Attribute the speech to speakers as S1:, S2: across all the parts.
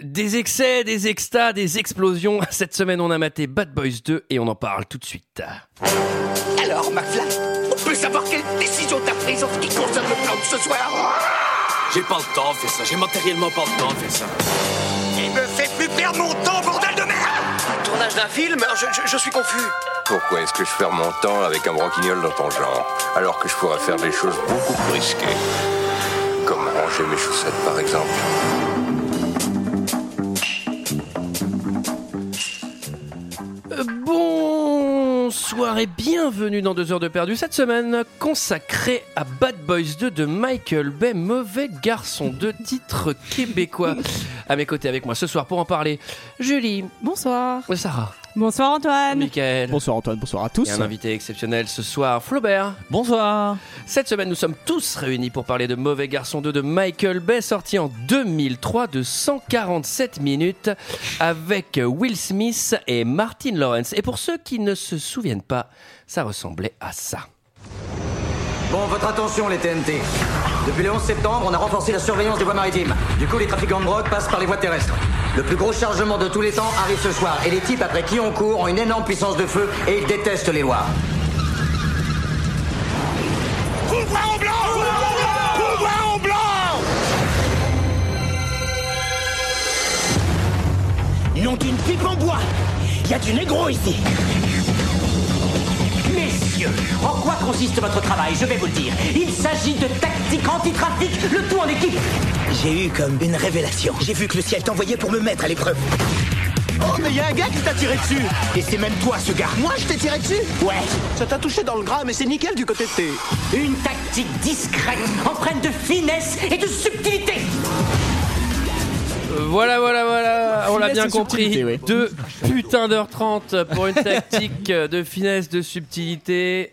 S1: Des excès, des extas, des explosions. Cette semaine, on a maté Bad Boys 2 et on en parle tout de suite.
S2: Alors, McFly, on peut savoir quelle décision t'as prise en ce qui concerne le plan de ce soir
S3: J'ai pas le temps de faire ça, j'ai matériellement pas le temps de faire ça.
S2: Il me fait plus perdre mon temps, bordel de merde
S4: Tournage d'un film je, je- je suis confus.
S5: Pourquoi est-ce que je perds mon temps avec un broquignol dans ton genre, alors que je pourrais faire des choses beaucoup plus risquées Comme ranger mes chaussettes, par exemple.
S1: Euh, Bonsoir et bienvenue dans 2 heures de perdu cette semaine consacrée à Bad Boys 2 de Michael Bay, mauvais garçon de titre québécois. À mes côtés avec moi ce soir pour en parler, Julie,
S6: Bonsoir.
S1: Sarah,
S6: Bonsoir Antoine.
S1: Michael.
S7: Bonsoir Antoine, bonsoir à tous.
S1: Et un invité exceptionnel ce soir, Flaubert.
S7: Bonsoir.
S1: Cette semaine, nous sommes tous réunis pour parler de Mauvais Garçon 2 de Michael Bay, sorti en 2003 de 147 minutes avec Will Smith et Martin Lawrence. Et pour ceux qui ne se souviennent pas, ça ressemblait à ça.
S8: Bon, votre attention les TNT. Depuis le 11 septembre, on a renforcé la surveillance des voies maritimes. Du coup, les trafiquants de drogue passent par les voies terrestres. Le plus gros chargement de tous les temps arrive ce soir. Et les types après qui on court ont une énorme puissance de feu et ils détestent les lois.
S2: Pouvoir en blanc Pouvoir en blanc Nom d'une pipe en bois Il y a du négro ici
S8: Messieurs, en quoi consiste votre travail Je vais vous le dire. Il s'agit de tactique anti-trafic, le tout en équipe.
S2: J'ai eu comme une révélation. J'ai vu que le ciel t'envoyait pour me mettre à l'épreuve. Oh, mais y a un gars qui t'a tiré dessus Et c'est même toi, ce gars Moi, je t'ai tiré dessus Ouais Ça t'a touché dans le gras, mais c'est nickel du côté de tes...
S8: Une tactique discrète, empreinte de finesse et de subtilité.
S1: Euh, Voilà, voilà, voilà, on l'a
S7: Finesse
S1: bien
S7: et
S1: compris.
S7: subtilité, oui.
S1: Deux putains d'heures 30 pour une tactique de finesse, de subtilité.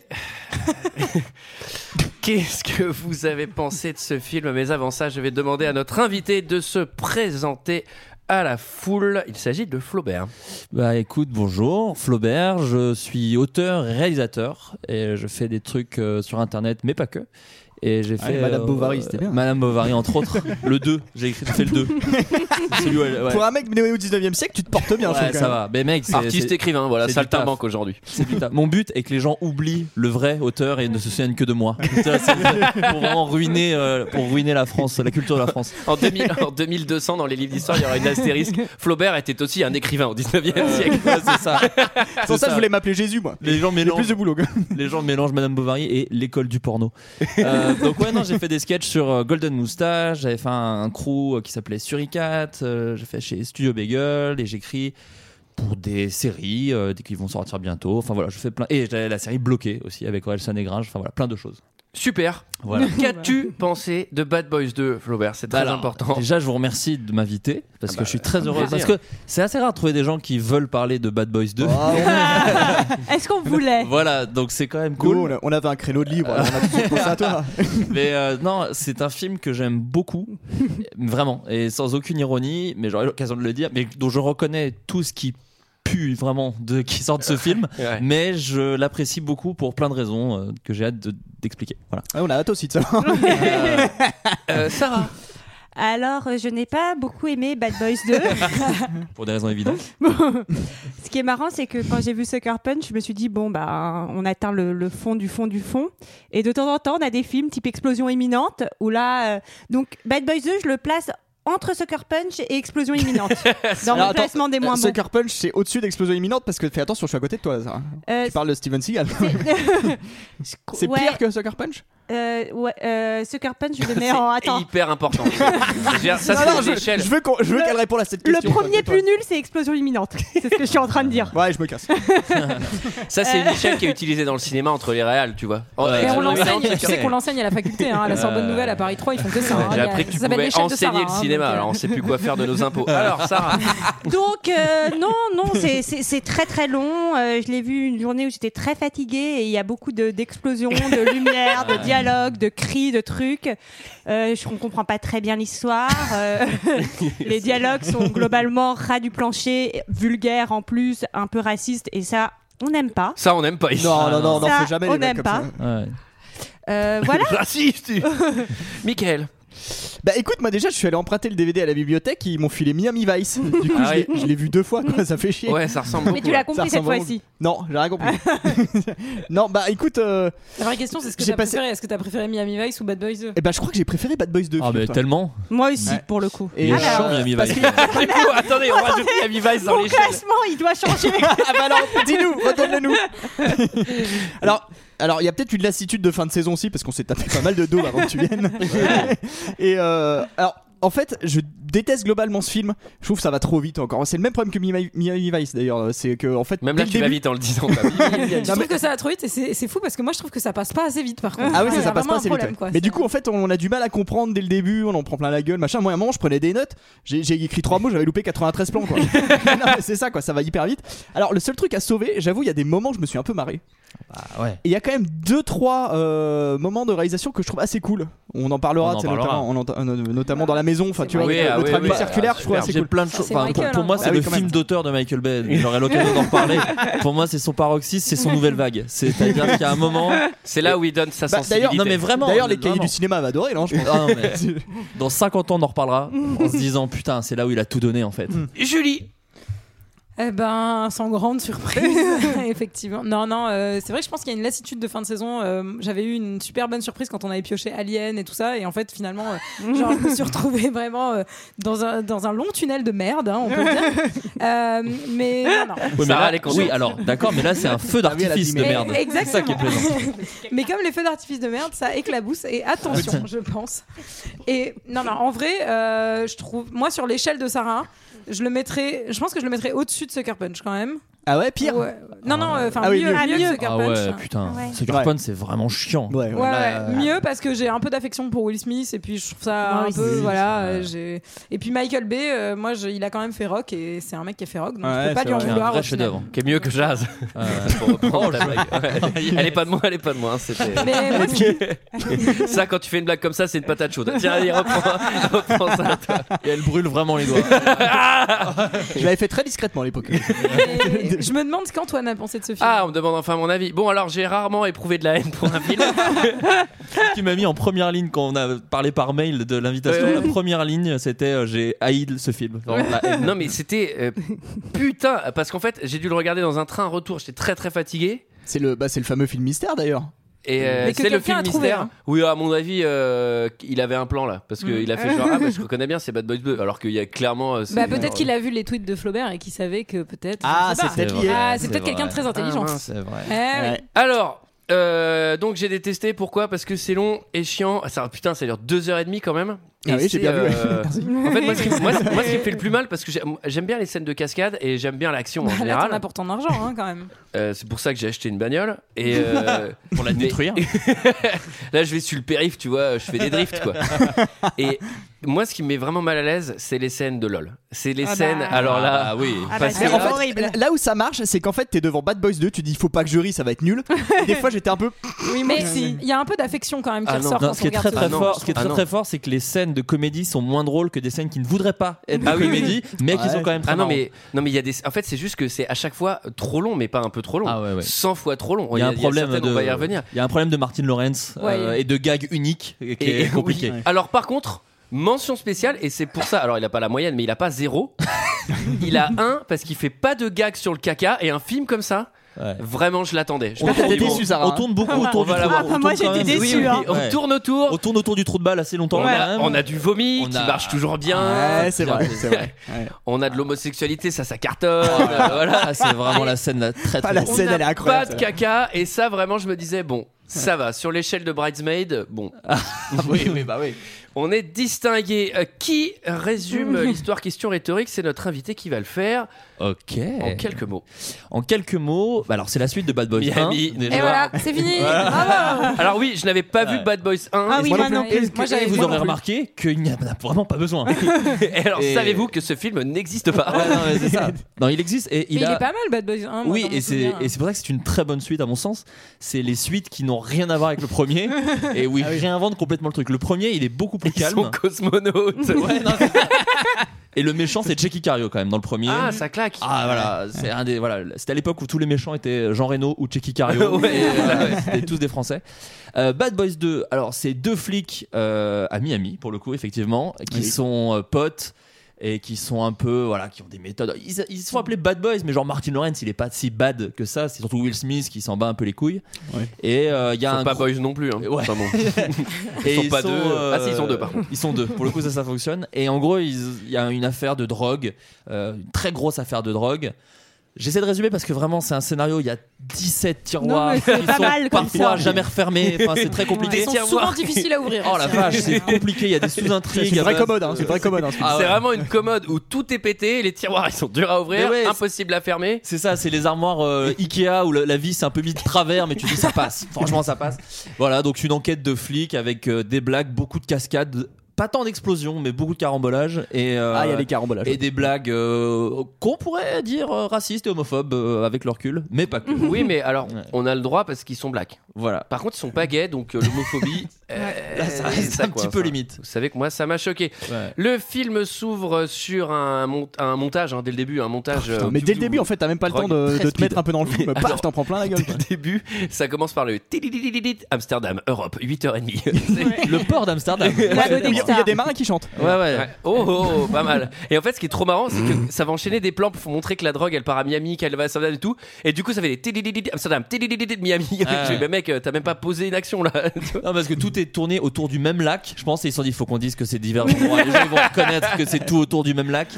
S1: Qu'est-ce que vous avez pensé de ce film Mais avant ça, je vais demander à notre invité de se présenter à la foule. Il s'agit de Flaubert.
S9: Bah écoute, bonjour, Flaubert, je suis auteur et réalisateur et je fais des trucs euh, sur internet, mais pas que. Et j'ai
S7: Ah,
S9: fait. euh,
S7: Madame Bovary, c'était bien.
S9: Madame Bovary, entre autres. le 2, j'ai écrit- fait le 2. Celui où elle- ouais.
S7: Pour un mec né au 19 e siècle, tu te portes bien, je
S9: Ouais,
S7: trouve, quand
S9: ça
S7: même.
S9: va. Mais mec, c'est.
S1: Artiste,
S9: c'est-
S1: écrivain, voilà,
S9: c'est du
S1: saltimbanque aujourd'hui.
S9: c'est du taf. Mon but est que les gens oublient le vrai auteur et ne se souviennent que de moi. Ça, c'est- pour vraiment ruiner, euh, pour ruiner la France, la culture de la France.
S1: En, 2000 en 2200, dans les livres d'histoire, il y aura une astérisque. Flaubert était aussi un écrivain au 19e siècle.
S9: Ouais, c'est ça.
S7: Sans ça,
S2: Bah,
S9: ça.
S7: je voulais m'appeler Jésus, moi.
S9: Les gens
S7: J'ai
S9: mélangent.
S7: plus de boulot, quoi.
S9: les gens mélangent Madame Bovary et l'école du porno. Euh, donc ouais, non, j'ai fait des sketchs sur euh, Golden Moustache, j'avais fait un, un crew euh, qui s'appelait Suricat, euh, j'ai fait chez Studio Bagel et j'écris pour des séries euh, des- qui vont sortir bientôt. Enfin voilà, je fais plein et j'avais la série bloquée aussi avec Orelsan et Gringe. Enfin voilà, plein de choses.
S1: Super.
S9: Voilà.
S1: Qu'as-tu pensé de Bad Boys 2, Flaubert C'est très
S9: Alors,
S1: important. Ah bah,
S9: Déjà, je vous remercie de m'inviter parce que je suis très heureux.
S1: plaisir.
S9: Parce que c'est assez rare de trouver des gens qui veulent parler de Bad Boys 2.
S1: Ah.
S6: Est-ce qu'on voulait
S9: voilà, donc c'est quand même cool.
S7: Nous, on a- on avait un créneau de libre, on a tout de suite pensé à toi.
S9: Mais euh, non, c'est un film que j'aime beaucoup, vraiment, et sans aucune ironie, mais j'aurais l'occasion de le dire, mais dont je reconnais tout ce qui pue vraiment de qui sort de ce film,
S1: Euh, Ouais.
S9: mais je l'apprécie beaucoup pour plein de raisons euh, que j'ai hâte de- d'expliquer. voilà.
S7: Ouais, Ah, on a hâte aussi de savoir.
S1: Euh, Sarah,
S6: Alors, euh, je n'ai pas beaucoup aimé Bad Boys 2.
S9: Pour des raisons évidentes.
S6: Ce qui est marrant, c'est que quand j'ai vu Sucker Punch, je me suis dit, bon, bah, on atteint le, le fond du fond du fond. Et de temps en temps, on a des films type Explosion imminente, où là. euh, donc, Bad Boys 2, je le place entre Sucker Punch et Explosion imminente. dans
S7: Alors,
S6: mon
S7: attends, euh,
S6: classement des moins bons.
S7: Sucker Punch, c'est au-dessus d'explosion imminente parce que fais attention, je suis à côté de toi là. Sarah.
S6: Euh,
S7: Tu parles de Steven Seagal.
S6: je-
S7: C'est
S6: ouais,
S7: pire que Sucker Punch
S6: euh, ouais, euh, Sucker Punch, je le mets en.
S1: c'est
S6: Attends.
S1: hyper important. C'est-à-dire, ça,
S7: Non, non,
S1: c'est
S7: je,
S1: l'échelle.
S7: je veux qu'on- je veux
S6: Le-
S7: qu'elle réponde à cette
S6: Le
S7: question. toi,
S6: premier
S7: toi.
S6: plus nul, c'est Explosion imminente. C'est ce que je suis en train de dire.
S7: Ouais, je me casse.
S1: Ça, c'est une échelle qui est utilisée dans le cinéma entre les réals, tu vois. Euh, En-
S9: Ouais.
S10: Et on
S1: Explosion
S10: l'enseigne,
S1: imminente,
S10: tu sais qu'on l'enseigne à la faculté, hein, à la Sorbonne
S9: Euh,
S10: Nouvelle, à Paris 3, ils font que
S6: Oh,
S10: ça. hein. Il
S1: J'ai
S10: y a-
S1: appris que tu
S10: ça s'appelle
S1: pouvais
S10: l'échelle de
S1: enseigner
S10: Sarah,
S1: le
S10: hein,
S1: cinéma,
S10: donc, euh,
S1: alors on sait plus quoi faire de nos impôts. Alors, Sarah,
S6: Donc euh, non, non, c'est- c'est c'est très très long. Euh, je l'ai vu une journée où j'étais très fatiguée et il y a beaucoup de- d'explosions, de, lumière, de dialogues, de cris, de trucs. Euh, je ne comprends pas très bien l'histoire. Euh, les dialogues sont globalement ras du plancher, vulgaires en plus, un peu racistes et ça, on n'aime pas.
S1: ça, on n'aime pas ici.
S7: Non, non, non, non,
S6: Ça,
S7: fais jamais
S6: on
S7: les mecs
S6: n'aime
S7: comme ça.
S6: pas.
S9: Ouais.
S6: Euh, voilà.
S1: Raciste Michael,
S7: Bah écoute, moi déjà, je suis allé emprunter le DVD à la bibliothèque, ils m'ont filé Miami Vice. Du coup,
S1: Ah
S7: je l'ai-
S1: ouais.
S7: je l'ai vu deux fois, quoi, ça fait chier.
S1: Ouais, ça ressemble
S6: Mais
S1: beaucoup.
S6: tu l'as
S1: ouais.
S6: compris
S7: Ça
S6: cette
S7: ressemble vraiment-
S6: fois-ci.
S7: Non, j'ai rien compris. non, bah écoute, euh,
S9: La vraie question, c'est ce que
S7: J'ai
S9: t'as
S7: passé-
S9: préféré. Est-ce que t'as préféré Miami Vice ou Bad Boys 2
S7: eh ben, je crois que j'ai préféré Bad Boys 2.
S3: Ah, mais
S7: figure-toi.
S3: tellement.
S6: Moi aussi,
S7: Ouais.
S6: pour le coup.
S7: Et
S3: Il est
S7: euh,
S3: chiant, Miami
S7: parce
S3: Vice.
S1: Du coup, attendez, on rajoute Miami Vice dans
S6: Mon
S1: les chaînes.
S6: classement, il doit changer.
S7: ah bah alors, dis-nous, redonne-le-nous. alors, alors il y a peut-être une lassitude de fin de saison aussi parce qu'on s'est tapé pas mal de dos avant que tu viennes. Et euh, alors. En fait, je déteste globalement ce film. Je trouve que ça va trop vite encore. C'est le même problème que Miami Miami Vice d'ailleurs. C'est que en fait,
S1: Même
S7: dès
S1: là,
S7: le
S1: tu vas
S7: début-
S1: vite en le disant. t'as vu.
S9: Je
S7: Non,
S9: trouve
S7: mais-
S9: que ça va trop vite et c'est c'est fou parce que moi je trouve que ça passe pas assez vite par contre.
S7: Ah oui,
S9: Il
S7: ça,
S9: y a
S7: ça passe
S9: vraiment
S7: pas
S9: un
S7: assez vite.
S9: problème, quoi.
S7: Mais
S9: C'est-
S7: du coup, en fait, on, on a du mal à comprendre dès le début, on en prend plein la gueule, machin. Moi, à un moment, je prenais des notes, j'ai j'ai écrit trois mots, j'avais loupé 93 plans, quoi. Non, mais c'est ça, quoi, ça va hyper vite. Alors, le seul truc à sauver, j'avoue, il y a des moments où je me suis un peu marré.
S3: Bah, ouais.
S7: Et il y a quand même deux, trois euh, moments de réalisation que je trouve assez cool. On en parlera,
S3: On en
S7: tu sais,
S3: parlera.
S7: notamment, on en- euh, notamment dans la maison, enfin, tu vois,
S1: Oui,
S7: le,
S1: ah
S7: le
S1: oui,
S7: traduit
S1: oui.
S7: circulaire,
S1: Ah,
S7: je trouve assez
S3: J'ai
S7: cool.
S3: plein de choses.
S9: C'est
S3: enfin, pour,
S9: Michael,
S3: pour
S9: hein.
S3: moi, c'est
S7: Ah oui,
S3: le
S7: quand
S3: film
S7: même.
S3: d'auteur de Michael Bay. J'aurai l'occasion d'en reparler. pour moi, c'est son paroxysme, c'est son nouvelle vague. C'est-à-dire qu'il y a un moment. ah,
S1: C'est là où il donne sa
S7: Bah, d'ailleurs,
S1: sensibilité.
S3: Non, mais vraiment.
S7: D'ailleurs, les
S3: vraiment.
S7: cahiers du cinéma va adorer, non, je pense.
S3: Ah, non, mais dans 50 ans, on en reparlera en se disant putain, c'est là où il a tout donné en fait.
S1: Julie
S9: Eh ben, sans grande surprise, effectivement. Non, non, euh, c'est vrai que je pense qu'il y a une lassitude de fin de saison. Euh, J'avais eu une super bonne surprise quand on avait pioché Alien et tout ça, et en fait, finalement, euh, genre, je me suis retrouvée vraiment euh, dans, un, dans un long tunnel de merde, hein, on peut le dire. Euh, mais non, non.
S3: Oui, mais
S1: Sarah,
S3: là-
S1: elle est contente.
S3: oui, alors d'accord, mais là, c'est un feu
S7: oui, elle a
S3: d'artifice
S7: dit
S3: de
S7: mais-
S3: merde. C'est ça qui est plaisant.
S9: Mais comme les feux d'artifice de merde, ça éclabousse et attention, je pense. Et non, non, en vrai, euh, je trouve, moi sur l'échelle de Sarah, je le mettrais, je pense que je le mettrais au-dessus de Sucker Punch quand même.
S7: Ah ouais, pire
S9: Ouais. Non, non, enfin
S7: Ah oui,
S9: mieux,
S7: mieux.
S9: mieux que Sucker
S3: Ah
S9: Punch.
S3: ouais, putain.
S6: Ouais.
S3: Ce
S7: Ouais.
S3: Carpon, c'est vraiment chiant.
S7: Ouais, ouais.
S9: Ouais, ouais. mieux parce que j'ai un peu d'affection pour Will Smith et puis je trouve ça
S6: Ouais,
S9: un peu
S3: oui.
S9: voilà
S3: Ouais.
S9: euh, j'ai et puis Michael Bay euh, moi je- il a quand même fait rock et c'est un mec qui a fait rock donc je
S7: Ouais,
S9: peux pas
S7: c'est
S9: lui en
S3: C'est
S7: vrai.
S3: un
S9: vouloir
S3: vrai
S9: au final.
S3: chef-d'œuvre.
S1: Qui est mieux que Jazz.
S3: Euh,
S1: Pour reprendre ta blague. Ouais. Elle est pas de moi, elle est pas de moi. hein, c'était-
S9: mais moi, ce qui-
S1: Ça, quand tu fais une blague comme ça, c'est une patate chaude. Tiens, allez, reprends, reprends ça.
S3: Et elle brûle vraiment les doigts.
S7: Je l'avais fait très discrètement à l'époque.
S9: mais je me demande ce qu'Antoine a pensé de ce film
S1: Ah, on me demande enfin mon avis. Bon, alors j'ai rarement éprouvé de la haine pour un film.
S3: Tu m'as mis en première ligne quand on a parlé par mail de l'invitation.
S1: Ouais, ouais.
S3: La première ligne, c'était euh, j'ai haï ce film. Vraiment, la haine.
S1: non, mais c'était euh, putain parce qu'en fait, j'ai dû le regarder dans un train retour. J'étais très très fatigué.
S7: C'est le, bah, c'est le fameux film mystère d'ailleurs.
S1: Et euh,
S9: Mais que
S1: c'est le
S9: quelqu'un
S1: film
S9: a trouvé,
S1: mystère.
S9: hein.
S1: Oui, à mon avis, euh, il avait un plan là. Parce qu'il a fait genre, ah, bah, je reconnais bien, c'est Bad Boys 2. Alors qu'il y a clairement. euh, c'est-
S9: bah peut-être qu'il a vu les tweets de Flaubert et qu'il savait que peut-être
S7: Ah,
S9: je sais
S7: c'est
S9: pas.
S7: peut-être
S3: C'est
S7: lié.
S3: vrai.
S9: Ah, c'est
S3: C'est
S9: peut-être quelqu'un de
S3: vrai.
S9: très intelligent
S1: Ah, mince.
S3: C'est vrai.
S9: Eh oui.
S7: Ouais.
S1: Alors, euh, donc j'ai détesté. Pourquoi Parce que c'est long et chiant. Ah, ça, putain, ça dure deux heures et demie quand même. Et
S7: Ah oui,
S1: c'est,
S7: j'ai bien vu. ouais.
S1: euh,
S7: Merci.
S1: En fait, moi ce, qui, moi, ce- moi, ce qui me fait le plus mal, parce que j'ai- j'aime bien les scènes de cascade et j'aime bien l'action en
S9: Bah, là
S1: général.
S9: t'en as pour ton argent hein, quand même
S1: Euh, c'est pour ça que j'ai acheté une bagnole et euh,
S3: Pour la
S1: mais-
S3: détruire.
S1: là, je vais sur le périph, tu vois, je fais des drifts quoi. et moi, ce qui me met vraiment mal à l'aise, c'est les scènes de lol. C'est les
S6: Ah bah.
S1: scènes. Alors là,
S3: Ah oui.
S6: Ah bah,
S1: Parce
S6: c'est
S1: que-
S7: en fait,
S6: horrible.
S7: Là où ça marche, c'est qu'en fait, t'es devant Bad Boys 2, tu dis faut pas que je rie, ça va être nul. Et des fois, j'étais un peu.
S9: oui mais il y a un peu d'affection quand même qui
S1: Ah, non.
S9: ressort
S3: Non,
S9: quand
S3: ce
S9: on
S3: qui est très
S9: regarde
S3: très
S1: Ah non,
S3: fort, ce qui est
S1: ah
S3: très
S1: non.
S3: très fort, c'est que les scènes de comédie sont moins drôles que des scènes qui ne voudraient pas être des
S1: Ah oui, oui.
S3: comédies, mais qui
S7: Ouais.
S3: sont quand même très
S1: Ah non
S3: marrantes.
S1: mais non mais il y a des en fait c'est juste que c'est à chaque fois trop long mais pas un peu trop long
S3: Ah ouais, ouais.
S1: 100 fois trop long
S3: Il y a un problème
S1: certaines,
S3: de.
S1: on va y revenir
S3: Il y a un problème de Martin Lawrence
S9: Ouais.
S3: euh, et de gags uniques qui
S1: Et-
S3: est compliqué.
S1: oui. Alors par contre, mention spéciale et c'est pour ça. Alors il a pas la moyenne, mais il a pas zéro. il a un parce qu'il fait pas de gag sur le caca et un film comme ça.
S3: Ouais.
S1: Vraiment, je l'attendais. Je
S3: On,
S1: l'attendais
S3: tourne,
S7: t'es déçu, Sarah,
S3: on
S7: hein.
S3: tourne beaucoup autour du
S1: va
S3: trou.
S1: l'avoir.
S3: on
S6: Ah,
S3: tourne
S6: Moi, j'étais
S3: quand même-
S1: beaucoup.
S6: déçue,
S1: Oui, oui,
S6: hein.
S1: on
S3: Ouais.
S1: tourne autour.
S3: On tourne autour du trou de balle assez longtemps.
S1: On,
S3: quand
S1: a,
S3: même.
S1: on a du vomi
S3: On
S1: qui
S3: a-
S1: marche toujours bien.
S7: Ouais, c'est vrai, c'est vrai. Ouais.
S1: On a de l'homosexualité, ça, ça cartonne.
S3: Ah, voilà, c'est vraiment la scène là, très très
S7: Pas ah, la
S3: drôle.
S7: scène,
S1: on a
S7: elle est incroyable.
S1: Pas de caca et ça vraiment, je me disais bon. Ça va, sur l'échelle de Bridesmaid, bon,
S3: oui, oui, bah oui.
S1: on est distingué. Euh, qui résume l'histoire question rhétorique C'est notre invité qui va le faire
S3: Ok.
S1: en quelques mots.
S3: En quelques mots, bah alors c'est la suite de Bad Boys 1.
S1: Miami,
S9: et
S1: déjà.
S9: voilà c'est fini Ah, bah, bravo
S1: Alors oui, je n'avais pas vu
S3: Ouais.
S1: Bad Boys 1.
S6: Ah oui,
S9: Moi
S6: moi
S9: non
S6: non
S9: plus.
S6: plus.
S9: Moi, j'avais-
S3: Euh, Et vous
S9: moi
S3: aurez
S9: non plus.
S3: remarqué qu'il n'y en a vraiment pas besoin.
S1: Et alors
S3: Et-
S1: savez-vous que ce film n'existe pas
S3: Ouais, non, mais c'est ça. Non, il existe et
S9: Mais
S3: il,
S9: il,
S3: a.
S9: est pas mal Bad Boys hein, 1
S3: oui, et c'est et c'est pour ça que c'est une très bonne suite à mon sens. C'est les suites qui n'ont rien à voir avec le premier et où ils réinventent complètement le truc. Le premier, il est beaucoup plus
S1: Ils
S3: calme.
S1: sont cosmonautes.
S3: Ouais, non, c'est ça. Et le méchant, c'est Jackie Cario quand même dans le premier.
S1: Ah, ça claque.
S3: Ah, voilà, c'est un des voilà, c'était à l'époque où tous les méchants étaient Jean Reno ou Checky Cario,
S1: Ouais.
S3: Et, euh, c'était tous des Français. Euh, Bad Boys 2, alors c'est deux flics euh, à Miami pour le coup effectivement, qui sont euh, potes et qui sont un peu voilà, qui ont des méthodes. Ils, ils se font appeler Bad Boys, mais genre Martin Lawrence, il est pas si bad que ça. C'est surtout Will Smith qui s'en bat un peu les couilles.
S7: Ouais.
S3: Et euh, il y a
S1: Ils
S3: un
S1: sont pas
S3: gros-
S1: boys non plus. Hein.
S3: Ouais.
S1: Enfin bon.
S3: et
S1: Ils sont pas deux. Ah, si, ils sont deux, par contre.
S3: Ils sont deux. Pour le coup, ça, ça fonctionne. Et en gros, ils- il y a une affaire de drogue, euh, une très grosse affaire de drogue. J'essaie de résumer parce que vraiment, c'est un scénario. Il y a 17 tiroirs
S6: mais c'est
S3: qui
S6: pas
S3: sont
S6: mal comme
S3: parfois
S6: ça.
S3: jamais refermés. Enfin, c'est très
S9: Ils
S3: compliqué.
S9: sont souvent difficiles à ouvrir.
S3: Oh la vache, c'est compliqué. Il y a des sous-intrigues.
S7: C'est une
S3: il y a
S7: vraie
S3: pas-
S7: commode, hein, c'est une vraie commode. hein, ce
S3: Ah
S1: c'est
S3: ouais.
S1: vraiment une commode où tout est pété, les tiroirs ils sont durs à ouvrir,
S3: Mais ouais,
S1: impossible à fermer.
S3: C'est ça, c'est les armoires euh, Ikea où la, la vie c'est un peu mis de travers, mais tu dis ça passe. Franchement, ça passe. Voilà, donc une enquête de flics avec euh, des blagues, beaucoup de cascades, pas tant d'explosions, mais beaucoup de carambolages et euh,
S7: Ah, il y a des carambolages.
S3: et des blagues euh, qu'on pourrait dire euh, racistes et homophobes euh, avec leur cul, mais pas que.
S9: Mm.
S1: Oui, mais alors
S3: Ouais.
S1: on a le droit parce qu'ils sont blacks.
S3: Voilà.
S1: Par contre, ils sont pas gays, donc euh, l'homophobie, euh,
S3: Là, ça reste
S1: ça,
S3: un
S1: quoi,
S3: petit peu
S1: enfin.
S3: limite.
S1: Vous savez que moi, ça m'a choqué. Le film s'ouvre sur un, mont- un montage, hein, dès le début, un montage.
S7: Putain,
S1: euh,
S7: mais dès le
S1: tout-
S7: début, en fait, t'as même pas le temps
S1: Drogue
S7: de,
S1: très
S7: de te
S1: speed.
S7: mettre un peu dans le film. Paf, t'en prends plein la gueule.
S1: Dès le début, ça commence par le tidididididid, Amsterdam, Europe, 8h30. C'est-
S3: Le port d'Amsterdam.
S6: La
S7: Il y a- il y
S6: Dexter.
S7: a des marins qui chantent.
S3: Ouais, ouais.
S1: Ouais. Oh, oh, oh, pas mal. Et en fait, ce qui est trop marrant, c'est que ça va enchaîner des plans pour montrer que la drogue, elle part à Miami, qu'elle va à Amsterdam et tout. Et du coup, ça fait des tididididid, Amsterdam, tididididid, Miami.
S3: Ah ouais.
S1: Je vais, mais mec, euh, t'as même pas posé une action là.
S3: Non, parce que tout est tourné autour du même lac. Je pense et ils se sont dit, faut qu'on dise que c'est divers endroits. Les gens ils vont reconnaître que c'est tout autour du même lac.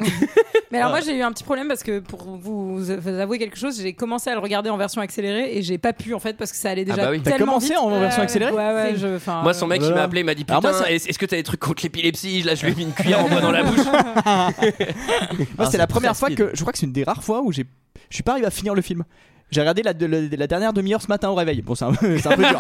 S9: Mais alors moi j'ai eu un petit problème parce que pour vous, vous avouer quelque chose, j'ai commencé à le regarder en version accélérée et j'ai pas pu en fait parce que ça
S7: Ah
S9: allait déjà
S1: bah oui. T'as
S9: tellement
S7: commencé
S9: vite.
S7: en version
S9: Ouais,
S7: accélérée
S9: Ouais ouais, je, enfin,
S1: Moi, son
S9: euh,
S1: mec, il
S7: voilà.
S1: m'a appelé, il m'a dit Putain,
S3: Alors moi, ça-
S1: est-ce que t'as des trucs contre l'épilepsie Là, je lui ai mis une cuillère en bois dans la bouche.
S7: Moi,
S3: Ah,
S7: c'est la
S3: c'est
S7: première
S3: très
S7: fois
S3: speed.
S7: que je crois que c'est une des rares fois où j'ai je suis pas arrivé à finir le film. J'ai regardé la, de- la- la dernière demi-heure ce matin au réveil. Bon, c'est un, peu- c'est un peu dur.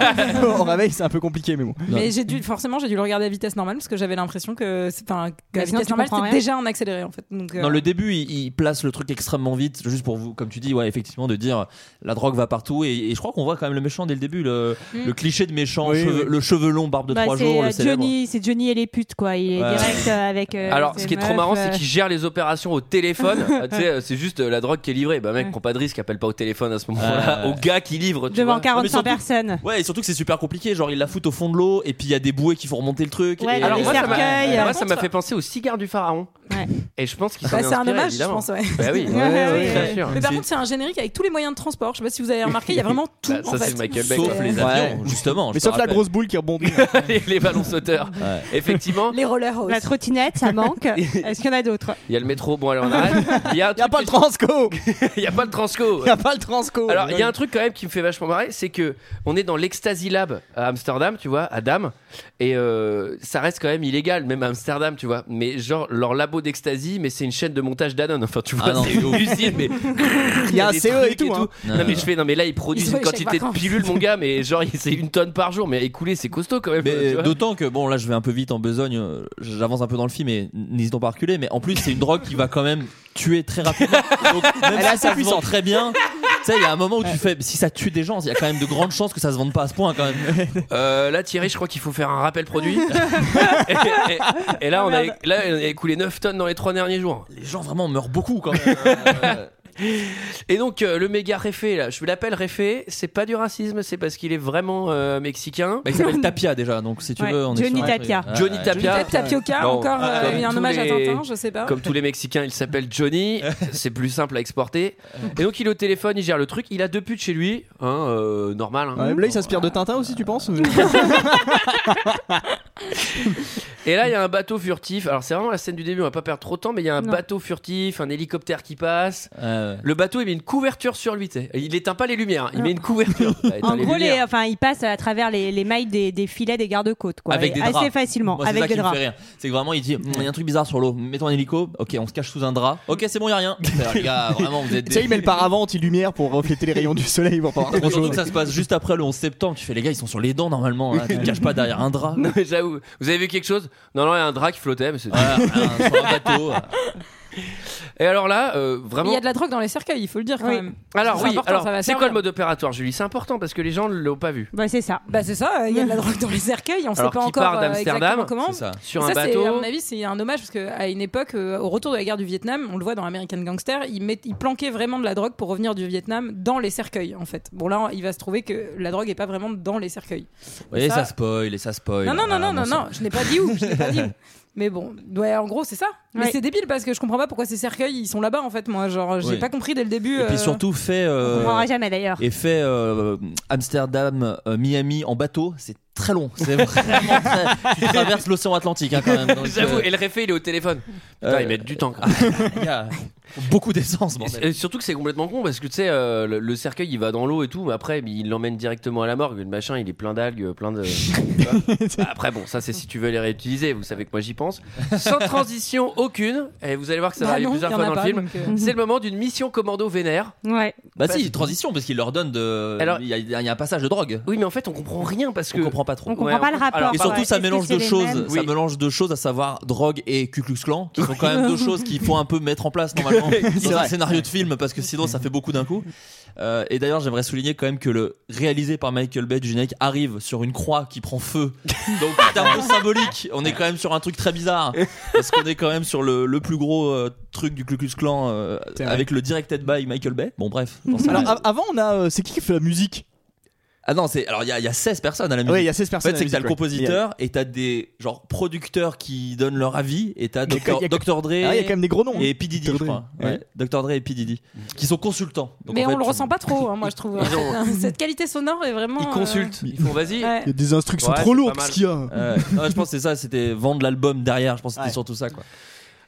S7: au réveil, c'est un peu compliqué, mais bon.
S9: Mais j'ai dû forcément j'ai dû le regarder à vitesse normale parce que j'avais l'impression que c'est enfin que
S6: Mais
S9: la
S6: sinon,
S9: vitesse
S6: tu
S9: normale
S6: comprends
S9: c'était
S6: rien.
S9: déjà en accéléré en fait. Donc euh,
S3: Dans le début, il, il place le truc extrêmement vite, juste pour vous, comme tu dis, ouais, effectivement, de dire la drogue va partout. Et, et je crois qu'on voit quand même le méchant dès le début, le, le cliché de méchant,
S7: Oui,
S3: cheveux-
S7: oui.
S3: le cheveu long, barbe de
S6: Mm. Bah,
S3: trois
S6: c'est
S3: jours,
S6: euh,
S3: le célèbre.
S6: Johnny, c'est Johnny et les putes quoi. Il est
S3: Ouais.
S6: direct euh, avec. euh,
S1: Alors,
S6: ses
S1: ce qui est trop
S6: meufs,
S1: marrant,
S6: euh,
S1: c'est qu'il gère les opérations au téléphone. Euh, tu sais, euh, c'est juste euh, la drogue qui est livrée. Bah, mec, prends pas de risque, appelle pas au téléphone à ce moment-là.
S3: Ouais.
S1: Au gars qui livre, tu
S6: euh, devant
S1: vois.
S3: Mais
S6: 45
S3: surtout-
S6: personnes.
S3: Ouais, et surtout que c'est super compliqué, genre ils la foutent au fond de l'eau, et puis il y a des bouées qui font remonter le truc.
S6: Ouais,
S3: et-
S1: Alors,
S6: Alors, les
S1: moi, ça m'a-
S6: cercueils.
S1: moi,
S6: euh,
S1: ça m'a fait penser au cigare du pharaon.
S6: Ouais.
S1: Et je pense qu'il s'en
S9: bah,
S1: est
S9: c'est un
S1: inspiré,
S9: hommage je
S1: évidemment.
S9: pense ouais.
S1: Bah oui.
S6: Ouais, ouais,
S1: oui,
S6: ouais.
S1: bien sûr.
S9: Mais par
S3: C'est-
S9: contre c'est un générique avec tous les moyens de transport. Je sais pas si vous avez remarqué, il y a vraiment tout
S1: Bah, ça,
S9: en
S1: c'est
S9: fait.
S1: Michael Bay.
S3: Sauf les avions,
S7: Ouais.
S3: justement.
S7: Mais
S3: je te
S7: sauf la
S3: rappelle.
S7: grosse boule qui rebondit.
S1: les, les ballons sauteurs.
S3: Ouais.
S1: Effectivement,
S9: Les rollers
S3: Oh,
S9: aussi.
S6: La trottinette, ça manque. Est-ce qu'il y en a d'autres
S1: il y a le métro. Bon, alors on arrête. Il y a, un
S7: y a
S1: truc
S7: pas le transco.
S1: que- il y a pas le transco.
S7: Y a pas le transco.
S1: Alors, il y a un truc quand même qui me fait vachement marrer, c'est que on est dans l'Ecstasy Lab à Amsterdam, tu vois, à Dam, et euh, ça reste quand même illégal, même à Amsterdam, tu vois. Mais genre, leur labo d'ecstasy, mais c'est une chaîne de montage Danone, enfin, tu vois,
S3: Ah non,
S1: c'est
S3: c'est
S1: une
S3: ouf.
S1: usine, mais
S7: Il y a un
S1: des
S7: CE et
S1: trucs
S7: tout. hein.
S1: Non,
S3: Non,
S1: mais
S3: non.
S1: je fais, non, mais là, ils produisent
S9: Ils ont
S1: une
S9: les
S1: quantité
S9: chèques
S1: de
S9: vacances.
S1: pilules, mon gars, mais genre, c'est une tonne par jour, mais à écouler, c'est costaud quand même.
S3: Mais
S1: tu vois.
S3: euh, d'autant que bon là je vais un peu vite en besogne, euh, j'avance un peu dans le film et n'hésitons pas à reculer. Mais en plus c'est une drogue qui va quand même tuer très rapidement. Donc, même
S7: Elle est
S3: si ça
S7: assez
S3: se vend
S7: puissante.
S3: très bien. Tu sais il y a un moment où tu fais si ça tue des gens, il y a quand même de grandes chances que ça se vende pas à ce point quand même.
S1: Euh, là, Thierry, je crois qu'il faut faire un rappel produit. et, et- et
S7: Ah,
S1: là, on a, là, on a écoulé 9 tonnes dans les 3 derniers jours.
S3: Les gens vraiment meurent beaucoup quand même. Euh,
S1: Et donc, euh, le méga réfé, là, je l'appelle réfé, c'est pas du racisme, c'est parce qu'il est vraiment euh, mexicain.
S3: bah, il s'appelle Ah, Tapia déjà donc si tu
S6: Ouais,
S3: veux on
S6: Johnny
S3: est sur un
S6: Tapia.
S3: truc. hein.
S1: Johnny
S3: Ouais,
S1: Tapia.
S9: Peut-être Tapioca
S1: Bon,
S9: encore euh,
S1: comme
S9: il y a un
S1: tous
S9: hommage
S1: les-
S9: à Tintin, je sais pas.
S6: Ah
S1: Comme tous les Mexicains, il s'appelle Johnny, c'est plus simple à exporter. Et donc, il est au téléphone, il gère le truc, il a deux putes chez lui, hein, euh, normal. hein.
S7: Ouais, mais là, il s'inspire de Tintin aussi, tu penses
S1: Et là, il y a un bateau furtif. Alors, c'est vraiment la scène du début, on va pas perdre trop de temps, mais il y a un
S6: Non.
S1: bateau furtif, un hélicoptère qui passe.
S3: Ouais, ouais.
S1: Le bateau, il met une couverture sur lui, tu sais. Il éteint pas les lumières, hein. il met une couverture. Bah, éteins
S6: En hein. gros, les,
S1: lumières.
S6: enfin, ils passent à travers les, les mailles des, des filets des gardes-côtes, quoi.
S3: Avec
S6: Et
S3: des
S6: assez
S3: draps.
S6: facilement,
S3: Moi, c'est
S6: avec
S3: ça
S6: des
S3: qui me fait
S6: draps.
S3: rire. C'est que vraiment, il dit Hum, il y a un truc bizarre sur l'eau, mettons un hélico, ok, on se cache sous un drap, ok, c'est bon, il y a rien. Les gars, vraiment, vous êtes
S7: Tu
S3: des-
S7: sais, il met le paravent anti-lumière pour refléter les rayons du soleil. Pour pas voir trop
S3: Surtout
S7: chaud.
S3: que ça se passe juste après le 11 septembre. Tu fais les gars, ils sont sur les dents normalement. hein. Tu te caches pas derrière un drap. Ah,
S1: Non, mais j'avoue. Vous avez vu quelque chose Non, non, il y a un drap qui flottait, mais c'est.
S3: Voilà, un- sur un bateau.
S1: Et alors là, euh, vraiment.
S9: Il y a de la drogue dans les cercueils, il faut le dire quand
S6: Oui.
S9: même.
S1: Alors
S9: C'est
S1: oui,
S9: important,
S1: alors
S9: ça va
S1: c'est quoi
S9: servir.
S1: le mode opératoire, Julie C'est important parce que les gens ne l'ont pas vu.
S6: Bah, c'est ça.
S9: Bah c'est ça, euh, il y a de la drogue dans les cercueils, on sait
S1: Alors,
S9: pas
S1: qui
S9: encore
S1: part
S9: euh,
S1: d'Amsterdam,
S9: exactement comment.
S3: C'est ça.
S1: Sur
S9: Et
S1: un
S9: Bah, ça, c'est,
S1: bateau.
S9: à mon avis, c'est un hommage parce qu'à une époque, euh, au retour de la guerre du Vietnam, on le voit dans American Gangster, ils, met- ils planquaient vraiment de la drogue pour revenir du Vietnam dans les cercueils, en fait. Bon, là, il va se trouver que la drogue est pas vraiment dans les cercueils.
S3: Et ça
S9: ça-
S3: spoil, et ça spoil.
S9: non, non, non,
S3: Ah,
S9: non, non,
S3: bon
S9: non, je n'ai pas dit où, je n'ai pas dit où. Mais bon, ouais, en gros, c'est ça. Mais
S6: Ouais.
S9: c'est débile parce que je comprends pas pourquoi ces cercueils, ils sont là-bas, en fait, moi. Genre, j'ai
S3: Oui.
S9: pas compris dès le début.
S3: sang. Et puis
S9: euh,
S3: surtout, fait. euh,
S6: On comprendra jamais d'ailleurs.
S3: et fait euh, Amsterdam, euh, Miami en bateau, c'est très long. C'est vraiment très. Tu traverses l'océan Atlantique hein, quand même. Donc,
S1: J'avoue,
S3: euh,
S1: et le réfé, il est au téléphone. Putain,
S3: euh,
S1: ils mettent du temps. quoi.
S3: Il y a beaucoup d'essence, bordel.
S1: Et surtout que c'est complètement con parce que tu sais, euh, le, le cercueil il va dans l'eau et tout, mais après mais il l'emmène directement à la morgue. Le machin il est plein d'algues, euh, plein de. tu vois. après, bon, ça c'est si tu veux les réutiliser, vous savez que moi j'y pense. Sans transition aucune, et vous allez voir que ça va
S9: bah
S1: arriver
S9: non,
S1: plusieurs
S9: il y en
S1: fois
S9: a
S1: dans le
S9: pas,
S1: film.
S9: donc, euh,
S1: C'est le moment d'une mission commando vénère.
S6: Ouais.
S3: Bah si, transition, parce qu'il leur donne de.
S1: Alors-
S3: il, y a, il y a un passage de drogue.
S1: Oui, mais en fait on comprend rien parce que.
S3: On comprend pas trop.
S6: On comprend
S1: Ouais,
S6: pas
S1: on-
S6: le rapport.
S1: alors-
S3: Et
S1: Ah,
S3: surtout,
S6: ouais.
S3: ça
S6: Est-ce que
S3: mélange
S6: c'est
S3: deux
S6: les
S3: choses.
S6: mêmes
S3: Ça
S1: Oui.
S3: mélange deux choses, à savoir drogue et Ku Klux Klan, qui sont quand même deux choses qu'il faut un peu mettre en place normalement dans un
S7: vrai.
S3: scénario de film, parce que sinon, ça fait beaucoup d'un coup. Euh, et d'ailleurs, j'aimerais souligner quand même que le réalisé par Michael Bay du générique arrive sur une croix qui prend feu. Donc, en termes de symbolique, on est quand même sur un truc très bizarre. Parce qu'on est quand même sur le, le plus gros euh, truc du Ku Klux Klan euh,
S7: C'est vrai.
S3: avec le directed by Michael Bay. Bon, bref. dans ça-
S7: Alors, a- avant, on a. euh, c'est qui qui fait la musique
S3: ah non, c'est alors il y, a- il y a 16 personnes à la musique.
S7: Ouais, il y a
S3: En
S7: 16
S3: fait,
S7: personnes.
S3: c'est que t'as le
S7: compositeur
S3: compositeur et t'as des genre producteurs qui donnent leur avis et t'as
S7: Il y a-
S3: Dr,
S7: il y a-
S3: Dr. Dre
S7: Ah, il y a quand même des gros noms.
S3: et P. Diddy, je
S7: Dr. Dre. Mm.
S3: crois. Ouais, Dr. Dre et P. Diddy qui sont consultants. Donc,
S9: mais
S3: en fait,
S9: on le
S3: tu-
S9: ressent pas trop, hein, moi, je trouve.
S1: Ils ont-
S9: Cette qualité sonore est vraiment.
S1: Ils
S9: euh,
S1: consultent, ils font vas-y.
S9: ouais.
S7: Il y a des instructions
S1: Ouais,
S7: trop
S1: c'est
S7: lourdes,
S1: pas mal.
S7: qu'est-ce qu'il y a
S3: Ouais. Non, je pense que c'est ça, c'était vendre l'album derrière. Je pense que c'était
S7: Ouais. Ah
S3: surtout ça quoi.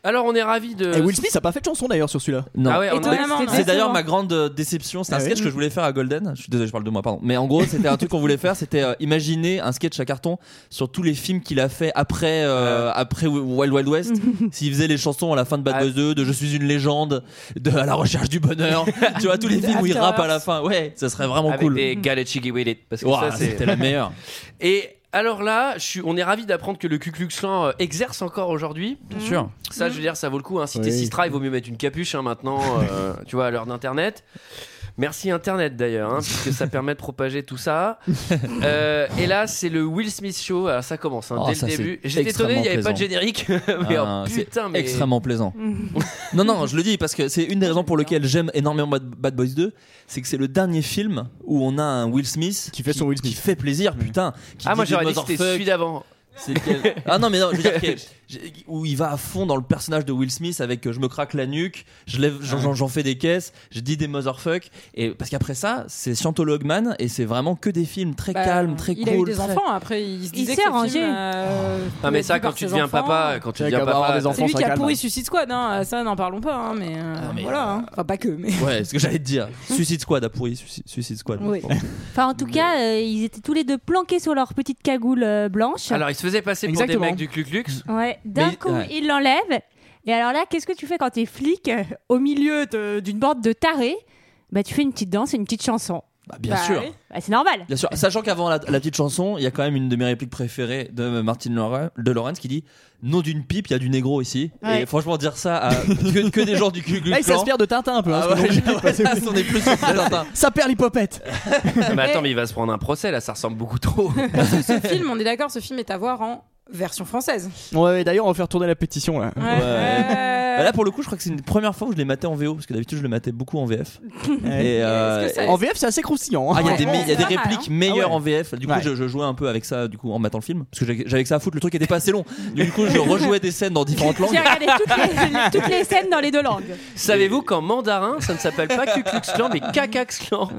S1: Alors on est ravis de.
S7: Et Will Smith a pas fait de chanson d'ailleurs sur celui-là.
S3: Non.
S1: Ah ouais, on a-
S9: Étonnamment,
S6: C'est-
S9: non.
S3: C'est d'ailleurs ma grande euh, déception. C'est un
S7: Ah ouais.
S3: sketch que je voulais faire à Golden. Je suis désolé, je parle de moi, pardon. Mais en gros, c'était un truc qu'on voulait faire. C'était euh, imaginer un sketch à carton sur tous les films qu'il a fait après, euh, après Wild Wild West. S'il faisait les chansons à la fin de Bad
S1: Ah.
S3: Boys 2, de Je suis une légende, de À la recherche du bonheur. tu vois, tous les films où il
S9: After
S3: rappe à
S9: Hours.
S3: la fin. Ouais, ça serait vraiment
S1: Avec
S3: cool.
S1: des
S7: Mm.
S1: Get Jiggy with it, parce que
S3: Ouah,
S1: ça c'est.
S3: c'était la meilleure.
S1: Et alors là, je suis, on est ravis d'apprendre que le Ku Klux Klan euh, exerce encore aujourd'hui.
S3: Bien sûr.
S1: Ça,
S7: Mm.
S1: je veux dire, ça vaut le coup. Hein. Si
S7: Oui.
S1: t'es Sistra, il vaut mieux mettre une capuche hein, maintenant, euh, tu vois, à l'heure d'Internet. Merci Internet d'ailleurs, hein, puisque ça permet de propager tout ça. Euh, et là, c'est le Will Smith Show. Alors ça commence hein,
S3: Oh,
S1: dès
S3: ça,
S1: le
S3: c'est
S1: début. J'étais
S3: extrêmement
S1: étonné, il n'y avait pas de
S3: plaisant.
S1: générique. mais
S3: Ah,
S1: oh,
S3: c'est
S1: putain, mais.
S3: extrêmement plaisant. non, non, je le dis parce que c'est une des raisons pour lesquelles j'aime énormément Bad, Bad Boys 2, c'est que c'est le dernier film où on a un Will Smith
S7: Qui fait son Will
S3: qui
S7: Smith.
S3: fait plaisir, putain. qui
S1: Ah,
S3: dit
S1: moi
S3: des
S1: j'aurais dit que c'était
S3: motherfuck,
S1: celui d'avant.
S3: c'est lequel Ah non, mais non, je veux dire que- j'ai- où il va à fond dans le personnage de Will Smith avec euh, je me craque la nuque, je lève, j'en,
S1: Ah.
S3: j'en- j'en fais des caisses, je dis des motherfuck. Et parce qu'après ça, c'est Scientologue Man et c'est vraiment que des films très
S9: Bah,
S3: calmes, très
S9: il
S3: cool.
S9: a eu des
S3: très-
S9: enfants après, il
S6: Il
S9: se disait
S6: s'est
S9: que le
S6: arrangé.
S9: film, euh,
S1: Ah, mais
S9: vu
S1: ça,
S9: par
S1: quand tu
S9: ses
S1: deviens
S9: enfants,
S1: papa, quand tu
S7: C'est vrai
S1: deviens
S7: qu'avoir
S1: papa,
S7: des enfants,
S9: C'est lui
S7: Enfant
S9: qui a
S7: calme.
S9: pourri Suicide Squad, hein. ça n'en parlons pas, hein, mais, euh,
S3: Ah, mais,
S9: voilà. hein. Enfin, pas que, mais.
S3: Ouais, c'est ce que j'allais te dire. Suicide Squad a pourri Suicide, Suicide Squad.
S9: Oui.
S3: Bon.
S6: Enfin, en tout cas, euh, ils étaient tous les deux planqués sur leur petite cagoule euh, blanche.
S1: Alors, il se faisait passer pour
S7: Exactement.
S1: des mecs du Ku Klux.
S6: Ouais, d'un
S3: Mais-
S6: coup,
S3: ouais.
S6: il l'enlève. Et alors là, qu'est-ce que tu fais quand t'es flic euh, au milieu de- d'une bande de tarés Bah, tu fais une petite danse et une petite chanson.
S3: Bah, bien
S9: Bah,
S3: sûr.
S9: oui.
S6: Bah, c'est normal.
S3: Bien sûr, sachant qu'avant la, la petite chanson, il y a quand même une de mes répliques préférées de Martine Laure- de Lawrence qui dit Nom d'une pipe, il y a du négro ici.
S6: Ouais.
S3: Et franchement, dire ça à que, que des gens du Ku Klux
S7: Là, il
S3: Klan.
S7: s'inspire de Tintin un peu. hein,
S3: Ah
S7: parce que
S3: ouais,
S7: dans le film,
S3: voilà, on est plus sur Tintin.
S7: Ça perd l'hypopète.
S1: Ah, mais attends, mais il va se prendre un procès là, ça ressemble beaucoup trop.
S9: Parce que ce film, on est d'accord, ce film est à voir en version française.
S7: Ouais, ouais, d'ailleurs, on va faire tourner la pétition là.
S3: Ouais.
S9: Euh,
S3: Bah là pour le coup je crois que c'est une première fois où je l'ai maté en VO parce que d'habitude je le matais beaucoup en VF. Et, euh,
S9: Est-ce que ça-
S7: En VF, c'est assez croustillant. hein.
S3: Ah, il y a des, il
S9: Ouais.
S3: y a des
S9: C'est pas mal,
S3: répliques meilleures
S7: Ah ouais.
S3: en VF. Du coup,
S7: Ouais.
S3: je, je jouais un peu avec ça, du coup, en matant le film, parce que j'avais j'avais que ça à foutre. Le truc était pas assez long. Du coup, je rejouais des scènes dans différentes langues.
S6: J'ai regardé toutes les, toutes les scènes dans les deux langues.
S1: Savez-vous qu'en mandarin, ça ne s'appelle pas Ku Klux Klan, mais Kakax Klan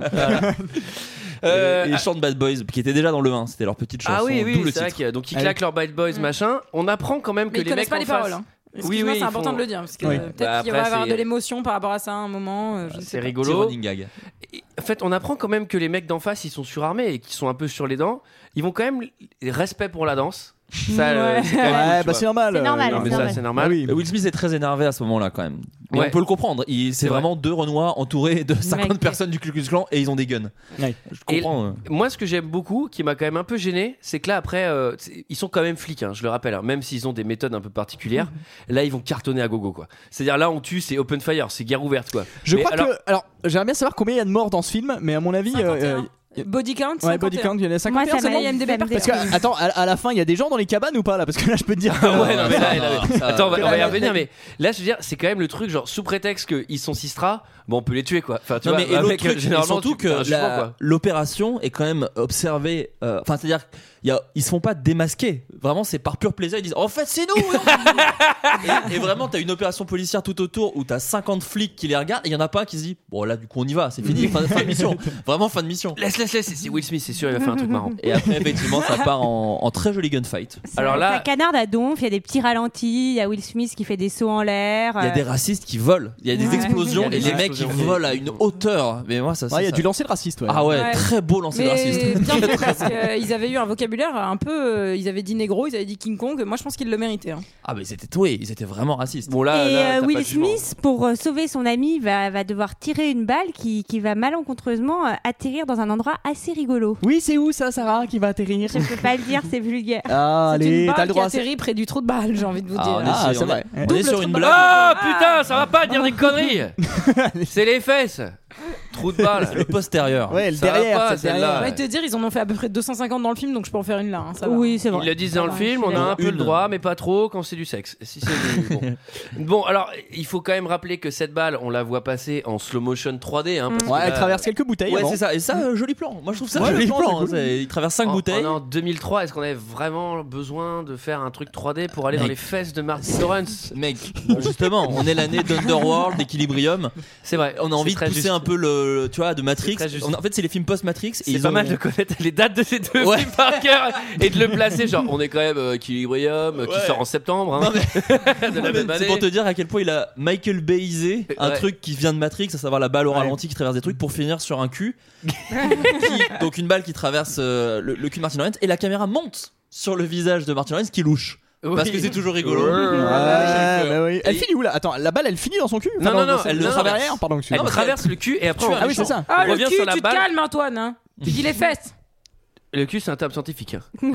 S1: Euh,
S3: et les chants de Bad Boys, qui étaient déjà dans le 1, c'était leur petite chanson.
S1: Ah oui, oui,
S3: d'où le
S1: c'est vrai
S3: titre.
S1: qu'il y a- donc ils claquent leur bad boys, machin. On apprend quand même
S9: Mm. Mais
S1: que
S9: ils
S1: les
S9: connaissent
S1: mecs
S9: pas
S1: en
S9: les
S1: face-
S9: paroles. hein.
S1: Oui,
S9: Excuse-moi,
S1: oui,
S9: c'est
S1: ils
S9: important
S1: font-
S9: de le dire, parce que
S7: Oui.
S9: euh, peut-être
S1: Bah,
S9: qu'il
S1: après,
S9: va y avoir
S1: c'est-
S9: de l'émotion par rapport à ça à un moment. euh, je ne sais
S1: C'est
S9: pas.
S3: Petit
S1: rigolo.
S3: running gag.
S1: Et En fait, on apprend quand même que les mecs d'en face, ils sont surarmés et qu'ils sont un peu sur les dents. Ils vont quand même respect pour la danse. Ça, euh,
S9: Ouais.
S1: c'est quand même,
S7: Ouais,
S1: tu
S7: bah
S1: vois.
S7: c'est normal.
S6: C'est
S7: euh,
S6: normal,
S1: Non, mais ça, c'est normal.
S7: Ah oui.
S3: Euh, Will Smith est très énervé à ce moment-là quand même. Et
S1: Ouais.
S3: on peut le comprendre. Il- C'est
S1: C'est
S3: vraiment deux Renois entourés de 50
S6: Mec.
S3: personnes du Ku Klux Klan et ils ont des guns.
S7: Ouais.
S3: Je comprends. euh.
S1: Moi, ce que j'aime beaucoup, qui m'a quand même un peu gêné, c'est que là, après, euh, c'est- ils sont quand même flics, hein, je le rappelle, hein, même s'ils ont des méthodes un peu particulières, là, ils vont cartonner à gogo, quoi. C'est-à-dire, là, on tue, c'est open fire, c'est guerre ouverte, quoi.
S7: Je
S1: Mais
S7: crois
S1: alors-
S7: que. Alors, j'aimerais bien savoir combien il y a de morts dans ce film, mais à mon avis. euh, y a-
S9: Body count,
S7: ouais, body count, il y en a 51.
S6: Moi, ça
S9: c'est
S6: m'a
S9: bon, IMDb
S6: ça me
S9: parfait.
S7: Parce que,
S6: dérange.
S7: attends, à, à la fin, il y a des gens dans les cabanes ou pas là Parce que là, je peux te dire.
S1: Ah ouais, non, mais là,
S3: ça,
S1: là,
S3: ça,
S1: Attends, on va,
S7: ça-
S1: on va y
S7: ça-
S1: revenir, mais là, je veux dire, c'est quand même le truc, genre, sous prétexte qu'ils sont Sistra, bon, on peut les tuer, quoi. Enfin, tu
S3: Non,
S1: vois,
S3: mais et l'autre
S1: avec, euh,
S3: truc, c'est
S1: généralement,
S3: surtout
S1: tu- t'as un
S3: que
S1: jugement,
S3: la-
S1: quoi.
S3: l'opération est quand même observée. euh, Enfin, c'est-à-dire qu'ils ils se font pas démasquer. Vraiment, c'est par pur plaisir. Ils disent En fait, c'est nous et, et vraiment, t'as une opération policière tout autour où t'as 50 flics qui les regardent et il y en a pas un qui se dit Bon, là, du coup, on y va, c'est fini, fin, fin de mission. Vraiment, fin de mission.
S1: Laisse, laisse, laisse, c'est Will Smith, c'est sûr, il va faire un truc marrant. euh,
S3: Et après, effectivement, ça part en, en très joli gunfight.
S1: Alors là-
S6: Ça canarde à donf, il y a des petits ralentis, il y a Will Smith qui fait des sauts en l'air.
S3: Il y a
S6: euh,
S3: des racistes qui volent, il y a des
S6: Ouais.
S3: explosions
S1: Il y a
S3: et
S1: des
S3: les mecs qui
S1: explosions.
S3: volent à une hauteur. Mais moi, ça,
S7: Ouais, il y a
S3: ça-
S7: du lancer de raciste, ouais.
S3: Ah ouais,
S9: Ouais.
S3: très beau lancer de raciste.
S9: Mais bien fait parce qu'ils avaient eu un vocabulaire un peu. euh, Ils avaient dit négro, ils avaient dit King Kong. Moi, je pense qu'ils le méritaient. hein.
S3: Ah, mais ils étaient oui, ils étaient vraiment racistes.
S1: Bon, là,
S6: et
S1: là,
S6: euh,
S1: Ah, t'as pas
S6: Will
S1: de jugement.
S6: Smith, pour euh, sauver son ami, va, va devoir tirer une balle qui, qui va malencontreusement euh, atterrir dans un endroit assez rigolo.
S7: Oui, c'est où ça, Sarah, qui va atterrir
S6: Je peux pas le dire, c'est vulgaire.
S7: Ah,
S9: C'est une
S7: Allez, t'as
S9: balle
S7: le
S9: qui
S7: droit.
S9: atterrit près du trou de balle, j'ai envie de vous
S3: Ah,
S9: dire.
S3: on
S7: Ah,
S3: Allez,
S7: c'est
S3: on
S7: vrai.
S3: On est sur
S9: trou
S3: une
S9: de
S3: blague.
S1: Ah putain, ça va pas dire des conneries C'est les fesses Trou de balle
S3: Le postérieur.
S7: Ouais, le
S1: Ça va
S7: derrière,
S1: pas,
S7: c'est le
S1: celle-là.
S7: derrière.
S9: Ouais, te dire, ils en ont fait à peu près 250 dans le film, donc je peux en faire une là. hein, ça va.
S6: Oui, c'est
S1: Ils le disent dans le
S6: Ouais,
S1: film,
S6: je
S1: on
S6: suis
S1: a un
S6: d'accord.
S1: peu le droit, mais pas trop quand c'est du sexe. Si c'est du- bon. Bon, alors, il faut quand même rappeler que cette balle, on la voit passer en slow motion 3D. hein,
S3: Mm.
S1: parce que
S7: Ouais, elle
S1: là,
S7: traverse quelques bouteilles.
S3: Ouais,
S7: avant.
S3: c'est ça. Et ça, euh, joli plan. Moi, je trouve ça
S7: Ouais,
S3: joli
S7: le plan,
S3: plan.
S7: c'est
S3: hein.
S7: cool.
S3: C'est- Il traverse 5
S1: en-
S3: bouteilles.
S1: On est en 2003, est-ce qu'on avait vraiment besoin de faire un truc 3D pour aller dans
S3: Mec.
S1: les fesses de Martin Lawrence
S3: Mec, justement, on est l'année d'Underworld, d'Equilibrium.
S1: C'est vrai,
S3: On a
S1: c'est
S3: envie de
S1: très
S3: pousser
S1: juste.
S3: un peu le, le- tu vois, de Matrix.
S1: très juste.
S3: On- en fait, c'est les films post-Matrix. et
S1: C'est
S3: ils
S1: pas
S3: ont-
S1: mal de connaître les dates de ces deux
S3: Ouais.
S1: films par cœur et de le placer. Genre, on est quand même euh, Equilibrium euh, qui
S3: Ouais.
S1: sort en septembre. hein,
S3: Non, mais-
S1: de la même
S3: C'est
S1: année.
S3: pour te dire à quel point il a Michael Bayisé un
S1: Ouais.
S3: truc qui vient de Matrix, à savoir la balle au
S7: Ouais.
S3: ralenti qui traverse des trucs pour finir sur un cul. Qui- donc une balle qui traverse euh, le, le cul de Martin Lawrence et la caméra monte sur le visage de Martin Lawrence qui louche. Parce
S1: Oui.
S3: que c'est toujours rigolo.
S7: Ouais,
S3: Voilà,
S7: bah oui. Elle
S3: Et-
S7: finit où là Attends, la balle elle finit dans son cul
S1: Non, non, non,
S7: Elle
S1: elle
S7: le
S1: le
S7: traverse
S1: traverse.
S7: derrière Pardon, excuse
S1: Elle
S3: Non, mais
S1: traverse le cul et après
S3: Tu
S1: on
S3: as
S7: Ah oui, c'est
S1: revient.
S7: ça.
S9: Ah,
S1: On
S9: le
S1: revient
S9: cul,
S1: sur la
S9: tu te
S1: balle.
S9: calmes, Antoine. Hein. Tu dis les fesses.
S1: Le cul, c'est un terme scientifique. Et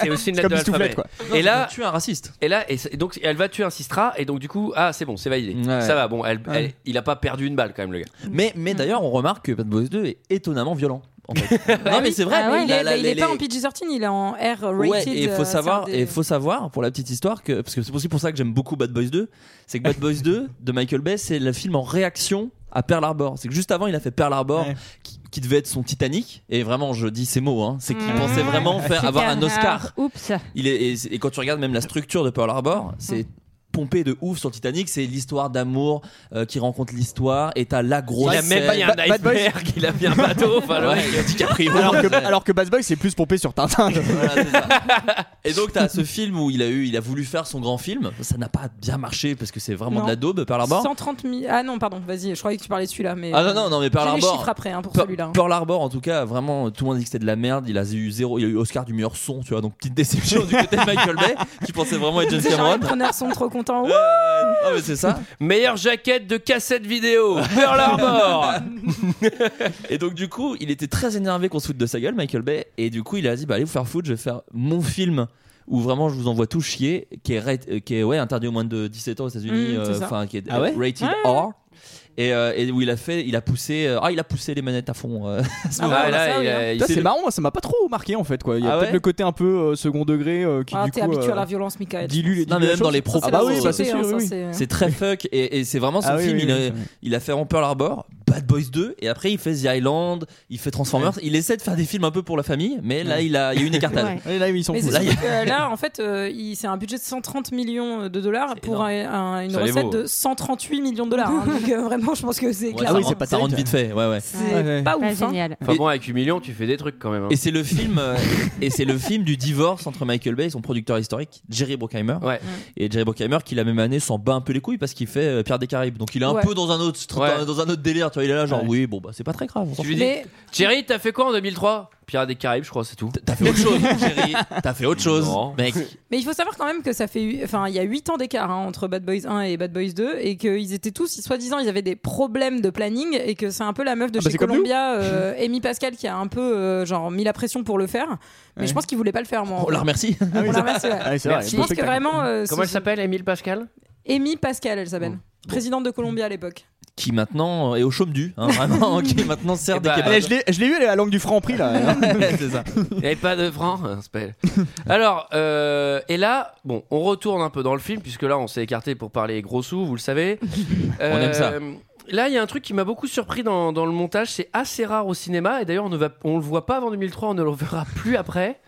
S1: c'est aussi une lettre
S7: Comme
S1: de
S7: une
S1: l'alphabet.
S7: soufflette quoi.
S3: Et
S1: Et
S3: là,
S1: là-
S3: tu es un raciste.
S1: Et là, et, c'est- et donc elle va tuer un Sistra, et donc du coup, ah c'est bon, c'est validé.
S3: Ouais.
S1: Ça va, bon, elle-
S7: Ouais.
S1: elle- il a pas perdu une balle quand même, le gars.
S3: Mais, mais d'ailleurs, on remarque que Bad Boys 2 est étonnamment violent. en fait. non, mais c'est vrai,
S9: Ah ouais, il,
S3: la-
S9: est,
S3: la-
S9: bah, il est
S3: les-
S9: pas en PG-13, il est en R rated.
S3: Ouais, et
S9: euh,
S3: faut savoir,
S9: c'est un des-
S3: et faut savoir pour la petite histoire que parce que c'est aussi pour ça que j'aime beaucoup Bad Boys 2, c'est que Bad Boys 2 de Michael Bay, c'est le film en réaction à Pearl Harbor. C'est que juste avant, il a fait Pearl Harbor,
S7: Ouais.
S3: qui, qui devait être son Titanic. Et vraiment, je dis ces mots, hein, c'est qu'il
S6: Mmh.
S3: pensait vraiment faire avoir un
S6: Super.
S3: Oscar.
S6: Ah, Oups.
S3: Il est, et, et quand tu regardes même la structure de Pearl Harbor, c'est pompé de ouf sur le Titanic. C'est l'histoire d'amour euh, qui rencontre l'histoire, et t'as la grosse.
S1: Il a même pas il y a
S7: Bad-
S1: un
S7: Bad Boys-
S1: iceberg, il a mis un bateau. Enfin, le
S3: Ouais.
S1: mec, il a dit Caprio.
S7: Alors que,
S3: Ouais.
S7: alors que Bad Boy c'est plus pompé sur Tintin.
S3: Voilà, c'est ça. Et donc t'as ce film où il a eu, il a voulu faire son grand film. Ça n'a pas bien marché parce que c'est vraiment
S9: Non.
S3: de la daube Pearl Harbor.
S9: 130 000. Ah non, pardon, vas-y, je croyais que tu parlais de celui-là. Mais...
S3: Ah non non non mais Pearl
S9: J'ai les
S3: Harbor.
S9: chiffres après hein, pour
S3: Pe-
S9: celui-là. hein.
S3: Pearl Harbor en tout cas vraiment tout le monde dit que c'était de la merde. Il a eu zéro, il a eu Oscar du meilleur son, tu vois. Donc petite déception du côté de Michael Bay qui pensait vraiment être James
S9: C'est genre
S3: Cameron.
S9: les preneurs sont trop contents. Ouh,
S3: Ah mais c'est ça.
S1: Meilleure jaquette de cassette vidéo, Pearl Harbor.
S3: Et donc du coup il était très énervé qu'on se foute de sa gueule Michael Bay et du coup il a dit bah allez vous faire foutre, je vais faire mon film. Où vraiment je vous envoie tout chier, qui est, ra- euh, qui est ouais, interdit aux moins de 17 ans aux États-Unis,
S9: Mm, c'est
S3: euh,
S9: ça.
S3: enfin qui est
S7: Ah ouais
S3: rated R. Et, euh, et où il a fait, il a poussé, euh, ah il a poussé les manettes à fond. euh, à ce
S9: Ah,
S3: moment-là. euh,
S1: Ah, là,
S9: ça,
S1: il a-
S9: oui,
S1: il
S7: Toi,
S1: s'est-
S7: c'est marrant, moi ça m'a pas trop marqué en fait quoi. Il y a
S3: Ah
S7: peut-être
S3: ouais
S7: le côté un peu euh, second degré euh, qui
S9: Ah,
S7: du
S9: t'es
S7: coup,
S9: habitué
S7: euh,
S9: à la violence, Michael.
S7: dilue
S3: Non,
S7: les dilue
S3: mais
S7: la
S3: même dans
S7: chose.
S3: les propos, euh,
S7: Ah bah oui,
S9: c'est
S7: bah
S9: la
S7: c'est
S9: société,
S7: sûr.
S9: hein,
S7: oui,
S9: ça,
S7: oui.
S9: c'est-
S3: C'est très fuck et, et c'est vraiment son
S7: Ah oui,
S3: film.
S7: oui,
S3: il, a,
S7: oui, oui.
S3: il a fait en Pearl Harbor, Bad Boys 2 et après il fait The Island, il fait Transformers. Il essaie de faire des films un peu pour la famille, mais là il a, il y a eu une écartade.
S6: Ouais.
S7: Et là ils sont
S9: Mais
S7: fous.
S9: c'est
S3: Là,
S9: surtout que là, en fait, euh, il- c'est un budget de 130 millions de dollars
S3: C'est
S9: pour un- un- une
S1: Ça les
S9: recette
S1: vaut.
S9: de 138 millions de dollars. hein. Donc euh, vraiment, je pense que Ah c'est
S3: Ouais,
S9: clair.
S3: ça,
S7: oui,
S3: rentre-
S7: c'est pas
S3: ça rentre
S7: terrible.
S3: vite fait. ouais, ouais.
S9: C'est
S7: Ouais, ouais.
S9: pas
S6: Pas
S9: ouf. hein.
S6: génial.
S1: Enfin bon, avec 8 millions, tu fais des trucs quand même. hein.
S3: Et c'est le film, euh, et c'est le film du divorce entre Michael Bay et son producteur historique Jerry Bruckheimer.
S1: Ouais.
S3: Et Jerry Bruckheimer qui la même année s'en bat un peu les couilles parce qu'il fait euh, Pierre des Caraïbes. Donc il est un
S9: Ouais.
S3: peu dans un autre,
S1: Ouais.
S3: dans, dans un autre délire. Tu vois, il est là, genre, oui, bon, bah, c'est pas très grave. on s'en
S1: Tu lui
S3: fout.
S1: dis,
S9: Mais-
S1: Thierry, t'as fait quoi en 2003 Pirates des Caraïbes, je crois, c'est tout.
S3: T'as fait autre chose, chérie. T'as fait autre chose, mec.
S9: Mais il faut savoir quand même que ça fait, hu- enfin, il y a 8 ans d'écart hein, entre Bad Boys 1 et Bad Boys 2, et qu'ils étaient tous, soi-disant, ils avaient des problèmes de planning, et que c'est un peu la meuf de
S7: Ah bah,
S9: chez
S7: c'est comme nous.
S9: Columbia, euh, Amy Pascal, qui a un peu, euh, genre, mis la pression pour le faire. Mais
S7: Ouais. Oh
S9: je pense qu'ils voulaient pas le faire, moi.
S3: On la remercie.
S9: On la remercie, ouais.
S7: Ah oui,
S1: Merci.
S7: c'est vrai,
S9: Je
S7: beau
S9: pense que
S7: spectacle.
S9: vraiment, euh,
S1: Comment elle
S9: ce-
S1: s'appelle, Émile Pascal
S9: Amy Pascal, elle s'appelle. Présidente de Columbia à l'époque.
S3: Qui maintenant est au chaume du, hein, vraiment, qui maintenant sert
S1: Eh bah,
S3: des
S7: Eh,
S3: kebabs.
S7: je l'ai- je l'ai eu à la langue du franc prix là.
S3: c'est ça.
S1: Il n'y avait pas de franc hein, c'est pas- Alors, euh, et là, bon, on retourne un peu dans le film, puisque là, on s'est écarté pour parler gros sous, vous le savez. Euh,
S3: aime ça.
S1: Là, il y a un truc qui m'a beaucoup surpris dans, dans le montage, c'est assez rare au cinéma, et d'ailleurs, on ne va, on le voit pas avant 2003, on ne le verra plus après.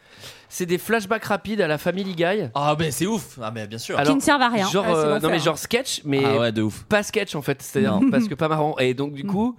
S1: C'est des flashbacks rapides à la Family Guy.
S3: Ah, mais c'est ouf. Ah, mais bien sûr.
S1: Alors,
S6: qui ne servent à rien.
S1: Genre,
S9: Ah, c'est
S1: euh, non
S9: l'enfer.
S1: mais genre sketch, mais
S3: ah, ouais, de ouf.
S1: pas sketch en fait, c'est-à-dire
S3: Non.
S1: parce que pas marrant. Et donc du coup,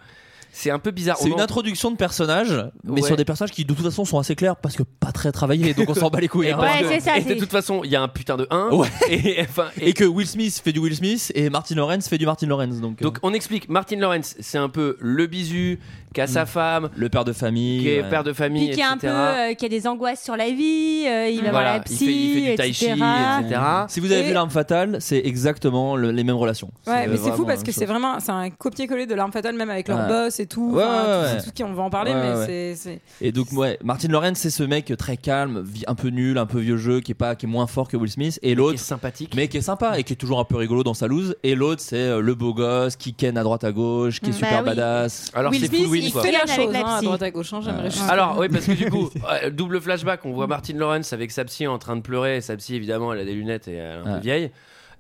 S1: c'est un peu bizarre.
S3: C'est
S1: On
S3: une
S1: en-
S3: introduction de personnages,
S1: Ouais.
S3: mais sur des personnages qui de toute façon sont assez clairs parce que pas très travaillés, donc on s'en bat les couilles.
S1: Et
S3: hein.
S1: parce
S6: Ouais,
S1: que-
S6: c'est ça,
S1: Et de
S6: c'est-
S1: toute façon, il y a un putain de 1
S3: Ouais.
S1: et enfin et-
S3: Et que Will Smith fait du Will Smith et Martin Lawrence fait du Martin Lawrence. Donc, euh,
S1: donc on explique. Martin Lawrence, c'est un peu le bisu qu'a sa femme,
S3: euh, le père de famille.
S1: qui est
S3: Mm. ouais.
S1: père de famille,
S6: Puis qui a un peu,
S1: etc.
S6: euh, qui a des angoisses sur la vie, euh, il va voir la
S1: Voilà, il fait- il
S6: psy,
S1: fait du tai chi,
S6: etc.
S1: etc.
S3: Si vous avez
S9: Et-
S3: vu L'arme fatale, c'est exactement le- les mêmes relations.
S9: Ouais, mais c'est
S3: vraiment
S9: fou
S3: la
S9: parce
S3: même
S9: que c'est
S3: chose.
S9: vraiment, c'est un copier-coller de l'arme fatale, même avec leur
S3: Ouais.
S9: boss et tout.
S3: Ouais,
S9: Enfin,
S3: ouais,
S9: tout-
S3: ouais.
S9: tout- tout qui- on va en parler,
S3: Ouais,
S9: mais
S3: ouais.
S9: c'est- c'est.
S3: Et donc ouais, Martin Lawrence c'est ce mec très calme, vi- un peu nul, un peu vieux jeu, qui est pas, qui est moins fort que Will Smith. Et
S1: qui est
S3: l'autre,
S1: sympathique.
S3: mais qui est sympa et qui est toujours un peu rigolo dans sa loose. Et l'autre c'est euh, le beau gosse qui ken à droite à gauche, qui est
S6: Bah
S3: super
S6: oui.
S3: badass.
S1: alors
S9: Will
S1: c'est full
S9: Smith,
S1: win
S9: il
S1: quoi.
S9: fait la
S6: Avec
S9: chose
S6: la
S9: hein, à
S6: psy.
S9: droite à gauche. hein, J'aimerais juste-
S1: Alors oui parce que du coup euh, double flashback on voit Martin Lawrence avec sa psy en train de pleurer sa psy évidemment elle a des lunettes et elle est un peu
S3: Ouais.
S1: vieille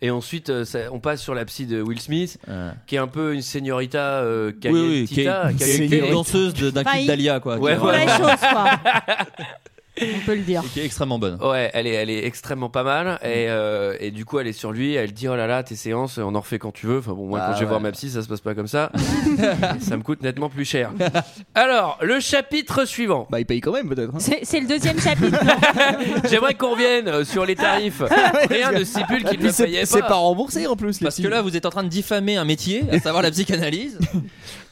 S1: et ensuite euh, ça- on passe sur la psy de Will Smith
S3: Ouais.
S1: qui est un peu une señorita euh,
S3: Oui, oui, qui
S1: Cayetita,
S3: est, qui est-
S1: Cayetita,
S3: qui est
S1: et-
S3: une danseuse de- d'un
S6: Enfin,
S3: clip
S6: il-
S3: d'Alia quoi. qui
S1: Ouais,
S3: est
S6: Pour
S1: voilà. Hein
S3: vraiment-
S6: la chose, quoi. On peut le dire.
S3: et qui est extrêmement bonne.
S1: Ouais, elle est, elle est extrêmement pas mal
S7: Mm.
S1: et, euh, et du coup elle est sur lui, elle dit oh là là tes séances on en refait quand tu veux. Enfin bon moi
S3: Ah
S1: quand je vais
S3: ouais.
S1: voir ma psy ça se passe pas comme ça, ça me coûte nettement plus cher. Alors le chapitre suivant,
S7: Bah il paye quand même peut-être. hein.
S6: C'est c'est le deuxième chapitre.
S1: j'aimerais qu'on revienne euh, sur les tarifs.
S7: Ah
S1: Rien ne stipule
S7: Et
S1: qu'il
S7: puis,
S1: ne
S7: c'est
S1: payait
S7: c'est pas
S1: pas.
S7: remboursé en plus. les
S3: Parce que
S7: petits.
S3: là vous êtes en train de diffamer un métier, à savoir la psychanalyse.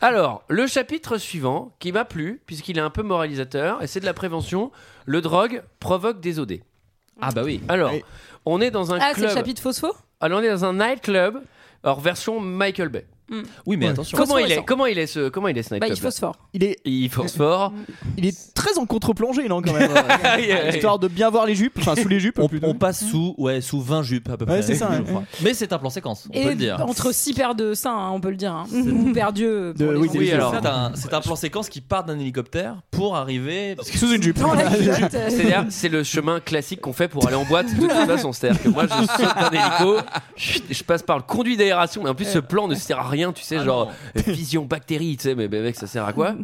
S1: Alors le chapitre suivant qui m'a plu puisqu'il est un peu moralisateur et c'est de la prévention. Le drogue provoque des OD.
S3: ah bah oui.
S1: Alors
S7: Oui.
S1: on est dans un
S9: Ah, c'est le
S1: club,
S9: chapitre Phospho
S1: alors on est dans un nightclub, alors version Michael Bay.
S3: Oui mais
S7: Ouais.
S3: attention.
S1: Comment il
S9: récent.
S1: est Comment il est ce Comment il est ce
S9: Bah, il
S1: nightclub
S9: phosphore.
S7: il est,
S1: Il force fort.
S7: il est très en contre-plongée non quand même.
S1: Ah,
S7: Histoire de bien voir les jupes, enfin sous les jupes.
S3: On,
S7: plutôt.
S3: on passe sous ouais sous 20 jupes à peu près.
S7: Ouais, c'est ça,
S3: je
S7: ouais.
S3: crois. Mais c'est un plan séquence, on
S9: Et
S3: peut le dire.
S9: entre six paires de seins, hein, on peut le dire. Hein. Ou paires d'yeux. pour
S7: De-
S9: les
S7: oui,
S9: gens.
S3: Oui,
S1: Oui,
S3: alors
S1: c'est
S3: c'est un, c'est un plan séquence qui part d'un hélicoptère pour arriver.
S7: sous une jupe.
S9: Dans la culotte, euh,
S1: C'est-à-dire, c'est le chemin classique qu'on fait pour aller en boîte de toute façon. C'est-à-dire que moi, je saute d'un hélico, chut, je passe par le conduit d'aération, mais en plus, ce plan ne sert à rien, tu
S7: Ah
S1: sais, genre euh, vision bactérie, tu sais, mais, mais mec, ça sert à quoi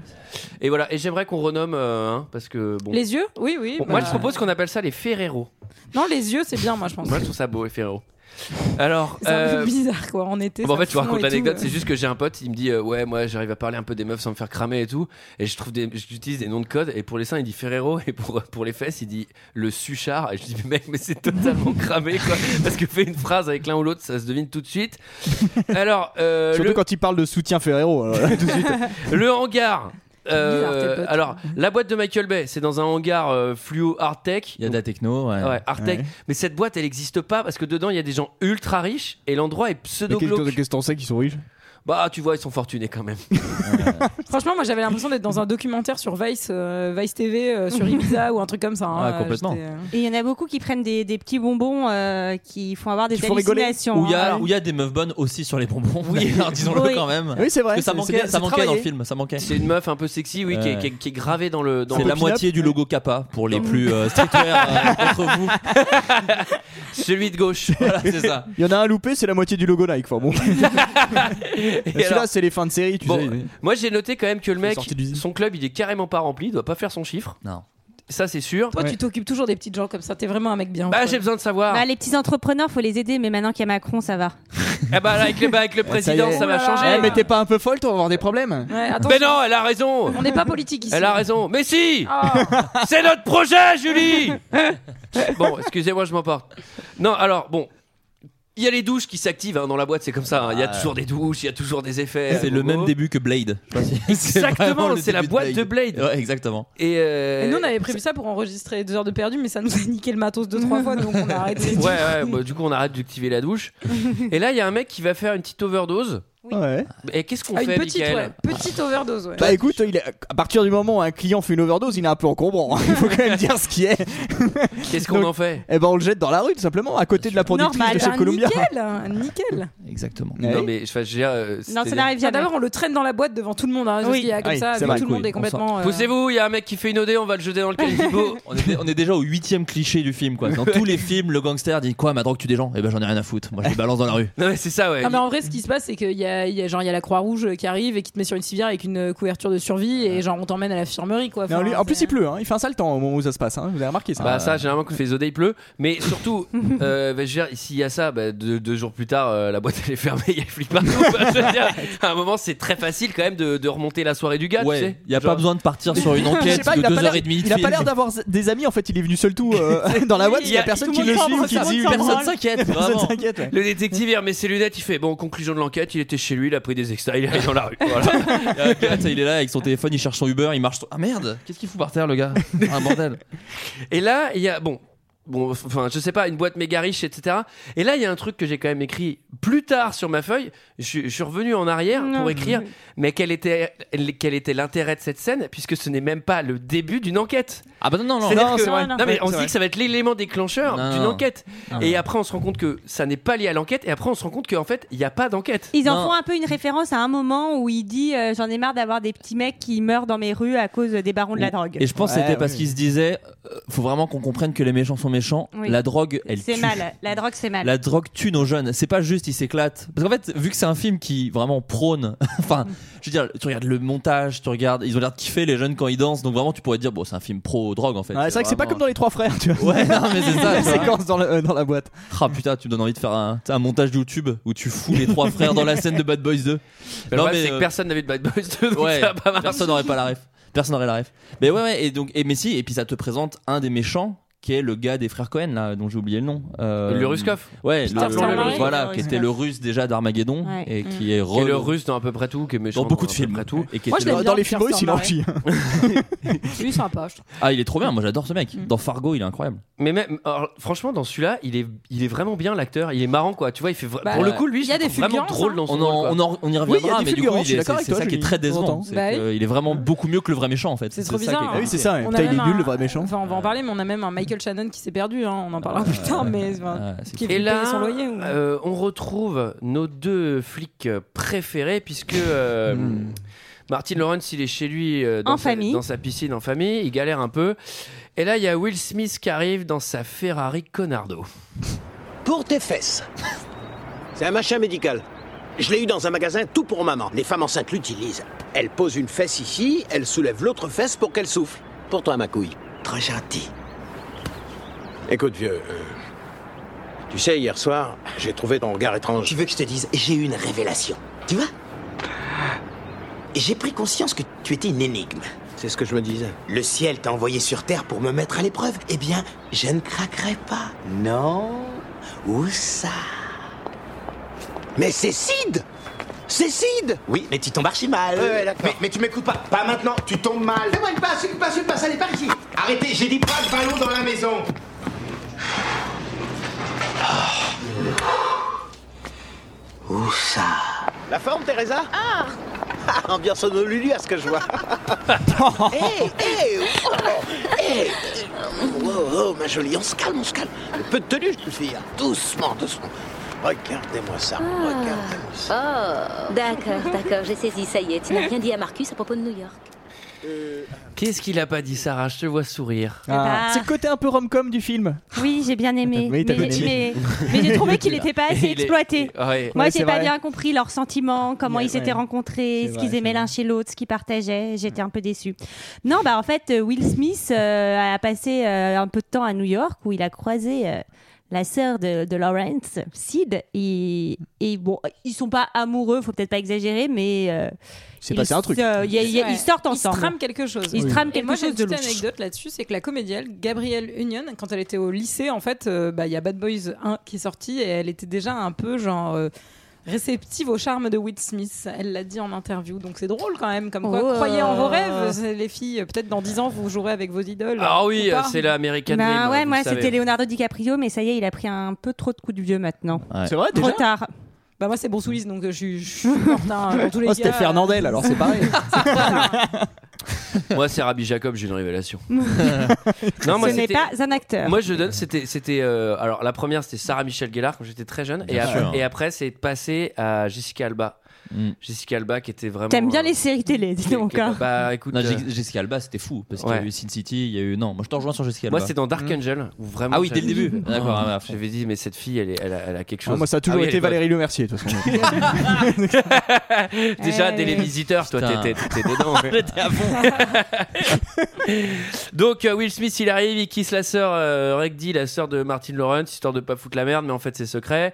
S1: Et voilà, et j'aimerais qu'on renomme, euh, hein, parce que bon.
S9: Les yeux Oui, oui.
S1: Bon,
S9: bah-
S1: moi, je propose
S7: euh,
S1: qu'on appelle ça les Ferrero.
S9: Non, les yeux, c'est bien, moi, je pense.
S1: Moi, je trouve ça beau, les Ferrero. Alors.
S9: C'est un
S1: euh,
S9: peu bizarre, quoi. En été.
S1: Bon, bah, en
S9: ça
S1: fait, je vous
S9: fond
S1: raconte
S9: et
S1: l'anecdote.
S9: tout,
S1: C'est
S9: euh.
S1: juste que j'ai un pote, il me dit euh, Ouais, moi j'arrive à parler un peu des meufs sans me faire cramer et tout. Et je trouve des, j'utilise des noms de code. Et pour les seins, il dit Ferrero. Et pour, euh, pour les fesses, il dit le suchard. Et je dis Mais mec, mais c'est totalement cramé quoi. Parce que fais une phrase avec l'un ou l'autre, ça se devine tout de suite. Alors, euh,
S7: Surtout
S1: le,
S7: quand il parle de soutien Ferrero. alors là, tout de suite.
S1: le hangar. Euh,
S9: Bizarre, tes potes.
S1: alors, la boîte de Michael Bay, c'est dans un hangar euh, fluo hard tech.
S3: Il y a de la techno. Ouais.
S1: Ouais, hard tech.
S7: Ouais.
S1: Mais cette boîte, elle n'existe pas parce que dedans, il y a des gens ultra riches et l'endroit est
S7: Mais
S1: pseudo
S7: Qu'est-ce que-
S1: glauque.
S7: qu'est-ce que t'en sais qu'ils sont riches
S1: Bah, tu vois, ils sont fortunés quand même.
S9: Franchement, moi, j'avais l'impression d'être dans un documentaire sur Vice, euh, Vice TV, euh, sur Ibiza ou un truc comme ça. hein.
S3: Ouais,
S1: Ah,
S3: complètement.
S9: J'étais, euh,
S6: Et il y en a beaucoup qui prennent des, des petits bonbons euh, qui font avoir des
S7: Qui font rigoler.
S6: hallucinations.
S3: Où il y a
S6: hein.
S3: où il y a des meufs bonnes aussi sur les bonbons. Oui, alors disons-le
S6: Oui.
S3: quand même.
S7: Oui c'est
S3: Parce
S7: vrai.
S3: que ça
S7: c'est-
S3: manquait,
S7: c'est bien-
S3: ça
S7: c'est
S3: manquait dans le
S7: travaillé.
S3: film. Ça manquait.
S1: C'est une meuf un peu sexy, oui, qui, est, qui est- qui est gravée dans le. Dans
S3: C'est
S1: le-
S3: la
S7: pin-up.
S3: moitié du logo Kappa pour les plus euh, streetwear euh, entre vous.
S1: Celui de gauche.
S3: Voilà, c'est ça.
S7: Il y en a un loupé, c'est la moitié du logo Nike. Enfin bon.
S1: Et alors,
S7: Celui-là c'est les fins de série, tu
S1: bon,
S7: sais.
S1: moi j'ai noté quand même que le mec,
S7: sorti d'usine.
S1: son club, il est carrément pas rempli, il doit pas faire son chiffre.
S3: Non.
S1: Ça c'est sûr.
S9: Toi,
S7: Ouais.
S9: tu t'occupes toujours des petites gens comme ça. T'es vraiment un mec bien.
S1: Bah
S9: quoi.
S1: j'ai besoin de savoir.
S6: Bah, les petits entrepreneurs, faut les aider, mais maintenant qu'il y a Macron, ça va.
S1: Eh bah là, avec le, bah, avec le président,
S7: y est.
S1: ça va
S9: Oulala.
S1: changer.
S7: Eh, mais t'es pas un peu folle, toi, on va avoir des problèmes.
S9: Ouais, attends,
S1: Mais non, elle a raison.
S9: on n'est pas politique ici.
S1: Elle a raison. Mais si
S9: Ah.
S1: C'est notre projet, Julie Bon, excusez-moi, je m'emporte. Non, alors, bon. Il y a les douches qui s'activent hein, dans la boîte, c'est comme ça. hein. Il y a
S3: Ah.
S1: toujours des douches, il y a toujours des effets.
S3: C'est
S1: à
S3: le
S1: gogo.
S3: même début que Blade. Je sais pas si- vraiment
S1: Exactement,
S3: le
S1: c'est la
S3: début de
S1: boîte de Blade.
S3: Ouais, exactement.
S1: Et, euh,
S9: Et nous, on avait prévu ça pour enregistrer deux heures de perdu, mais ça nous a niqué le matos deux, trois fois, donc on a arrêté.
S1: Ouais, ouais, bah, du coup, on arrête d'activer la douche. Et là, il y a un mec qui va faire une petite overdose.
S7: Ouais.
S1: Et qu'est-ce qu'on
S9: Ah, une
S1: fait,
S9: petite,
S1: Michael
S9: ouais, petite overdose. Ouais.
S7: Bah écoute, il est- à partir du moment où un client fait une overdose, il est un peu encombrant. hein. Il faut quand même dire ce qui est.
S1: Qu'est-ce qu'on
S7: Donc-
S1: en fait
S7: Eh ben on le jette dans la rue tout simplement, à côté de la productrice
S9: Normal,
S7: de
S6: Ah,
S7: chez
S9: un
S7: Columbia.
S9: nickel, un nickel.
S3: Exactement.
S7: Ouais.
S1: Non, mais enfin, je veux dire, euh,
S6: Non, ça
S1: c'est-à-dire-
S6: n'arrive
S9: Viens,
S6: jamais.
S9: Ah, D'abord, on le traîne dans la boîte devant tout le monde. Hein,
S6: Oui.
S9: oui, a comme
S7: Oui,
S9: ça,
S7: c'est
S9: vu
S7: vrai.
S9: tout le monde
S3: Oui,
S9: est complètement. euh,
S1: Poussez-vous, il y a un mec qui fait une OD, on va le jeter dans le caniveau.
S3: On est, on est déjà au huitième cliché du film, quoi. Dans tous les films, le gangster dit quoi, ma drogue tue des gens Eh ben j'en ai rien à foutre. Moi je les balance dans la rue.
S1: non, mais c'est ça, ouais.
S9: Ah, mais en vrai, ce qui se passe, c'est qu'il y a, il y a genre il y a la Croix-Rouge qui arrive et qui te met sur une civière avec une euh, couverture de survie et genre on t'emmène à l'infirmerie quoi.
S7: Non,
S9: Enfin,
S7: lui- en plus
S9: c'est-
S7: il pleut, hein. il fait un sale temps au moment où ça se passe, hein. vous avez remarqué ça.
S1: Bah ça généralement quand il fait zodé il pleut mais surtout euh, bah, je veux dire, s'il y a ça bah, deux, deux jours plus tard euh, la boîte elle est fermée il y a les flics partout Enfin, je veux dire, à un moment c'est très facile quand même de, de remonter la soirée du gars tu sais
S3: ouais. Il y a
S1: Genre-
S3: pas besoin de partir sur une
S7: Je sais
S3: enquête
S7: pas,
S3: de
S7: il a pas
S3: deux
S7: l'air-
S3: heures et demie. de
S7: Il a pas
S3: film.
S7: l'air d'avoir des amis en fait, il est venu seul tout euh, dans la boîte,
S1: Il
S7: il
S1: y
S7: y a
S1: a-
S7: personne
S1: tout
S7: qui
S1: le
S7: le
S1: monde
S7: suit ou qui
S1: s'en
S7: dit
S1: branle,
S7: personne
S1: personne s'inquiète
S7: personne
S1: vraiment
S7: s'inquiète. ouais.
S1: le détective il remet ses lunettes il fait bon conclusion de l'enquête il était chez lui il a pris des extras il est allé dans la rue voilà.
S3: Il y a un gars, tu sais, il est là avec son téléphone, il cherche son Uber, il marche. sur- Ah merde, qu'est-ce qu'il fout par terre le gars Un bordel.
S1: et là il y a bon bon enfin je sais pas une boîte méga riche etc et là il y a un truc que j'ai quand même écrit plus tard sur ma feuille je, je suis revenu en arrière
S6: Non.
S1: pour écrire mais quel était quel était l'intérêt de cette scène puisque ce n'est même pas le début d'une enquête
S3: Ah bah non non non.
S1: C'est-à-dire
S7: Non,
S1: que-
S7: c'est vrai.
S1: Non, mais
S7: Ouais,
S1: on se
S7: c'est
S1: dit
S7: vrai.
S1: que ça va être l'élément déclencheur
S3: Non,
S1: d'une
S3: non.
S1: enquête. Et après, on se rend compte que ça n'est pas lié à l'enquête. Et après, on se rend compte qu'en fait, il n'y a pas d'enquête.
S6: Ils en
S3: Non.
S6: font un peu une référence à un moment où il dit euh, J'en ai marre d'avoir des petits mecs qui meurent dans mes rues à cause des barons de la drogue.
S3: Et je pense que
S7: Ouais,
S3: c'était parce
S7: oui.
S3: qu'il se disait, euh, faut vraiment qu'on comprenne que les méchants sont méchants.
S6: Oui.
S3: La drogue, elle
S6: C'est
S3: tue.
S6: mal, la drogue c'est mal.
S3: La drogue tue nos jeunes. C'est pas juste, ils s'éclatent. Parce qu'en fait, vu que c'est un film qui vraiment prône, enfin, je veux dire, tu regardes le montage, tu regardes, ils ont l'air de kiffer les jeunes quand ils dansent. Donc vraiment, tu pourrais te dire, bon, c'est un film pro drogue en fait.
S7: Ouais, c'est vrai que c'est pas comme
S3: vraiment-
S7: dans les trois frères, tu vois.
S3: Ouais, non, mais c'est ça.
S7: la
S3: tu vois.
S7: séquence dans, le- euh, dans la boîte.
S3: Ah putain, tu me donnes envie de faire un, tu sais, un montage YouTube où tu fous les trois frères dans la scène de Bad Boys 2.
S1: Le
S3: Non,
S1: problème,
S3: mais,
S1: c'est que
S3: euh,
S1: personne n'avait de Bad Boys 2, donc
S3: Ouais,
S1: ça a pas marché.
S3: personne n'aurait pas la ref. Personne n'aurait la ref. Mais ouais, ouais, et donc, et mais si, et puis ça te présente un des méchants qui est le gars des frères Cohen là, dont j'ai oublié le nom. Euh,
S1: Le Ruskov,
S3: Ouais,
S1: Peter
S3: le-
S1: Stormare.
S3: voilà,
S6: Ouais,
S3: qui
S6: ouais.
S3: était le russe déjà d'Armageddon
S6: Ouais.
S3: et qui est
S1: qui est
S3: re-
S1: le russe dans à peu près tout, qui est méchant
S3: dans beaucoup de
S1: à peu
S3: films
S1: près tout.
S3: et qui
S9: Moi,
S3: était
S9: je l'aime
S3: le-
S7: Dans,
S9: bien,
S7: dans les
S9: Pierre
S7: films aussi, il en
S9: Stormare.
S7: chie.
S9: Lui, est sympa, je trouve.
S3: Ah, il est trop bien. Moi, j'adore ce mec. Dans Fargo, il est incroyable.
S1: Mais même, alors, franchement, dans celui-là, il est, il est vraiment bien l'acteur. Il est marrant, quoi. Tu vois, il fait vra-
S9: Bah,
S1: pour le coup, lui,
S9: il y
S1: je
S9: a
S1: le
S9: des
S1: trouve vraiment
S9: fulgurances,
S1: drôle
S9: hein.
S1: dans son
S3: On,
S1: rôle,
S3: en-
S1: quoi.
S3: on, en- on y
S7: il y
S3: reviendra,
S7: a des
S3: mais du coup,
S7: fulgurances,
S3: il
S7: je suis
S3: est-
S7: d'accord
S3: c'est
S7: avec
S3: c'est
S7: toi,
S3: ça qui est
S7: Julie,
S3: très
S7: de temps en
S3: décevant.
S7: temps.
S3: C'est
S9: Bah oui.
S3: que Il est vraiment beaucoup mieux que le vrai méchant en fait.
S9: C'est
S3: ça
S9: trop
S3: qui est
S9: bizarre,
S7: Ah oui, c'est
S1: hein.
S3: compliqué.
S7: ça.
S9: On a
S7: Putain, il
S9: même
S7: est nul,
S9: un-
S7: le vrai méchant.
S9: Enfin, on va en parler, mais on a même un Michael Shannon qui s'est perdu. hein, On en parlera plus tard, mais enfin,
S3: Ah, c'est
S9: qui est
S1: Et
S9: payé
S1: là,
S9: son loyer. ou-
S1: euh, on retrouve nos deux flics préférés, puisque euh, Martin Lawrence, il est chez lui euh, dans,
S6: En
S1: sa,
S6: famille.
S1: dans sa piscine en famille, il galère un peu. Et là, il y a Will Smith qui arrive dans sa Ferrari Conardo.
S11: Pour tes fesses. C'est un machin médical. Je l'ai eu dans un magasin tout pour maman. Les femmes enceintes l'utilisent. Elles posent une fesse ici, elles soulèvent l'autre fesse pour qu'elle souffle. Pour toi, ma couille. Très gentil. Écoute, vieux. euh, tu sais, hier soir, j'ai trouvé ton regard étrange.
S8: Tu veux que je te dise, j'ai eu une révélation. Tu vois J'ai pris conscience que tu étais une énigme.
S11: C'est ce que je me disais.
S8: Le ciel t'a envoyé sur Terre pour me mettre à l'épreuve. Eh bien, je ne craquerai pas. Non Où ça
S11: Mais c'est Sid C'est Sid
S8: Oui, mais tu tombes archi mal.
S11: Ouais, d'accord.
S8: mais, mais tu m'écoutes pas. Pas maintenant, tu tombes mal.
S11: Fais-moi une passe, une passe, une passe, allez, par ici
S8: Arrêtez, j'ai dit pas de ballon dans la maison.
S11: Ah.
S8: Où ça
S11: La forme, Teresa Ah Ambiance Honolulu à ce que je vois.
S7: Eh,
S8: Hey, hey, oh, hey. Oh, oh, ma jolie, on se calme, on se calme.
S11: Le peu de tenue, je te fille. hein. Doucement, doucement. Regardez-moi ça,
S7: Ah.
S11: regardez-moi ça.
S12: Oh, d'accord, d'accord, j'ai saisi, ça y est. Tu n'as rien dit à Marcus à propos de New York.
S1: Qu'est-ce qu'il a pas dit, Sarah Je te vois sourire.
S7: Ah,
S6: bah.
S7: C'est le côté un peu rom-com du film.
S6: Oui, j'ai bien aimé.
S7: Oui, t'as
S6: mais
S7: bien aimé.
S6: mais- mais j'ai trouvé qu'il n'était pas assez
S1: Il est-
S6: Ah, exploité.
S1: Ouais.
S6: Moi,
S7: Ouais,
S6: j'ai
S7: c'est
S6: pas
S7: vrai.
S6: bien compris leurs sentiments, comment
S7: Ouais,
S6: ils s'étaient
S7: ouais.
S6: rencontrés,
S7: C'est
S6: ce
S7: vrai,
S6: qu'ils
S7: c'est
S6: aimaient l'un chez l'autre, ce qu'ils partageaient. J'étais un peu déçue. Non, bah en fait, euh, Will Smith euh, a passé euh, un peu de temps à New York où il a croisé euh, la sœur de, de Lawrence, Sid, et, et bon, ils sont pas amoureux, faut peut-être pas exagérer, mais euh,
S7: C'est
S6: ils
S7: passé un truc.
S6: se- euh, il y a- il y a-
S9: Ouais.
S6: ils sortent
S9: Ils
S6: ensemble.
S9: se trament quelque chose.
S6: Ils se trament
S9: Et
S6: quelque
S9: moi, j'ai
S6: chose
S9: une
S6: de
S9: petite
S6: louche.
S9: anecdote là-dessus, c'est que la comédienne Gabrielle Union, quand elle était au lycée, en fait, euh, bah, il y a Bad Boys 1 qui est sorti et elle était déjà un peu genre. euh, réceptive au charme de Will Smith, elle l'a dit en interview, donc c'est drôle quand même, comme quoi
S6: Oh.
S9: croyez en vos rêves, c'est- les filles, peut-être dans 10 ans vous jouerez avec vos idoles.
S1: Ah oui,
S9: Ou pas.
S1: c'est l'American
S6: Ben
S1: Dream,
S6: ouais,
S1: vous
S6: moi
S1: savez.
S6: c'était Leonardo DiCaprio, mais ça y est, il a pris un peu trop de coups de vieux maintenant.
S3: Ouais.
S7: C'est vrai
S6: Trop
S7: déjà
S6: tard.
S9: Bah moi c'est Bonsoulis, donc euh, je suis- je suis morte hein, pour tous les
S7: Oh, c'était
S9: gars.
S7: Fernandel, alors c'est pareil.
S1: Moi, c'est Rabbi Jacob, j'ai une révélation. non, moi,
S6: Ce n'est
S1: c'était-
S6: pas un acteur.
S1: Moi, je donne. C'était, c'était. euh, alors, la première, c'était Sarah Michelle Gellar quand j'étais très jeune, et,
S3: Bien
S1: après-
S3: sûr.
S1: et après, c'est passé à Jessica Alba.
S3: Mm.
S1: Jessica Alba, qui était vraiment.
S6: T'aimes bien
S1: euh,
S6: les séries télé, dis
S1: qui-
S6: donc.
S1: qui-
S6: hein.
S1: Bah, écoute.
S3: Non,
S1: euh,
S3: Jes- Jessica Alba, c'était fou parce qu'il y
S1: Ouais.
S3: a eu Sin City, il y a eu non, moi je te rejoins sur Jessica Alba.
S1: moi, c'était dans Dark
S6: Mm.
S1: Angel, où vraiment.
S3: Ah oui, dès le
S1: j'avais-
S3: début. D'accord, ah, bah, à fond.
S1: J'avais dit, mais cette fille, elle, est- elle, a, elle a quelque chose.
S7: Ah, moi, ça a toujours
S1: Ah oui,
S7: été
S1: elle est
S7: Valérie Le Mercier, de toute façon.
S1: bonne. Déjà, dès les
S3: Euh.
S1: visiteurs, toi,
S3: Putain.
S1: t'étais t'étais dedans. Donc euh, Will Smith il arrive, il kiss la sœur euh, Regdy, la sœur de Martin Lawrence, histoire de pas foutre la merde, mais en fait c'est secret.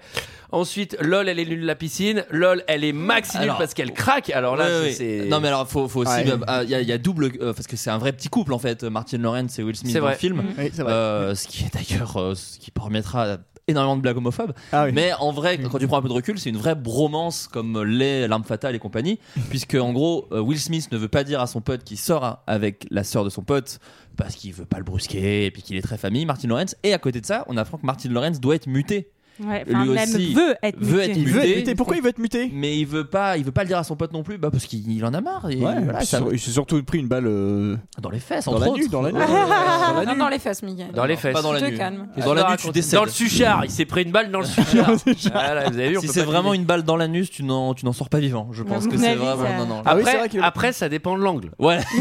S1: Ensuite, lol elle est nulle la piscine, lol elle est max nulle
S3: Alors,
S1: parce qu'elle craque. Alors là
S3: Ouais,
S1: c'est-
S3: ouais.
S1: c'est
S3: Non mais alors faut, faut aussi,
S7: Ouais.
S3: euh, ah, il y, a- il y a double euh, parce que c'est un vrai petit couple en fait, Martin Lawrence et Will Smith
S1: C'est
S3: dans
S1: vrai. Mm.
S3: le film,
S7: oui, c'est vrai.
S3: Euh, ce qui est d'ailleurs euh, ce qui permettra énormément de blagues homophobes.
S7: Ah oui.
S3: Mais en vrai, quand tu prends un peu de recul, c'est une vraie bromance comme les L'Arme Fatale et compagnie, puisque en gros, euh, Will Smith ne veut pas dire à son pote qu'il sort hein, avec la sœur de son pote parce qu'il veut pas le brusquer et puis qu'il est très famille, Martin Lawrence. Et à côté de ça, on apprend que Martin Lawrence doit être muté,
S6: Ouais, enfin,
S3: lui
S6: même
S3: aussi
S6: veut être
S3: veut
S6: muté.
S3: être
S7: Il veut
S3: muté.
S7: être muté. Pourquoi il veut être muté
S3: mais il veut pas, il veut pas le dire à son pote non plus, bah parce qu'il il en a marre. Et
S7: Ouais,
S3: voilà,
S7: il
S3: ça-
S7: s'est- il s'est surtout pris une balle euh,
S3: dans les fesses,
S7: dans
S3: entre
S7: la
S3: autres.
S7: nuit, dans la nuit.
S9: Non, dans Ah, les fesses, Miguel.
S1: Dans les
S3: Non,
S1: fesses.
S3: Pas dans la
S9: Tu te
S3: nuit.
S9: calmes.
S3: Dans la nuit, tu
S1: Dans
S3: décèdes.
S1: le suchard, il s'est pris une balle dans le suchard. Voilà, vous avez vu, on
S3: Si
S1: peut
S3: c'est
S1: pas
S3: vraiment
S1: deviner.
S3: une balle dans l'anus, tu n'en tu n'en sors pas vivant. Je pense
S6: mon
S3: que c'est
S6: avis,
S3: vraiment.
S6: ça-
S3: Non, non.
S7: Ah oui,
S1: Après,
S7: c'est vrai qu'il a-
S1: après, ça dépend de l'angle.
S3: Ouais.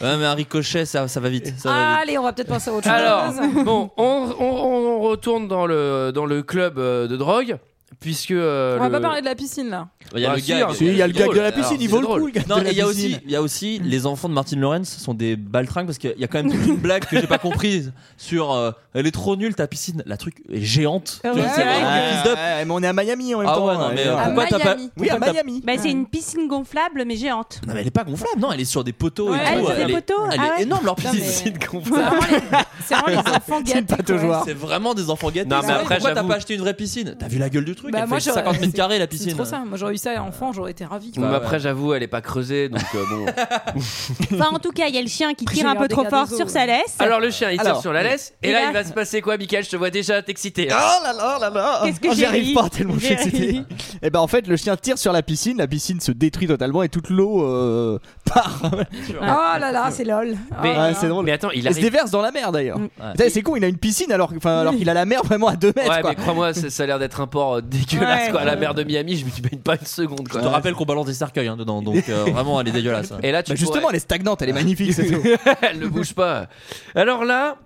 S3: Ouais, mais un ricochet, ça, ça va vite. Ça
S6: Ah.
S3: va vite.
S9: Allez, on va peut-être passer à autre chose.
S1: Alors, bon, on, on- on retourne dans le, dans le club euh, de drogue, puisque. euh,
S9: on va
S1: le-
S9: pas parler de la piscine là.
S3: Il y a
S1: Bah,
S3: le
S1: si,
S3: gag.
S1: hein,
S7: Si, il y a le gag
S1: drôle.
S7: de la
S1: Alors,
S7: piscine, il
S1: c'est
S7: vaut le
S1: drôle.
S7: coup, le gag
S3: Non,
S7: de
S3: et
S7: la
S3: il y a
S7: piscine. Mm.
S3: aussi, il y a aussi les enfants de Martin Lawrence sont des baltringues parce qu'il y a quand même toute une blague que j'ai pas comprise sur euh, elle est trop nulle ta piscine, la truc est géante.
S6: Ah
S3: Tu
S6: ouais,
S3: vois,
S6: c'est
S3: vraiment
S6: vrai
S3: le
S7: Ouais,
S3: fils d'up.
S7: ouais, mais on est à Miami en même
S3: Ah
S7: temps.
S3: ouais, non, mais,
S7: ouais.
S3: euh,
S9: À
S3: Pourquoi t'as pas-
S9: Miami.
S7: Oui, à Miami.
S6: Bah, c'est une piscine gonflable mais géante.
S3: Non mais elle est pas gonflable, non, elle est sur des poteaux
S9: Ouais,
S3: et
S9: elle est
S3: tout.
S9: sur des
S3: est,
S6: poteaux,
S3: elle
S6: ah
S3: est
S6: ouais.
S3: énorme leur
S9: Non,
S3: piscine.
S9: mais-
S3: C'est une
S9: C'est
S3: gonflable.
S1: Ah,
S9: vraiment les- C'est vraiment les enfants
S7: C'est une
S9: gâtés. quoi.
S7: pataugeoire.
S3: C'est vraiment des enfants gâtés.
S1: Non, mais
S3: quoi.
S1: après,
S3: pourquoi t'as
S1: j'avoue-
S3: pas acheté une vraie piscine T'as vu la gueule du truc
S9: Bah,
S3: Elle
S9: moi,
S3: fait
S9: j'aurais-
S3: 50 mètres carrés la
S9: C'est
S3: piscine.
S9: trop ça. Moi j'aurais eu ça enfant, j'aurais été ravie.
S1: Mais
S3: Ouais, ouais.
S1: après, j'avoue, elle est pas creusée, donc euh, bon.
S6: Enfin, en tout cas, il y a le chien qui tire
S9: J'ai
S6: un peu
S9: regardé
S6: trop fort
S9: Cardozo,
S6: sur
S9: ouais.
S6: sa laisse.
S1: Alors le chien il tire
S7: Alors,
S1: sur la laisse et
S6: il
S1: là
S6: a-
S1: il va se passer quoi Mickaël je te vois déjà t'exciter. hein.
S7: Oh là là là là
S6: Qu'est-ce que
S7: Oh,
S6: j'ai
S7: J'y arrive
S6: ri.
S7: pas tellement je suis
S6: J'ai
S7: excité.
S6: ri.
S7: Et ben en fait, le chien tire sur la piscine, la piscine se détruit totalement et toute l'eau euh, part.
S9: Oh là là, c'est lol. Oh
S1: Mais-
S9: là
S7: Ouais,
S9: là.
S7: c'est drôle.
S1: Mais attends il
S7: Il se
S1: arrive.
S7: déverse dans la mer d'ailleurs.
S6: Mm.
S3: Ouais.
S7: Putain, C'est con, il a une piscine alors, que- enfin, alors qu'il a la mer vraiment à 2 mètres.
S1: Ouais
S7: quoi.
S1: mais crois-moi ça, ça a l'air d'être un port euh, dégueulasse
S6: Ouais.
S1: quoi. La mer de Miami je me dis baigne pas une seconde
S3: Je
S1: quoi.
S3: te rappelle qu'on balance des cercueils hein, dedans, donc euh, vraiment elle est dégueulasse. hein.
S1: Et là tu
S7: Bah, justement, elle est stagnante, elle est magnifique. c'est tout.
S1: pourrais- elle ne bouge pas. Alors là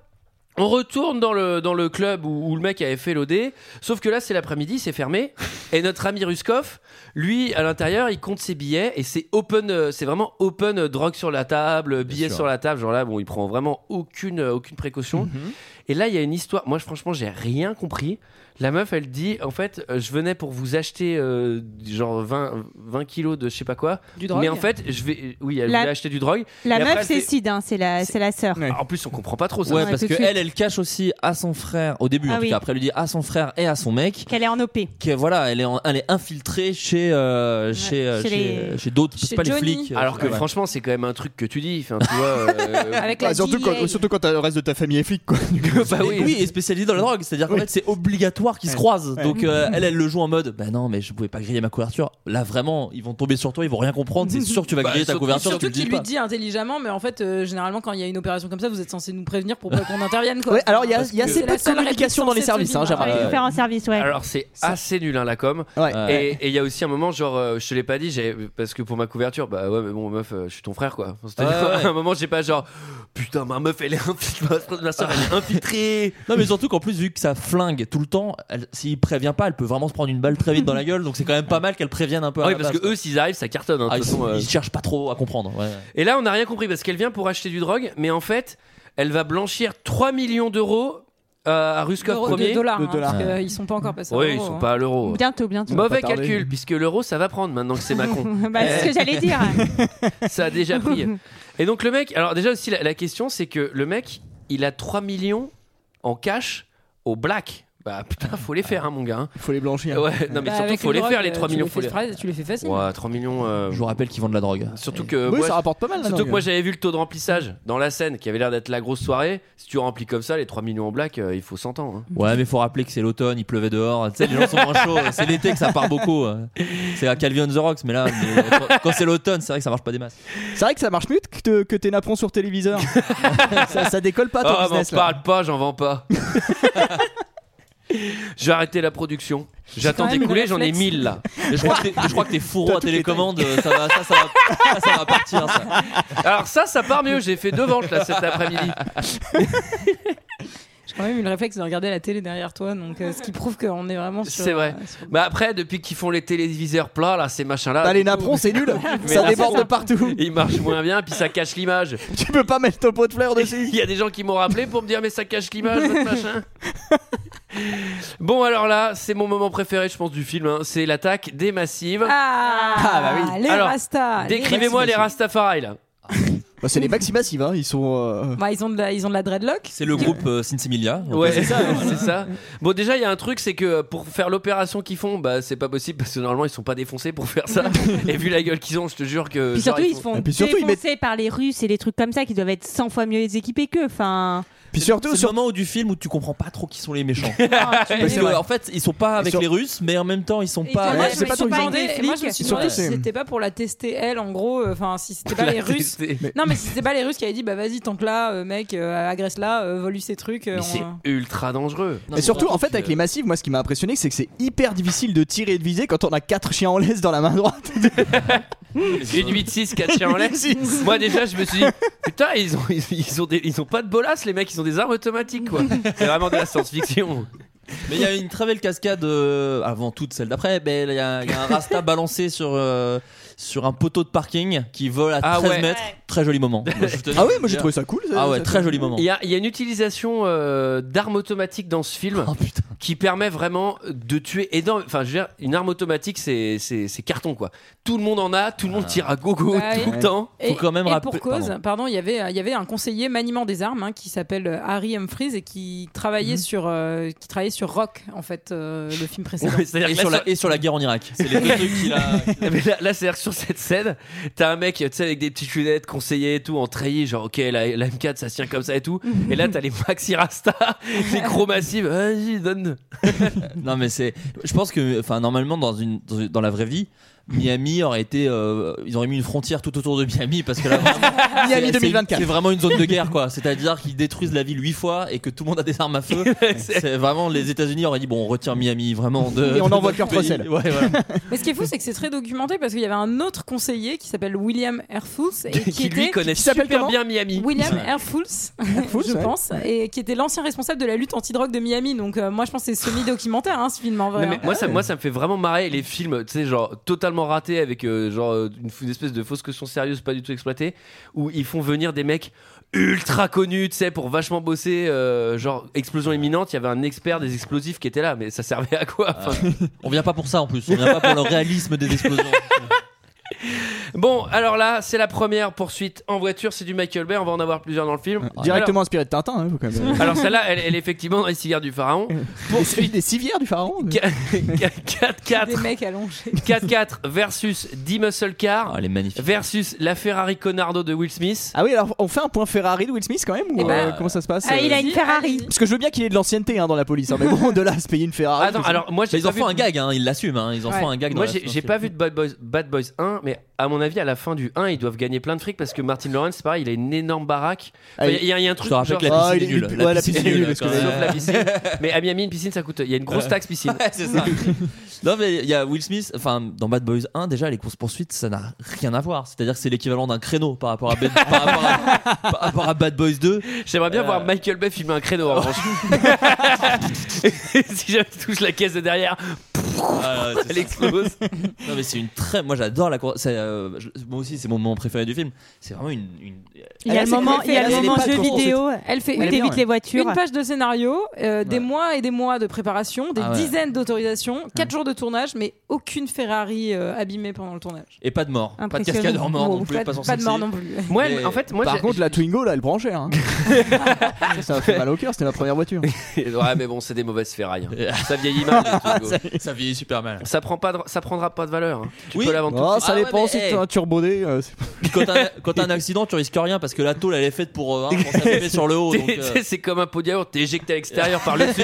S1: on retourne dans le, dans le club où, où le mec avait fait l'OD, sauf que là c'est l'après-midi, c'est fermé, et notre ami Ruskov, lui à l'intérieur, il compte ses billets, et c'est open, euh, c'est vraiment open euh, drogue sur la table, euh, billets
S3: sûr.
S1: sur la table, genre là, bon, il prend vraiment aucune, euh, aucune précaution.
S3: Mhm.
S1: Et là, il y a une histoire. Moi, je- franchement, j'ai rien compris. La meuf, elle dit en fait, euh, je venais pour vous acheter euh, genre 20, 20 kilos de je sais pas quoi.
S9: Du drogue.
S1: Mais en fait, je vais. Oui, elle
S6: La-
S1: voulait acheter du drogue.
S6: La
S1: Et après,
S6: meuf,
S1: elle
S6: c'est
S1: fait-
S6: Sid, hein, c'est la, c'est la sœur.
S7: Ouais.
S1: En plus, on comprend pas trop ça.
S3: Ouais,
S6: Ouais,
S3: parce
S6: tout de
S3: que
S6: suite.
S3: elle, elle cache aussi à son frère, au début
S6: Ah
S3: en
S6: oui.
S3: tout cas, après elle lui dit à son frère et à son mec,
S6: Qu'elle est en OP.
S3: que voilà, elle est, en- elle est infiltrée chez, euh, chez, euh,
S6: chez
S3: chez,
S6: les-
S3: chez d'autres,
S9: Chez
S3: c'est pas
S9: Johnny.
S3: les flics. euh,
S1: Alors que
S3: ouais.
S1: franchement, c'est quand même un truc que tu dis. Enfin, tu vois. euh,
S9: Avec
S7: Ah,
S9: la
S7: surtout,
S9: DEA.
S7: quand, surtout quand t'as- le reste de ta famille est flic. Quoi. Du coup,
S1: bah oui.
S3: oui. et spécialisé dans la drogue, c'est-à-dire qu'en
S7: Oui.
S3: fait c'est obligatoire qu'ils se
S7: Ouais.
S3: croisent.
S7: Ouais.
S3: Donc euh, elle, elle le joue en mode, bah non, mais je pouvais pas griller ma couverture. Là vraiment, ils vont tomber sur toi, ils vont rien comprendre. C'est sûr que tu vas
S1: Bah,
S3: griller ta
S1: surtout-
S3: couverture. tu
S9: Surtout
S3: le
S9: qu'il
S3: dis
S9: lui
S3: pas.
S9: dit intelligemment, mais en fait, euh, généralement, quand il y a une opération comme ça, vous êtes censé nous prévenir pour pas qu'on intervienne. Quoi.
S7: Ouais, alors, il y a, il y a
S9: Parce
S7: assez
S9: que
S7: peu
S9: la
S7: de
S9: seule
S7: communication dans les
S9: réduction, c'est de
S7: services, hein,
S9: se dire,
S7: Gérard.
S6: Il faut faire un service, ouais.
S1: Alors c'est assez nul hein, la com.
S7: Ouais.
S3: Ouais.
S1: Et et il y a aussi un moment genre euh, je te l'ai pas dit j'ai- parce que pour ma couverture bah ouais mais bon meuf euh, je suis ton frère quoi. C'est-à-dire,
S3: Ouais, ouais.
S1: à un moment j'ai pas genre putain ma meuf elle est infiltrée ma soeur elle est infiltrée.
S3: Non mais surtout qu'en plus vu que ça flingue tout le temps, elle- s'il prévient pas, elle peut vraiment se prendre une balle très vite dans la gueule. Donc c'est quand même pas mal qu'elle prévienne un peu. à
S1: Ah oui
S3: la
S1: parce
S3: base,
S1: que eux s'ils arrivent ça cartonne. hein, de
S3: bah, Ah,
S1: toute
S3: ils,
S1: façon, euh.
S3: ils cherchent pas trop à comprendre. ouais.
S1: Et là on n'a rien compris parce qu'elle vient pour acheter du drogue mais en fait elle va blanchir 3 millions d'euros. euh, à Ruskov
S9: D'euros- de
S1: premier.
S9: dollars, hein, parce que ils sont pas encore passés. à
S1: Oui,
S9: l'euro,
S1: ils sont
S9: hein.
S1: pas à l'euro.
S6: Bientôt, bientôt.
S1: Mauvais calcul, puisque l'euro, ça va prendre maintenant que c'est Macron.
S6: Bah, c'est ce que j'allais dire.
S1: ça a déjà pris. Et donc le mec, alors déjà aussi la, la question c'est que le mec, il a 3 millions en cash au black. Bah putain, faut les faire hein, mon gars.
S7: Faut les blanchir.
S1: Ouais, non mais
S9: Bah,
S1: surtout
S9: avec
S1: faut les
S9: drogue,
S1: faire les 3
S9: tu
S1: millions.
S9: les
S1: Faut
S9: fais
S1: les...
S9: fra- Tu les fais facile.
S1: Ouais, 3 millions. euh,
S3: Je vous rappelle qu'ils vendent de la drogue.
S1: Surtout que
S7: Oui,
S1: moi,
S7: ça rapporte pas mal. hein, euh. la
S1: surtout que
S7: drogue.
S1: moi j'avais vu le taux de remplissage dans la scène qui avait l'air d'être la grosse soirée. Si tu remplis comme ça les 3 millions en black, euh, il faut 100 ans. hein.
S3: Ouais, mais faut rappeler que c'est l'automne, il pleuvait dehors. Tu sais, les gens sont moins chauds. C'est l'été que ça part beaucoup. C'est à Calvin on the Rocks, mais là, mais quand- quand c'est l'automne, c'est vrai que ça marche pas des masses.
S7: C'est vrai que ça marche mieux que, te- que tes napperons sur téléviseur. ça, ça décolle pas ton
S1: Ah, m'en
S7: business. là.
S1: parle pas, j'en vends pas. J'ai arrêté la production. J'attends
S9: quand même
S1: d'écouler,
S9: le
S1: j'en ai
S9: réflexe.
S1: 1000 là.
S3: Mais je crois que t'es- je crois que t'es fourreau à
S7: toutes les
S3: télécommande. euh, Ça va, ça, ça va, ça, ça va partir. Ça.
S1: Alors ça, ça part mieux. J'ai fait deux ventes là cet après-midi.
S9: J'ai quand même eu le réflexe de regarder la télé derrière toi, donc euh, ce qui prouve qu'on est vraiment. sur-
S1: C'est vrai.
S9: euh, sur-
S1: Mais après, depuis qu'ils font les téléviseurs plats là, ces machins là,
S7: Bah, les napperons, c'est nul. ça
S1: là,
S7: déborde
S1: c'est
S7: de partout.
S1: ils marchent moins bien, puis ça cache l'image.
S7: tu peux pas mettre ton pot de fleurs dessus.
S1: Il y a des gens qui m'ont rappelé pour me dire mais ça cache l'image, votre machin. bon alors là, c'est mon moment préféré, je pense, du film. hein. C'est l'attaque des massives.
S9: Ah,
S7: bah
S9: Les
S1: Alors,
S9: Rastas. les
S1: Décrivez-moi les Rastafari là.
S7: Bah, c'est les maxi massives, hein. ils sont. euh,
S9: Bah, ils ont de la, ils ont de la dreadlock.
S3: C'est le groupe euh, Sin Similia. On
S1: Ouais,
S3: peut-
S1: c'est ça. c'est ça. Bon, déjà, il y a un truc, c'est que euh, pour faire l'opération qu'ils font, bah, c'est pas possible parce que normalement, ils sont pas défoncés pour faire ça. Et vu la gueule qu'ils ont, je te jure que.
S6: Puis
S1: genre,
S6: surtout, ils se font
S7: Et puis surtout, ils
S6: défoncer par les Russes et les trucs comme ça qui doivent être 100 fois mieux équipés qu'eux. Enfin,
S7: Puis surtout,
S3: C'est
S7: sur...
S3: le moment où du film où tu comprends pas trop qui sont les méchants.
S7: Ouais,
S3: Parce
S7: c'est
S3: que,
S7: vrai.
S3: en fait, ils sont pas avec
S7: sur-
S3: les Russes, mais en même temps, ils sont
S9: Et
S3: pas.
S9: moi,
S7: ouais,
S9: je
S7: c'est
S9: me
S7: pas
S9: suis
S7: tout le
S9: demandé-
S6: temps.
S9: et moi, je me suis
S7: Surtout,
S9: demandé
S7: c'est-
S9: si c'était pas pour la tester elle, en gros, euh, enfin, si c'était pas les
S1: la
S9: Russes.
S1: tester.
S9: Non, mais si c'était pas les Russes qui avaient dit, bah vas-y, tant que là, euh, mec, euh, agresse-la, euh, vole-lui ses trucs. euh,
S1: Mais
S9: on-
S1: c'est ultra dangereux.
S3: Non,
S7: Et
S3: mais
S7: surtout,
S3: surtout
S7: en fait, avec
S3: que-
S7: les massives, moi, ce qui m'a impressionné, c'est que c'est hyper difficile de tirer et de viser quand on a quatre chiens en laisse dans la main droite.
S1: Une 8-6, 4 chiens en l'air.
S7: 8-6.
S1: Moi, déjà, je me suis dit, putain, ils ont, ils, ils ont, des- ils ont pas de bolas, les mecs, ils ont des armes automatiques, quoi. C'est vraiment de la science-fiction.
S3: Mais il y a une très belle cascade euh, avant toute celle d'après. mais Il y, a il y a un rasta balancé sur, euh, sur un poteau de parking qui vole à
S1: Ah
S3: 13
S1: ouais.
S3: mètres. Très joli moment. Je te dis.
S7: Ah oui, moi j'ai trouvé ça cool. ça-
S3: Ah ouais,
S7: ça-
S3: très joli moment.
S1: Il y a, il y a une utilisation euh, d'armes automatiques dans ce film
S3: Oh putain.
S1: qui permet vraiment de tuer énorme. Enfin, je veux dire, une arme automatique, c'est c'est- c'est carton, quoi. Tout le monde en a, tout le monde tire à gogo
S9: Bah
S1: tout
S9: oui.
S1: le temps.
S9: Et,
S3: quand même
S9: et
S3: rappeler-
S9: pour cause,
S3: pardon.
S9: pardon, il y avait, euh, il y avait un conseiller maniement des armes hein, qui s'appelle euh, Harry Humphries et qui travaillait
S1: Mhm.
S9: sur, euh, qui travaillait sur Rock en fait, euh, le film précédent.
S1: Ouais, c'est-à-dire
S3: Et
S1: que là,
S3: sur, la,
S1: sur-
S3: et sur la guerre en Irak. C'est les deux trucs qu'il a.
S1: Ah, mais là, là, c'est-à-dire que sur cette scène, t'as un mec, tu sais, avec des petites lunettes, conseillé et tout, en treillis, genre, ok, la, la M4, ça se tient comme ça et tout. Et là, t'as les maxi rasta, les gros massifs, vas-y, donne.
S3: Non mais c'est. Je pense que, enfin, normalement dans une dans, dans la vraie vie, Miami aurait été, euh, ils auraient mis une frontière tout autour de Miami parce que là, vraiment, c'est-
S7: Miami
S3: c'est-
S7: 2024.
S3: c'est vraiment une zone de guerre quoi. C'est-à-dire qu'ils détruisent la ville huit fois et que tout le monde a des armes à feu. c'est vraiment les États-Unis auraient dit bon, on retire Miami vraiment de.
S7: Et on
S3: de
S7: envoie
S3: notre
S7: Kurt
S3: pays.
S7: Russell.
S3: Ouais, voilà.
S1: Oh.
S9: Mais ce qui est fou, c'est que c'est très documenté parce qu'il y avait un autre conseiller qui s'appelle William Airfools et qui,
S1: Qui,
S9: était
S1: lui connaît
S7: qui s'appelle
S1: super
S7: comment
S1: bien Miami.
S9: William Airfools, je
S7: ouais.
S9: pense, et qui était l'ancien responsable de la lutte anti-drogue de Miami. Donc euh, moi, je pense que c'est semi-documentaire hein, ce film en vrai.
S1: Non, mais
S9: hein.
S7: Ah
S1: moi, ça, moi, ça me fait vraiment marrer les films, tu sais, genre totalement ratés avec euh, genre euh, une, f- une espèce de fausse question sérieuse pas du tout exploitée, où ils font venir des mecs ultra connus, tu sais, pour vachement bosser, euh, genre explosion imminente. Il y avait un expert des explosifs qui était là, mais ça servait à quoi
S7: Ah.
S1: Enfin,
S3: On vient pas pour ça en plus. On vient pas pour le réalisme des explosions.
S1: Bon, alors là, c'est la première poursuite en voiture, c'est du Michael Bay, on va en avoir plusieurs dans le film.
S7: Ah, Directement inspiré de Tintin, hein, faut quand même.
S1: Alors, alors celle-là, elle, elle est effectivement dans les cigares du pharaon.
S7: Poursuite
S1: Poursuite
S7: des civières du pharaon. mais-
S1: 4-4,
S9: des mecs allongés.
S1: 4-4 versus 10 muscle
S3: Ah,
S1: car
S3: elle est magnifique.
S1: versus la Ferrari Conardo de Will Smith.
S7: Ah oui, alors on fait un point Ferrari de Will Smith quand même ou
S9: Eh ben,
S7: euh, comment ça se passe
S6: Ah,
S7: euh,
S6: il a une
S9: Vas-y,
S6: Ferrari.
S9: allez-y.
S7: Parce que je veux bien qu'il ait de l'ancienneté hein, dans la police, hein, mais bon, de là à se payer une Ferrari.
S1: Attends, alors moi, j'ai
S3: Ah, Mais ils en
S1: pas vu-
S3: font un gag, hein, ils l'assument. hein, ils en
S9: Ouais.
S3: font un gag.
S1: Moi,
S3: dans la-
S1: j'ai
S3: dans
S1: j'ai
S3: le
S1: pas
S3: film.
S1: vu de Bad Boys, Bad Boys 1, mais à mon avis, à la fin du 1, ils doivent gagner plein de fric parce que Martin Lawrence, c'est pareil, il a une énorme baraque. Enfin, Il
S7: Ah,
S1: y, a- il y a- il y a un
S3: Je
S1: truc.
S3: te rappelle que
S1: genre-
S3: la piscine
S7: Ah, il
S3: est
S7: est-
S3: nulle.
S7: ouais, la piscine est nulle,
S3: quand
S7: excusez-moi.
S3: même.
S1: Sauf la piscine. Mais à Miami, une piscine, ça coûte. Il y a une grosse taxe piscine.
S3: Ouais, c'est ça. non, mais il y a Will Smith, enfin, dans Bad Boys 1, déjà, les courses-poursuites, ça n'a rien à voir. C'est-à-dire que c'est l'équivalent d'un créneau par rapport à, Bad- par rapport à- par rapport à Bad Boys 2.
S1: J'aimerais bien
S3: Euh.
S1: voir Michael Bay filmer un créneau en revanche. si jamais tu touches la caisse de derrière. pff,
S3: Ah, c'est
S1: Elle
S3: ça.
S1: explose.
S3: non mais c'est une très. Moi j'adore la. cour- c'est, euh, je- Moi aussi c'est mon moment préféré du film. C'est vraiment une. une-
S6: Il y a le moment, il y a le moment jeu vidéo.
S9: Elle fait
S6: où
S9: une-
S6: t'évites les voitures.
S9: Une page de scénario, euh, des mois et des mois de préparation, des
S3: Ah ouais.
S9: dizaines d'autorisations, 4 jours de tournage, mais aucune Ferrari euh, abîmée pendant le tournage.
S3: Et pas de mort. Pas de cascadeur mort non plus.
S9: Pas,
S3: sans
S9: pas de
S3: celle-ci.
S9: mort non plus.
S1: Moi,
S3: Mais-
S1: en fait, moi,
S7: Par
S1: j'ai-
S7: contre, la Twingo, là, elle branchait. Hein. ça, ça m'a fait mal au cœur, c'était ma première voiture.
S1: ouais, mais bon, c'est des mauvaises ferrailles. hein. Ça vieillit mal. le Twingo.
S3: Ça vieillit super mal.
S1: ça prend pas, de- ça prendra pas de valeur. hein. Tu
S3: Oui.
S1: peux la vendre.
S7: Oh,
S1: tout de
S7: ça
S3: Ah ouais,
S7: dépend
S3: mais,
S7: si
S3: hey.
S7: t'as un turbo D. euh, c'est-
S3: Puis quand t'as quand t'as un accident, tu risques rien parce que la tôle elle est faite pour, euh, hein, pour s'affaimer sur le haut.
S1: suite.
S3: Donc,
S1: T'es-
S3: euh,
S1: t'es- C'est comme un pot de yaourt, t'es éjecté à l'extérieur par le dessus.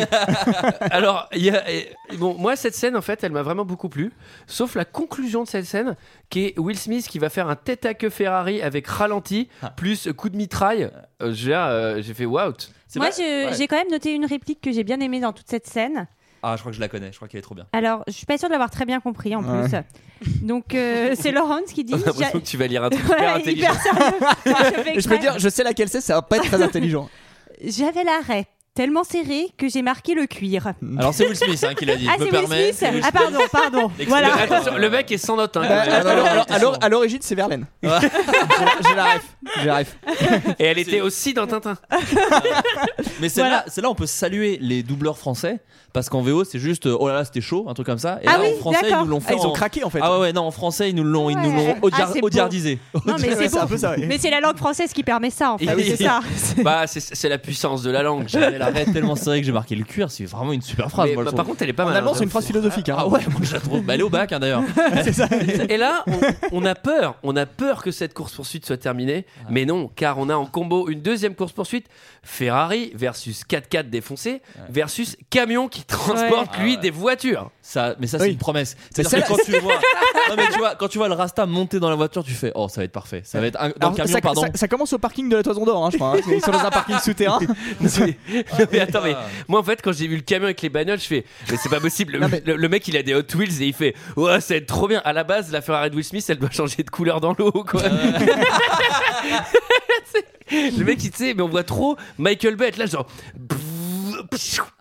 S1: Alors, il y a, et- bon, moi, cette scène, en fait, elle m'a vraiment beaucoup plu. Sauf la conclusion de cette scène, qui est Will Smith qui va faire un tête à queue Ferrari avec ralenti,
S3: Ah.
S1: plus coup de mitraille. Euh, j'ai euh, j'ai fait waouh.
S3: c'est
S6: Moi,
S3: pas-
S6: je-
S3: ouais.
S6: j'ai quand même noté une réplique que j'ai bien aimée dans toute cette scène.
S3: Ah, je crois que je la connais. Je crois qu'elle est trop bien.
S6: Alors, je suis pas sûre de l'avoir très bien compris en
S7: Ouais.
S6: plus. Donc, euh, c'est Laurence qui dit.
S3: Ah,
S1: J'ai l'impression que tu vas lire un truc hyper
S6: Ouais,
S1: intelligent.
S6: hyper sérieux. Enfin, je fais
S7: Et je peux
S6: exprès.
S7: dire, je sais laquelle c'est, ça va pas être très intelligent.
S6: J'avais l'arrêt tellement serré que j'ai marqué le cuir.
S3: Alors c'est Will Smith hein, qui l'a dit.
S6: Ah,
S3: je me
S6: c'est Will
S3: permets.
S6: Smith Ah, pardon, pardon.
S1: Le-
S6: voilà.
S1: attention, le mec est sans note. hein, quand
S7: Bah,
S1: même.
S3: ah,
S7: alors, alors- alors, à l'origine, c'est Verlaine.
S3: Ouais.
S7: j'ai la- j'ai la ref. J'ai la ref.
S1: Et elle était aussi dans Tintin.
S3: Mais c'est là, c'est là on peut saluer les doubleurs français parce qu'en VO c'est juste euh, oh là là c'était chaud, un truc comme ça. Et
S6: Ah
S3: là
S6: oui,
S3: en français ils
S6: d'accord.
S3: nous l'ont fait.
S7: Ah, ils
S3: en-
S7: ont craqué en fait.
S3: Ah ouais, ouais, non en français ils nous l'ont, ils nous l'ont
S6: Ouais.
S3: audiard-
S6: Ah, c'est beau.
S3: audiardisé.
S6: Non, mais c'est
S7: c'est un
S6: beau.
S7: peu ça. ouais.
S6: Mais c'est la langue française qui permet ça,
S1: Ah,
S6: en fait.
S3: Oui.
S6: C'est ça.
S1: Bah, c'est- c'est la puissance de la langue.
S3: Elle arrête tellement serré que j'ai marqué le cuir, c'est vraiment une super phrase.
S1: Mais,
S3: Oh, moi, je
S1: bah, par
S3: trouve.
S1: contre, elle est pas
S7: En
S1: mal.
S7: allemand,
S1: hein.
S7: c'est une phrase philosophique. hein.
S3: ah ouais, moi je la trouve. Bah, elle est au bac hein, d'ailleurs.
S7: c'est ça.
S1: Et là, on, on a peur. On a peur que cette course-poursuite soit terminée. Mais non, car on a en combo une deuxième course-poursuite Ferrari versus 4x4 défoncé versus camion qui transporte,
S3: Ouais.
S1: lui,
S3: Ah ouais.
S1: des voitures.
S3: Ça, mais ça c'est
S7: Oui.
S3: une promesse.
S7: Mais
S3: C'est que
S7: celle-là-
S3: quand tu vois, non, mais tu vois, quand tu vois le Rasta monter dans la voiture, tu fais oh ça va être parfait. Ça va être un- dans
S7: Alors,
S3: le camion
S7: ça,
S3: pardon.
S7: ça- ça commence au parking de la Toison d'Or, hein, je crois. hein. Ils sont dans un parking souterrain.
S1: mais attends, mais moi, en fait, quand j'ai vu le camion avec les bagnoles, je fais Mais c'est pas possible. Le,
S7: Non, mais-
S1: le- le mec, il a des Hot Wheels et il fait Ouais, ça va être trop bien. À la base, la Ferrari de Will Smith, elle doit changer de couleur dans l'eau, quoi. le mec, il sait, mais on voit trop Michael Bay être là, genre.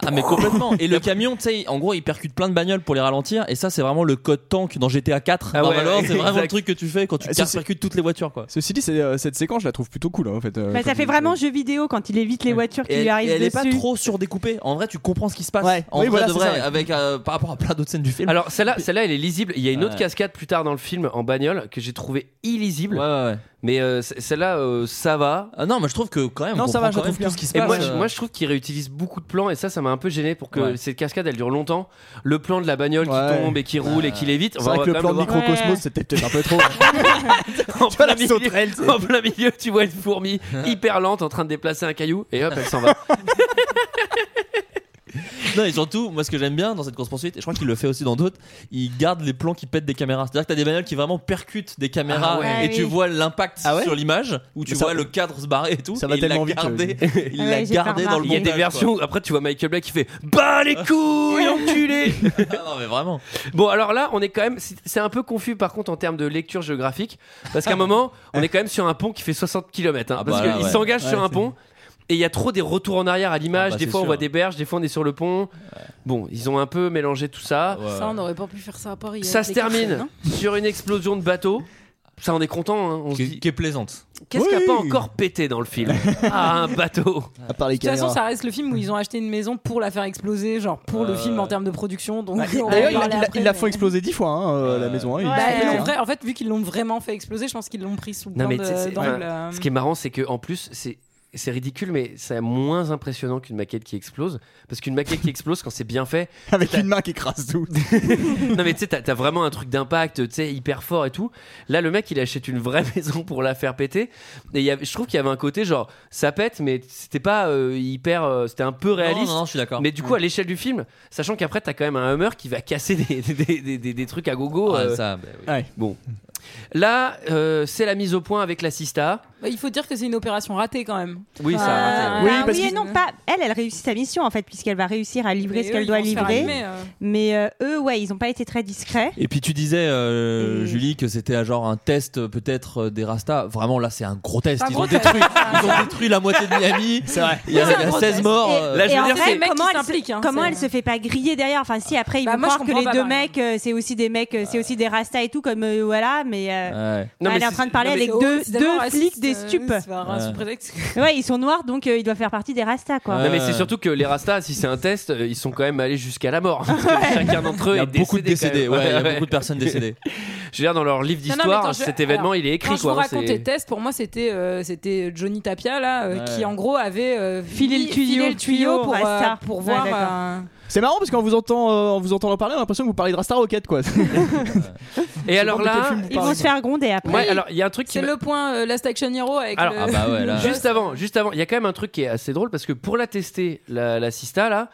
S3: Ah mais complètement. Et le camion, tu sais, en gros, il percute plein de bagnoles pour les ralentir. Et ça, c'est vraiment le code tank dans GTA 4.
S1: Ah
S3: dans
S1: ouais,
S3: Valor,
S1: ouais,
S3: c'est vraiment le
S1: exact.
S3: truc que tu fais quand tu
S7: Ah, ça, c'est-
S3: percutes toutes les voitures, quoi.
S7: Ceci dit, c'est, euh, cette séquence, je la trouve plutôt cool hein, en fait. euh,
S6: Bah, ça
S7: comme-
S6: fait vraiment jeu vidéo quand il évite les voitures qui
S3: Et
S6: lui
S3: elle,
S6: arrivent
S3: et elle est
S6: dessus.
S3: pas trop surdécoupée. En vrai, tu comprends ce qui se passe.
S7: Ouais.
S3: En
S7: Oui,
S3: vrai,
S7: voilà,
S3: de
S7: c'est
S3: vrai,
S7: ça, ouais.
S3: avec euh, par rapport à plein d'autres scènes du film.
S1: Alors celle-là, celle-là, elle est lisible. Il y a une autre
S3: Ouais.
S1: cascade plus tard dans le film en bagnole que j'ai trouvé illisible.
S3: ouais, ouais, ouais.
S1: Mais euh, c- celle-là, euh, ça va.
S3: Ah non, mais je trouve que quand même.
S7: Non,
S3: on
S7: ça va,
S3: comprend quand même
S7: je trouve bien.
S3: tout ce qui se
S1: Et
S3: passe.
S1: moi, je-
S3: euh,
S1: moi, je trouve qu'ils réutilisent beaucoup de plans et ça, ça m'a un peu gêné pour que
S3: Ouais.
S1: cette cascade, elle dure longtemps. Le plan de la bagnole
S7: Ouais.
S1: qui tombe et qui roule et qui lévite.
S7: C'est
S1: Enfin,
S7: vrai
S1: on
S7: que
S1: va
S7: le
S1: quand
S7: plan de
S1: même
S7: microcosmos,
S6: Ouais.
S7: c'était peut-être un peu trop. hein.
S1: le voir. en,
S7: Tu vois,
S1: plein
S7: la
S1: milieu,
S7: sauterelle, c'est-
S1: en plein milieu, tu vois une fourmi hyper lente en train de déplacer un caillou et hop, elle s'en va.
S3: Non, et surtout, moi, ce que j'aime bien dans cette course-poursuite, et je crois qu'il le fait aussi dans d'autres, il garde les plans qui pètent des caméras. C'est-à-dire que t'as des bagnoles qui vraiment percutent des caméras
S1: Ah
S6: ouais.
S3: et tu
S6: Ah oui.
S3: vois l'impact
S7: Ah ouais
S3: sur l'image, où tu
S7: Mais ça-
S3: vois le cadre se barrer et tout.
S7: ça va
S3: et il l'a
S7: tellement vite, euh,
S3: gardé, Il
S6: Ah
S3: l'a
S6: ouais, j'ai pas
S3: gardé dans le
S6: remarqué.
S1: Il y a des
S3: montage,
S1: versions. où Après, tu vois Michael Black qui fait Bah les couilles, enculé
S3: quoi. Ah non, mais vraiment.
S1: Bon, alors là, on est quand même. c'est- C'est un peu confus par contre en termes de lecture géographique. Parce qu'à un moment, on est quand même sur un pont qui fait 60 km.
S3: Ah
S1: parce
S3: bah là,
S1: qu'il
S3: ouais.
S1: s'engage
S7: Ouais,
S1: sur un
S7: c'est-
S1: pont. Et il y a trop des retours en arrière à l'image.
S3: Ah bah,
S1: des
S3: c'est
S1: fois, on
S3: sûr.
S1: voit des berges, des fois, on est sur le pont. Bon, ils ont un peu mélangé tout Ah, ça.
S3: Ouais.
S9: Ça, on n'aurait pas pu faire ça à Paris.
S1: Ça
S9: avec
S1: se
S9: les cartes,
S1: termine
S9: non
S1: sur une explosion de bateau. Ça, on est content. hein. On se
S3: qui,
S1: dit,
S3: qui est plaisante.
S1: qu'est-ce qui a
S7: Oui.
S1: pas encore pété dans le film Ah, un bateau
S7: À part les
S9: De toute façon,
S7: caméras.
S9: ça reste le film où ils ont acheté une maison pour la faire exploser, genre pour le
S3: Euh,
S9: film en termes de production. Donc, on va en
S7: D'ailleurs, il-
S9: parler
S7: il-
S9: après,
S7: ils la
S9: mais-
S7: font exploser dix fois hein, euh, la
S3: Ouais.
S7: maison. hein, ils-
S9: Bah,
S6: Ouais.
S9: ils l'ont vrai- en fait, vu qu'ils l'ont vraiment fait exploser, je pense qu'ils l'ont pris sous
S1: Non,
S9: plein
S1: mais
S9: de-
S1: c'est- c'est-
S9: d'angles,
S1: ouais.
S9: euh.
S1: Ce qui est marrant, c'est que en plus, c'est c'est ridicule, mais c'est moins impressionnant qu'une maquette qui explose. Parce qu'une maquette qui explose, quand c'est bien fait,
S7: Avec une main qui écrase tout.
S1: Non mais tu sais, t'as t'as vraiment un truc d'impact, tu sais, hyper fort et tout. Là, le mec, il achète une vraie maison pour la faire péter. Et il y avait- je trouve qu'il y avait un côté genre, ça pète, mais c'était pas euh, hyper, euh, c'était un peu réaliste.
S3: Non, Mm. non, non, je suis d'accord.
S1: Mais du coup, à l'échelle du film, sachant qu'après, t'as quand même un Hummer qui va casser des, des, des- des- des trucs à gogo.
S3: Ouais,
S1: euh,
S3: ça, bah oui.
S7: Ouais.
S1: Bon. Là, euh, c'est la mise au point avec la Sista.
S9: Bah, il faut dire que c'est une opération ratée quand même.
S1: Oui, ça a raté.
S6: Bah, oui, et non, pas. Elle, elle réussit sa mission en fait, puisqu'elle va réussir à livrer
S9: Mais
S6: ce
S9: eux,
S6: qu'elle
S9: ils
S6: doit
S9: vont se faire
S6: livrer.
S9: allumer, euh.
S6: Mais euh, eux, ouais, ils n'ont pas été très discrets.
S3: Et puis tu disais, euh, Julie, que c'était euh, genre un test euh, peut-être euh, des Rastas. Vraiment, là, c'est un gros test.
S6: C'est un
S3: Ils
S6: gros
S3: ont, détruit, ils ont détruit la moitié de Miami. C'est vrai. Il y a, il y a 16 morts. euh,
S6: Et en vrai, comment elle, se, comment elle se fait pas griller derrière Enfin, si après ils
S9: hein, Bah,
S6: vont
S9: moi, je
S6: croire que
S9: comprends
S6: les
S9: pas,
S6: deux
S9: par
S6: mecs, euh, c'est aussi des mecs, euh, c'est aussi des rastas et tout, comme euh, voilà, mais euh,
S9: Non, mais
S6: elle est en
S9: c'est-
S6: train de parler
S9: non, mais
S6: avec
S9: c'est
S6: deux,
S9: horrible, c'est
S6: deux
S9: tellement
S6: flics
S9: raciste,
S6: des
S9: euh,
S6: stupes.
S9: c'est pas un sous prétexte.
S6: Ouais, ils sont noirs, donc euh, ils doivent faire partie des rastas, quoi.
S3: Euh.
S1: Non, mais c'est surtout que les Rastas, si c'est un test, euh, ils sont quand même allés jusqu'à la mort. Parce que Chacun d'entre eux
S3: Il y a
S1: est décédé.
S3: beaucoup de décédés,
S1: quand même.
S3: ouais, il y a beaucoup de personnes décédées.
S1: Je veux dire, dans leur livre
S9: Non, non, mais
S1: d'histoire,
S9: attends, je-
S1: cet événement,
S9: alors,
S1: il est écrit.
S9: Quand je
S1: quoi,
S9: vous
S1: hein,
S9: raconte
S1: c'est-
S9: les tests, pour moi, c'était euh, c'était Johnny Tapia là, euh,
S7: Ouais.
S9: qui en gros avait euh,
S6: Filé le
S9: fi-
S6: tuyau.
S9: filé
S6: Au
S9: pour, euh,
S6: Rasta.
S9: pour
S6: Ouais,
S9: voir.
S6: d'accord.
S9: euh,
S7: C'est marrant parce qu'on vous entend, euh, en vous entendant parler, on a l'impression que vous parlez de Rasta Rocket quoi.
S1: Et alors
S7: de quel
S1: là,
S7: film vous
S6: Ils vont se faire gronder après.
S1: Ouais, alors il y a un truc qui
S9: C'est
S1: m'a-
S9: le point euh, Last Action Hero avec.
S1: Alors,
S9: le-
S1: ah bah ouais, là. juste avant, juste avant, il y a quand même un truc qui est assez drôle parce que pour la tester, la, la Sista là,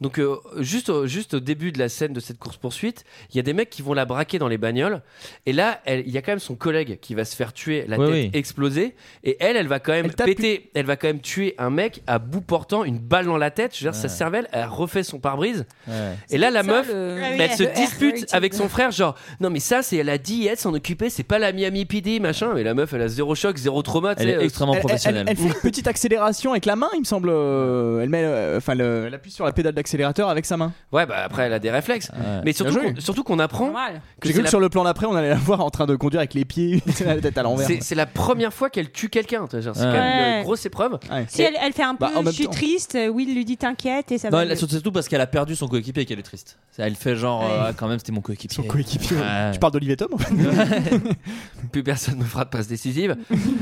S1: donc euh, juste, au- juste au début de la scène de cette course poursuite, il y a des mecs qui vont la braquer dans les bagnoles et là, elle- il y a quand même son collègue qui va se faire tuer, la
S3: Oui,
S1: tête
S3: oui.
S1: explosée et elle, elle va quand même
S7: Elle tape
S1: péter, elle va quand même tuer un mec à bout portant, une balle dans la tête, je veux dire sa cervelle, elle refait son pare-brise
S3: Ouais.
S1: et là la
S9: ça,
S1: meuf.
S9: le-
S6: Ah oui,
S1: Elle se
S9: Le R
S1: dispute
S9: rated.
S1: avec son frère, genre non mais ça c'est elle a dit elle s'en occupait, c'est pas la Miami PD machin, mais la meuf elle a zéro choc, zéro trauma, tu
S3: Elle
S1: sais,
S3: est
S1: euh,
S3: extrêmement
S7: Elle, elle-
S3: professionnelle.
S7: elle- elle fait une petite accélération avec la main, il me semble. euh, Elle met, euh, enfin, le- elle appuie sur la pédale d'accélérateur avec sa main.
S1: Ouais, bah après, elle a des réflexes.
S3: Ouais.
S1: Mais surtout
S7: Ah, Bien joué.
S1: qu'on, surtout qu'on apprend
S9: Normal.
S1: que
S7: J'ai
S1: c'est
S7: cru
S1: la,
S7: que sur le plan d'après, on allait la voir en train de conduire avec les pieds, la tête à l'envers.
S1: c'est, c'est la première fois qu'elle tue quelqu'un. tu vois, genre, c'est
S3: Ouais.
S1: quand même
S6: Ouais.
S1: une grosse épreuve.
S7: Ouais.
S6: Si elle, elle fait un peu,
S7: Bah, en
S6: je
S7: même
S6: suis
S7: temps.
S6: triste, euh, Will lui dit t'inquiète et ça
S3: Non,
S6: va.
S3: elle,
S6: mieux.
S3: surtout parce qu'elle a perdu son coéquipier et qu'elle est triste. Elle fait genre,
S6: Ouais.
S3: euh, Ah, quand même, c'était mon coéquipier.
S7: Son coéquipier.
S3: Ouais.
S7: Tu parles d'Olivier Tom en fait
S1: Plus personne ne fera de passe décisive.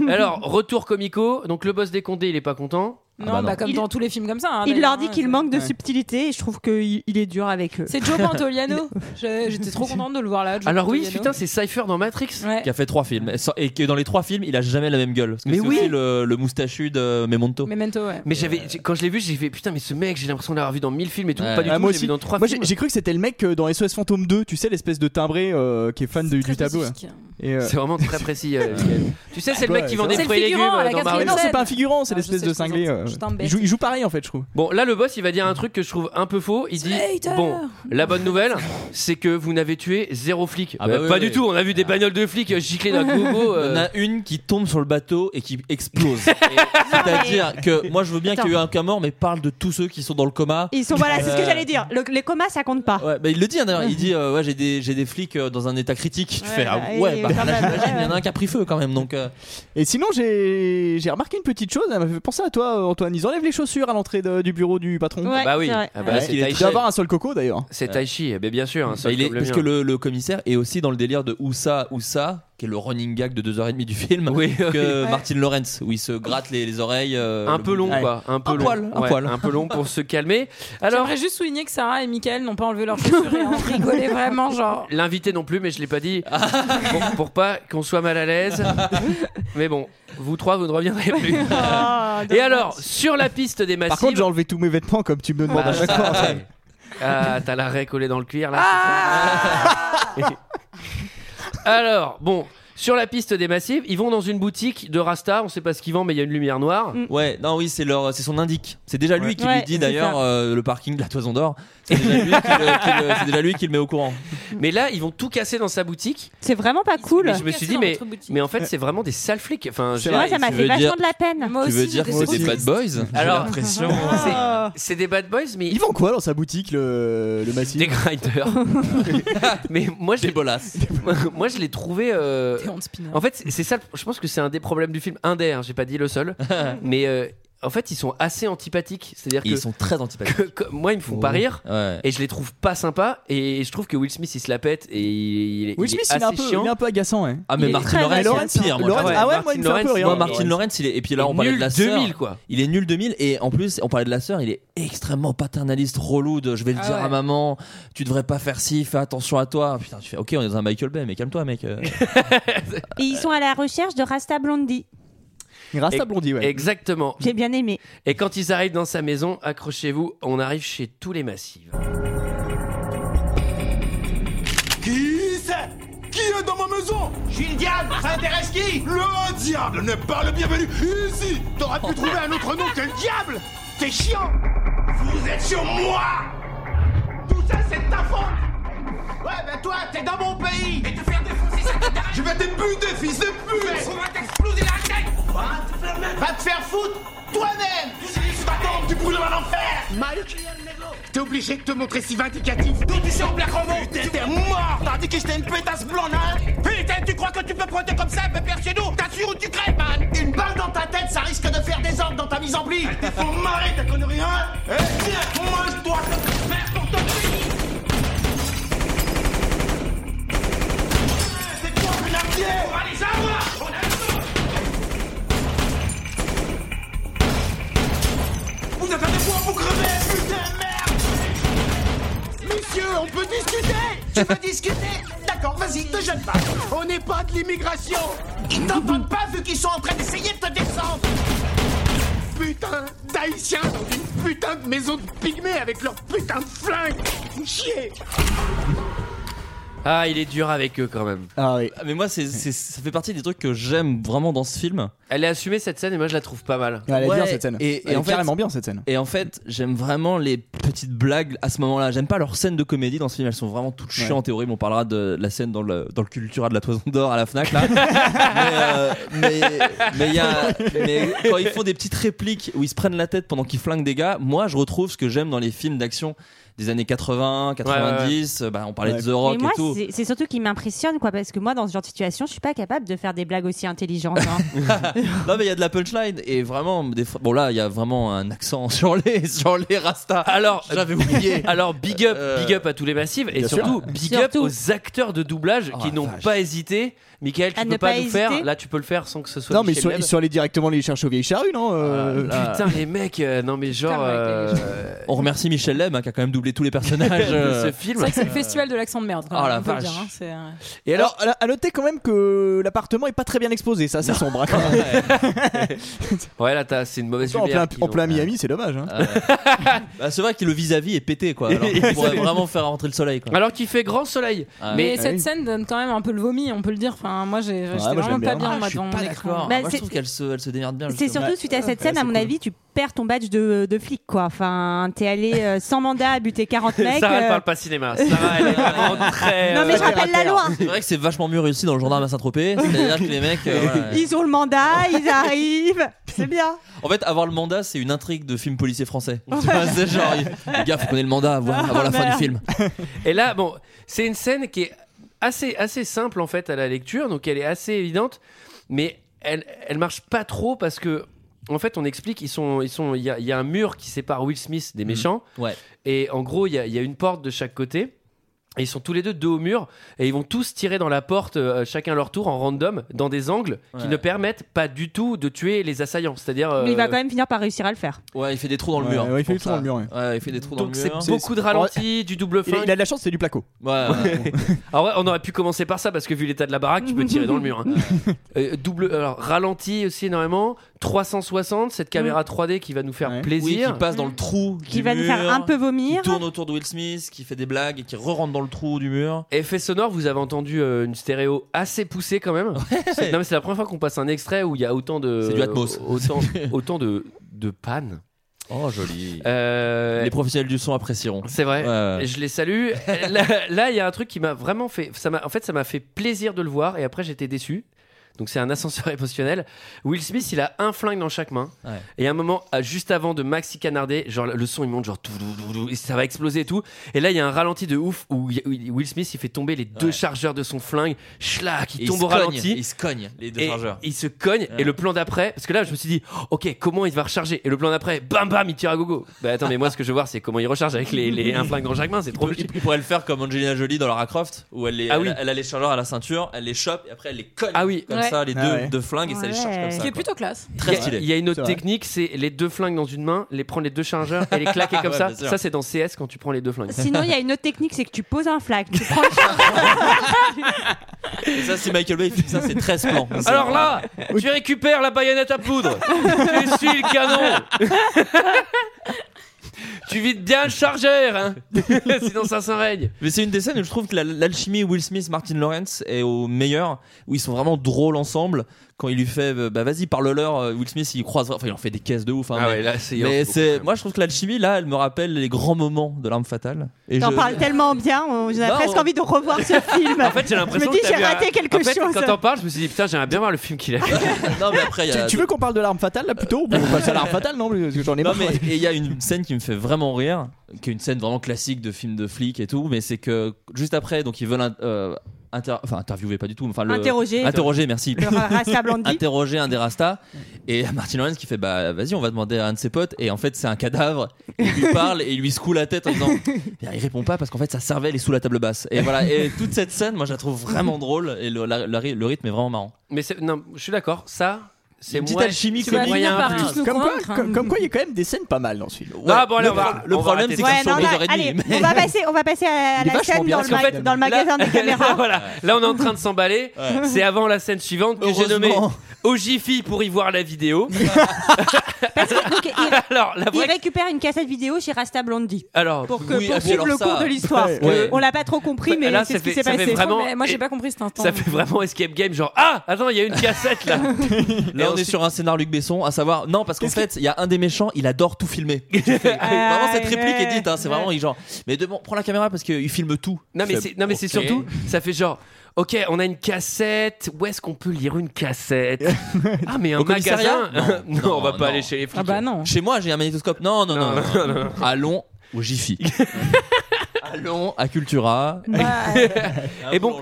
S1: Alors, retour comico. Donc, le boss des Condés, il est pas content.
S9: Non,
S3: bah non.
S9: bah, comme
S6: Il-
S9: dans tous les films comme ça. hein,
S6: Il
S9: d'ailleurs,
S6: leur dit
S9: hein,
S6: qu'il
S9: c'est-
S6: manque de
S7: Ouais.
S6: subtilité et je trouve qu'il il est dur avec eux.
S9: C'est Joe Pantoliano. Je- J'étais trop contente de le voir là. Joe
S1: Alors, oui, putain,
S9: Pantoliano.
S1: c'est Cypher dans Matrix.
S9: Ouais.
S3: Qui a fait trois films. Et sans- Et que dans les trois films, il a jamais la même gueule. Parce que
S1: Mais
S3: c'est
S1: oui.
S3: aussi le, le moustachu de Memento.
S9: Memento, ouais.
S1: Mais j'avais, j'ai- quand je l'ai vu, j'ai fait putain, mais ce mec, j'ai l'impression de l'avoir vu dans 1000 films et tout.
S3: Ouais.
S1: Pas du
S7: Ah,
S1: tout,
S7: moi
S1: j'ai vu
S7: aussi.
S1: dans 3
S7: Moi j'ai
S1: films.
S7: j'ai cru que c'était le mec euh, dans SOS Fantôme 2, tu sais, l'espèce de timbré euh, qui est fan de-
S9: Très
S7: du tableau. là.
S9: spécifique.
S7: Et, euh,
S1: C'est vraiment très précis. euh, Mickaël. tu sais, c'est le
S7: Ouais,
S1: mec qui
S7: c'est
S1: vend
S7: vrai.
S1: des
S9: C'est le
S1: fruits et légumes
S9: figurant à la
S1: euh, dans
S9: quatrième
S1: Mario.
S7: non, c'est
S9: scène.
S7: pas un figurant, c'est
S9: Bah Ah, je
S7: l'espèce
S9: sais,
S7: de
S9: je
S7: cinglé.
S9: plaisante,
S7: euh,
S9: je t'embête.
S7: Il joue, il joue pareil en fait, je trouve.
S1: Bon, là, le boss, il va dire un truc que je trouve un peu faux. Il dit
S9: Traitor.
S1: Bon, la bonne nouvelle, c'est que vous n'avez tué zéro flic.
S3: Ah
S1: Bah,
S3: bah oui,
S1: pas
S3: oui.
S1: du tout, on a vu des bagnoles de flics gicler d'un gogo.
S3: Il y en
S1: euh,
S3: a une qui tombe sur le bateau et qui explose. Et C'est-à-dire que moi je veux bien qu'il y ait eu un cas mort, mais parle de tous ceux qui sont dans le coma.
S6: Ils sont voilà, c'est ce que
S3: Euh.
S6: j'allais dire. Le- les comas ça compte pas.
S3: Ouais, bah, il le dit hein, d'ailleurs. Il dit euh, ouais j'ai des j'ai des flics euh, dans un état critique. Tu
S6: Ouais,
S3: fais ah,
S6: bah,
S3: ouais
S6: et
S3: bah, là,
S6: quand même,
S3: j'imagine,
S6: ouais,
S3: il y en a un qui a pris feu quand même donc. euh,
S7: Et sinon, j'ai j'ai remarqué une petite chose, elle m'a fait penser à toi, euh, Antoine. Ils enlèvent les chaussures à l'entrée de- du bureau du patron.
S6: Ouais,
S1: bah oui,
S6: c'est vrai.
S1: Ah bah,
S7: Ouais.
S1: c'est
S7: Il
S1: Tai
S7: est
S1: Chi.
S7: d'avoir un seul coco d'ailleurs.
S1: C'est Tai Chi, mais bien sûr. hein,
S3: Bah,
S1: sauf
S3: il est,
S1: comme le
S3: parce
S1: mien.
S3: que le, le commissaire est aussi dans le délire de où ça, où ça, qui est le running gag de 2h30 du film,
S1: Oui, oui.
S3: que Martin Lawrence, où il se gratte les, les oreilles. euh,
S1: un
S3: le
S1: peu
S3: bout-
S1: long,
S7: Ouais.
S1: quoi. Un peu
S3: Un
S1: long.
S3: poil, un
S1: Ouais,
S3: poil.
S1: un peu long pour se calmer. Alors,
S9: J'aimerais juste souligner que Sarah et Michael n'ont pas enlevé leurs chaussures et ont rigolé vraiment, genre.
S1: l'invité non plus, mais je l'ai pas dit pour, pour pas qu'on soit mal à l'aise. mais bon, vous trois, vous ne reviendrez plus.
S6: Oh,
S1: Et
S6: dommage.
S1: alors, sur la piste des massifs.
S7: Par contre, bah, j'ai enlevé tous mes vêtements comme tu me demandes à
S1: Ah,
S7: chaque
S1: ça,
S7: fois. en fait.
S1: ouais. Ah, t'as l'arrêt collé dans le cuir là. c'est ça Alors, bon, sur la piste des massifs, ils vont dans une boutique de Rasta, on sait pas ce qu'ils vendent, mais il y a une lumière noire.
S3: Ouais, non, oui, c'est leur, c'est son indique. C'est déjà lui qui
S6: Ouais,
S3: lui dit
S6: c'est
S3: d'ailleurs
S6: ça.
S3: euh, le parking de la Toison d'Or. C'est déjà, lui qui le- qui le- c'est déjà lui qui le met au courant.
S1: Mais là, ils vont tout casser dans sa boutique.
S6: C'est vraiment pas cool.
S1: mais je me suis dit, mais, mais en fait, c'est vraiment des sales flics. Enfin, je-
S3: vrai,
S6: Moi, ça m'a
S3: tu
S6: fait
S3: veux
S6: vachement
S3: dire-
S6: de la peine.
S9: Moi
S3: tu veux
S9: aussi,
S3: dire que c'est
S9: j'étais
S3: des
S9: trop
S3: bad
S9: triste.
S3: boys
S1: Alors-
S3: l'impression.
S1: c'est- c'est des bad boys, mais
S7: Ils vendent quoi dans sa boutique, le, le massif
S1: des grinders. mais moi, je,
S3: Des bolasses.
S1: moi, je l'ai trouvé. euh,
S9: T'es on spinner.
S1: En fait, c'est- c'est ça. Je pense que c'est un des problèmes du film. Un des, hein, j'ai pas dit le seul. mais euh, en fait, ils sont assez antipathiques. C'est-à-dire
S3: Et
S1: que,
S3: Ils sont très antipathiques.
S1: que- que- moi, ils me font
S7: Oh.
S1: pas rire.
S3: Ouais.
S1: Et je les trouve pas sympas. Et je trouve que Will Smith, il se la pète. Et il, il est- il
S7: Will
S1: est
S7: Smith, il est,
S1: assez
S7: un peu,
S1: chiant.
S7: il est un peu agaçant, ouais.
S3: Ah mais
S6: Il est
S3: Martin
S6: très
S3: Lawrence,
S7: Lawrence,
S3: c'est le pire. Moi,
S7: Lawrence-
S3: je trouve.
S7: ah ouais,
S1: Martin
S7: moi, il me fait un peu
S1: Lawrence,
S7: rire.
S3: Moi,
S1: Ouais,
S3: Martin
S1: ouais.
S3: Lawrence, il est. Et puis là, on parlait de la
S1: Nul
S3: sœur.
S1: 2000 quoi.
S3: Il est nul 2000 et en plus on parlait de la sœur, il est extrêmement paternaliste, relou de je vais le
S9: Ah
S3: dire
S9: ouais.
S3: à maman, tu devrais pas faire ci, fais attention à toi. Putain, tu fais OK, on est dans un Michael Bay, mais calme-toi mec. Euh,
S6: Et ils sont à la recherche de Rasta Blondie.
S7: Il reste à Blondie, ouais.
S1: Exactement.
S6: J'ai bien aimé.
S1: Et quand ils arrivent dans sa maison, accrochez-vous, on arrive chez tous les massifs.
S11: Qui c'est Qui est dans ma maison
S7: maison Je suis le diable Ça intéresse qui Le diable n'est pas le bienvenu ici T'aurais pu trouver un autre nom que le diable T'es chiant Vous êtes sur moi Tout ça, c'est de ta faute Ouais, ben toi, t'es dans mon pays Et te faire défoncer, ça te Je vais te buter, fils de pute On va t'exploser la tête Va te faire foutre toi-même Tu sais, va tomber, tu brûles en enfer Mike T'es obligé de te montrer si vindicatif D'où tu sais en plein roman T'étais mort Tandis que j'étais une pétasse blonde, hein Putain, tu crois que tu peux pointer comme ça, pépère chez nous T'assures où tu crèves, man Une balle dans ta tête, ça risque de faire des ordres dans ta mise en pli T'es faux marrer, t'as connerie, hein Eh, tiens, mange-toi Eh, Vous avez des points pour crever, putain de merde Monsieur, on peut discuter Tu veux discuter D'accord, vas-y, te gêne pas On n'est pas de l'immigration Ils t'entendent pas vu qu'ils sont en train d'essayer de te descendre Putain d'haïtiens dans une putain de maison de pygmées avec leur putain de flingue Chier
S1: Ah, il est dur avec eux quand même.
S13: Ah oui.
S3: Mais moi, c'est, c'est- ça fait partie des trucs que j'aime vraiment dans ce film.
S1: Elle est assumée cette scène et moi je la trouve pas mal.
S13: Elle est
S3: Ouais,
S13: bien cette scène.
S3: Et, et
S13: Elle est
S3: en fait-
S13: carrément bien cette scène.
S3: Et en fait, j'aime vraiment les petites blagues à ce moment-là. J'aime pas leurs scènes de comédie dans ce film. Elles sont vraiment toutes
S13: Ouais.
S3: chiantes et horribles. On parlera de la scène dans le, dans le Cultura de la Toison d'Or à la Fnac là. mais, euh, mais, mais il y a- mais quand ils font des petites répliques où ils se prennent la tête pendant qu'ils flinguent des gars, moi je retrouve ce que j'aime dans les films d'action des années 80, 90. euh, bah, on parlait de The Rock
S6: Mais moi,
S3: et tout.
S6: c'est- c'est surtout qui m'impressionne, quoi, parce que moi, dans ce genre de situation, je suis pas capable de faire des blagues aussi intelligentes. hein.
S3: non mais il y a de la punchline et vraiment des fois- bon là il y a vraiment un accent sur les sur les rastas. Alors j'avais oublié.
S1: Ah, euh, Alors big up, big up à tous les massifs et
S3: Bien sûr.
S1: surtout
S3: Ah.
S1: big
S3: Surtout.
S1: up aux acteurs de doublage
S3: Oh,
S1: qui
S3: la
S1: n'ont
S3: vache.
S1: pas hésité. Michael, tu
S6: À ne
S1: peux pas,
S6: pas
S1: nous faire.
S6: hésiter.
S1: Là, tu peux le faire sans que ce soit.
S13: Non, mais ils
S1: Michel
S13: sont,
S1: Ah Leb.
S13: ils sont allés directement les chercher au vieilles charrues, non euh, là.
S1: Putain, les mecs, euh, non mais genre. euh,
S3: On remercie Michel Lem hein, qui a quand même doublé tous les personnages euh,
S1: de ce film.
S9: C'est vrai que c'est le festival de l'accent de merde. quand
S3: Oh
S9: même,
S3: la
S9: on peut le
S3: vache.
S9: dire, hein, c'est, euh,
S13: Et alors, à- à noter quand même que l'appartement est pas très bien exposé, ça, c'est sombre. hein, quand même.
S1: Ouais, là, t'as- c'est une mauvaise
S13: En plein,
S1: lumière. qu'ils
S13: en
S1: ont.
S13: plein Miami, c'est dommage. hein.
S3: Bah, c'est vrai que le vis-à-vis est pété quoi. Alors, on pourrait vraiment faire rentrer le soleil quoi.
S1: Alors qu'il fait grand soleil.
S3: Ah,
S1: Mais
S9: Mais
S13: oui.
S9: cette scène donne quand même un peu le vomi, on peut le dire. Enfin, moi, j'ai, j'étais
S13: moi, je
S9: vraiment
S13: l'aime
S9: pas
S13: bien.
S9: bien,
S3: Ah,
S9: moi,
S3: je suis
S9: dans
S3: pas
S9: mon écran.
S3: d'accord.
S6: Bah,
S3: Moi, je
S6: c'est-
S3: trouve qu'elle se, elle se démerde bien.
S6: C'est
S3: justement.
S6: surtout suite à cette
S9: bah,
S13: ouais,
S6: scène, à
S13: c'est
S6: mon
S13: cool.
S6: avis, tu perds ton badge de, de flic, quoi. Enfin, t'es allé euh, sans mandat à buter 40 mecs.
S1: Sarah, elle
S6: euh,
S1: parle pas cinéma. Sarah, elle est vraiment très.
S6: Non, mais je
S1: euh,
S6: rappelle la loi.
S3: C'est vrai que c'est vachement mieux réussi dans le gendarme à Saint-Tropez. C'est-à-dire que les mecs. euh, voilà.
S6: Ils ont le mandat, ils arrivent. C'est bien.
S3: En fait, avoir le mandat, c'est une intrigue de film policier français. Tu vois, c'est genre, il- les gars, faut qu'on ait le mandat avant, avant la fin du
S6: Ah, merde.
S3: film.
S1: Et là, bon, c'est une scène qui est assez, assez simple en fait à la lecture, donc elle est assez évidente, mais elle, elle marche pas trop parce que. En fait, on explique, ils sont, ils sont, il y, a- il y a un mur qui sépare Will Smith
S3: Mhm.
S1: des méchants,
S3: Ouais.
S1: et en gros, il y a, il y a une porte de chaque côté, et ils sont tous les deux dos au mur, et ils vont tous tirer dans la porte, euh, chacun leur tour, en random, dans des angles qui
S3: Ouais.
S1: ne permettent pas du tout de tuer les assaillants. C'est-à-dire, euh,
S6: Mais il va quand même finir par réussir à le faire.
S3: Ouais, il fait des trous dans le
S13: Ouais,
S3: mur.
S13: ouais, il fait
S3: pour
S13: des trous dans
S3: ça.
S13: le mur, ouais.
S3: il fait des trous
S1: donc
S3: dans le
S1: c'est
S3: mur.
S1: beaucoup de ralentis, du double
S13: Il,
S1: flingue.
S13: il a de la chance, c'est du placo.
S3: Ouais, ouais.
S1: Alors ouais, on aurait pu commencer par ça parce que vu l'état de la baraque, tu peux tirer dans le mur. hein. Euh, double, alors ralenti aussi énormément, 360, cette caméra 3D qui va nous faire
S13: Ouais.
S3: Oui,
S1: plaisir.
S3: qui passe dans le trou.
S6: Qui
S3: du
S6: va nous faire
S3: mur,
S6: un peu
S3: Qui
S6: vomir.
S3: tourne autour de Will Smith, qui fait des blagues et qui re-rentre dans le trou du mur.
S1: Effet sonore, vous avez entendu euh, une stéréo assez poussée quand même. C'est- Non mais c'est la première fois qu'on passe un extrait où il y a autant de
S3: C'est du Atmos.
S1: autant, autant de de panne.
S3: Oh, joli.
S1: Euh,
S3: Les professionnels du son apprécieront.
S1: c'est vrai.
S3: Ouais, ouais.
S1: Je les salue. Là, là, il y a un truc qui m'a vraiment fait. Ça m'a, en fait, ça m'a fait plaisir de le voir et après, j'étais déçu. Donc, c'est un ascenseur émotionnel. Will Smith, il a un flingue dans chaque main.
S3: Ouais.
S1: Et à un moment, à- juste avant de Maxi canarder, genre le son il monte, genre tout, tout, tout, tout, et ça va exploser et tout. Et là, il y a un ralenti de ouf où il y a- où Will Smith, il fait tomber les deux
S3: Ouais.
S1: chargeurs de son flingue. Schlac, il
S3: Et
S1: tombe
S3: se
S1: au
S3: cognent,
S1: ralenti.
S3: Ils se cognent, les deux
S1: Et
S3: chargeurs.
S1: il se cogne
S3: Ouais.
S1: et le plan d'après parce que là je me suis dit oh, ok comment il va recharger et le plan d'après bam bam il tire à gogo bah attends mais moi ce que je veux voir c'est comment il recharge avec les, les un flingue dans chaque main c'est trop
S3: Il
S1: logique
S3: pourrait le faire comme Angelina Jolie dans Lara Croft, où elle, les,
S1: Ah
S3: elle-
S1: oui.
S3: elle, a les chargeurs à la ceinture, elle les chope et après elle les cogne.
S1: Ah oui.
S3: comme
S9: Ouais.
S3: ça, les deux
S13: Ah ouais.
S3: de flingues et ça les charge comme
S6: Ouais.
S3: ça.
S9: Ce qui est
S3: quoi.
S9: plutôt classe.
S3: très
S1: il y a-
S3: stylé.
S1: il y a une autre
S13: C'est vrai.
S1: technique c'est les deux flingues dans une main les prendre les deux chargeurs et les claquer comme
S3: Ouais,
S1: ça
S3: bien sûr.
S1: ça c'est dans CS quand tu prends les deux flingues
S6: Sinon, il y a une autre technique, c'est que tu poses un flag. Tu prends le
S3: Et ça, c'est Michael Bay, il fait ça, c'est 13 plans. C'est-
S1: alors là tu récupères la baïonnette à poudre tu essuies le canon Tu vides bien le chargeur, hein Sinon, ça s'enrègne.
S3: Mais c'est une des scènes où je trouve que la- l'alchimie Will Smith-Martin Lawrence est au meilleur, où ils sont vraiment drôles ensemble. Quand il lui fait, euh, bah vas-y, parle-leur, euh, Will Smith, il croise, enfin, il en fait des caisses de ouf. hein,
S1: Ah
S3: mais-
S1: ouais, là, c'est-
S3: Mais
S1: beaucoup,
S3: c'est, moi, je trouve que l'alchimie, là, elle me rappelle les grands moments de l'arme fatale. Et
S6: T'en
S3: je-
S6: parles tellement bien, on on a
S3: Non.
S6: presque envie de revoir ce film.
S1: En fait, j'ai l'impression
S6: Je me
S1: que
S6: dis,
S1: t'as
S6: j'ai
S1: vu un-
S6: raté quelque
S1: en fait,
S6: chose.
S1: Quand t'en parles, je me suis dit, putain, j'aimerais bien voir le film qu'il a fait.
S3: non, mais après, il y a-
S7: Tu, tu veux qu'on parle de l'arme fatale là plutôt Bon, On passe à l'arme fatale non Parce que j'en ai
S3: Non
S7: marre.
S3: mais et il y a une scène qui me fait vraiment rire, qui est une scène vraiment classique de film de flic et tout, mais c'est que juste après, donc ils veulent in- euh, inter- enfin interviewer pas du tout, mais enfin le-
S6: Interroger.
S3: interroger, merci,
S6: Le Rasta Blondie.
S3: interroger un des Rasta et Martin Lawrence qui fait bah vas-y on va demander à un de ses potes et en fait c'est un cadavre, il lui parle et il lui secoue la tête en disant Bien, il répond pas parce qu'en fait sa cervelle est sous la table basse et voilà et toute cette scène moi je la trouve vraiment drôle et le, la- la- le rythme est vraiment marrant.
S1: Mais c'est- non, je suis d'accord, ça, c'est
S3: Une petite
S1: moins-
S3: alchimie
S1: c'est
S3: comique.
S1: moyen
S3: Par
S1: plus.
S3: tous nous
S7: comme, quoi,
S3: convaincre, hein.
S7: comme, comme quoi, il y a quand même des scènes pas mal dans ce film.
S1: Ah, bon, allez,
S7: le,
S1: on va-
S7: pro- le
S1: on va
S7: problème,
S1: arrêter
S7: c'est
S1: de
S7: qu'ils
S1: faire
S7: sont
S1: ça.
S7: deux heures et demie,
S6: Allez,
S7: mais-
S6: on va passer, on va passer à
S7: Il
S6: la
S7: est vachement
S6: scène
S7: bien,
S6: dans
S7: ce
S6: le,
S7: film.
S6: ma-
S7: En fait-
S6: dans le magasin des caméras.
S1: voilà, là on est en train de s'emballer.
S3: Ouais.
S1: C'est avant la scène suivante que j'ai
S3: Heureusement.
S1: nommé Ogifi pour y voir la vidéo.
S6: Donc, il,
S1: Alors, la
S6: il
S1: vraie.
S6: récupère une cassette vidéo chez Rasta Blondie.
S1: Alors,
S6: Pour, que,
S3: Oui,
S6: pour
S3: ah,
S6: suivre
S3: alors
S6: le
S3: ça.
S6: cours de l'histoire.
S3: Ouais.
S6: Parce que
S3: Ouais.
S6: On l'a pas trop compris, mais
S1: Là,
S6: c'est
S1: ça
S6: ce qui
S1: fait-
S6: s'est
S1: ça fait
S6: passé.
S1: vraiment-
S9: Mais moi, j'ai
S1: Et-
S9: pas compris cet instant.
S1: ça fait vraiment escape game, genre ah attends il y a une cassette là.
S3: Là, on est sur un scénar Luc Besson, à savoir, non, parce qu'en fait, il y a un des méchants, il adore tout filmer. Tu fais- vraiment, cette réplique est dite, hein, c'est vraiment, il genre, mais de, bon, prends la caméra parce qu'il filme tout.
S1: Non mais c'est non mais c'est
S3: Ok.
S1: surtout ça fait genre ok on a une cassette où est-ce qu'on peut lire une cassette ah mais un
S3: Au
S1: magasin
S3: commissariat Non,
S1: non, on va
S3: non,
S1: pas
S3: non.
S1: aller chez les flics.
S9: Ah bah non.
S3: Chez moi, j'ai un magnétoscope. Non, non, non,
S1: Non,
S3: non, non. allons au Jiffy. allons à Cultura.
S9: Bah,
S1: Et bon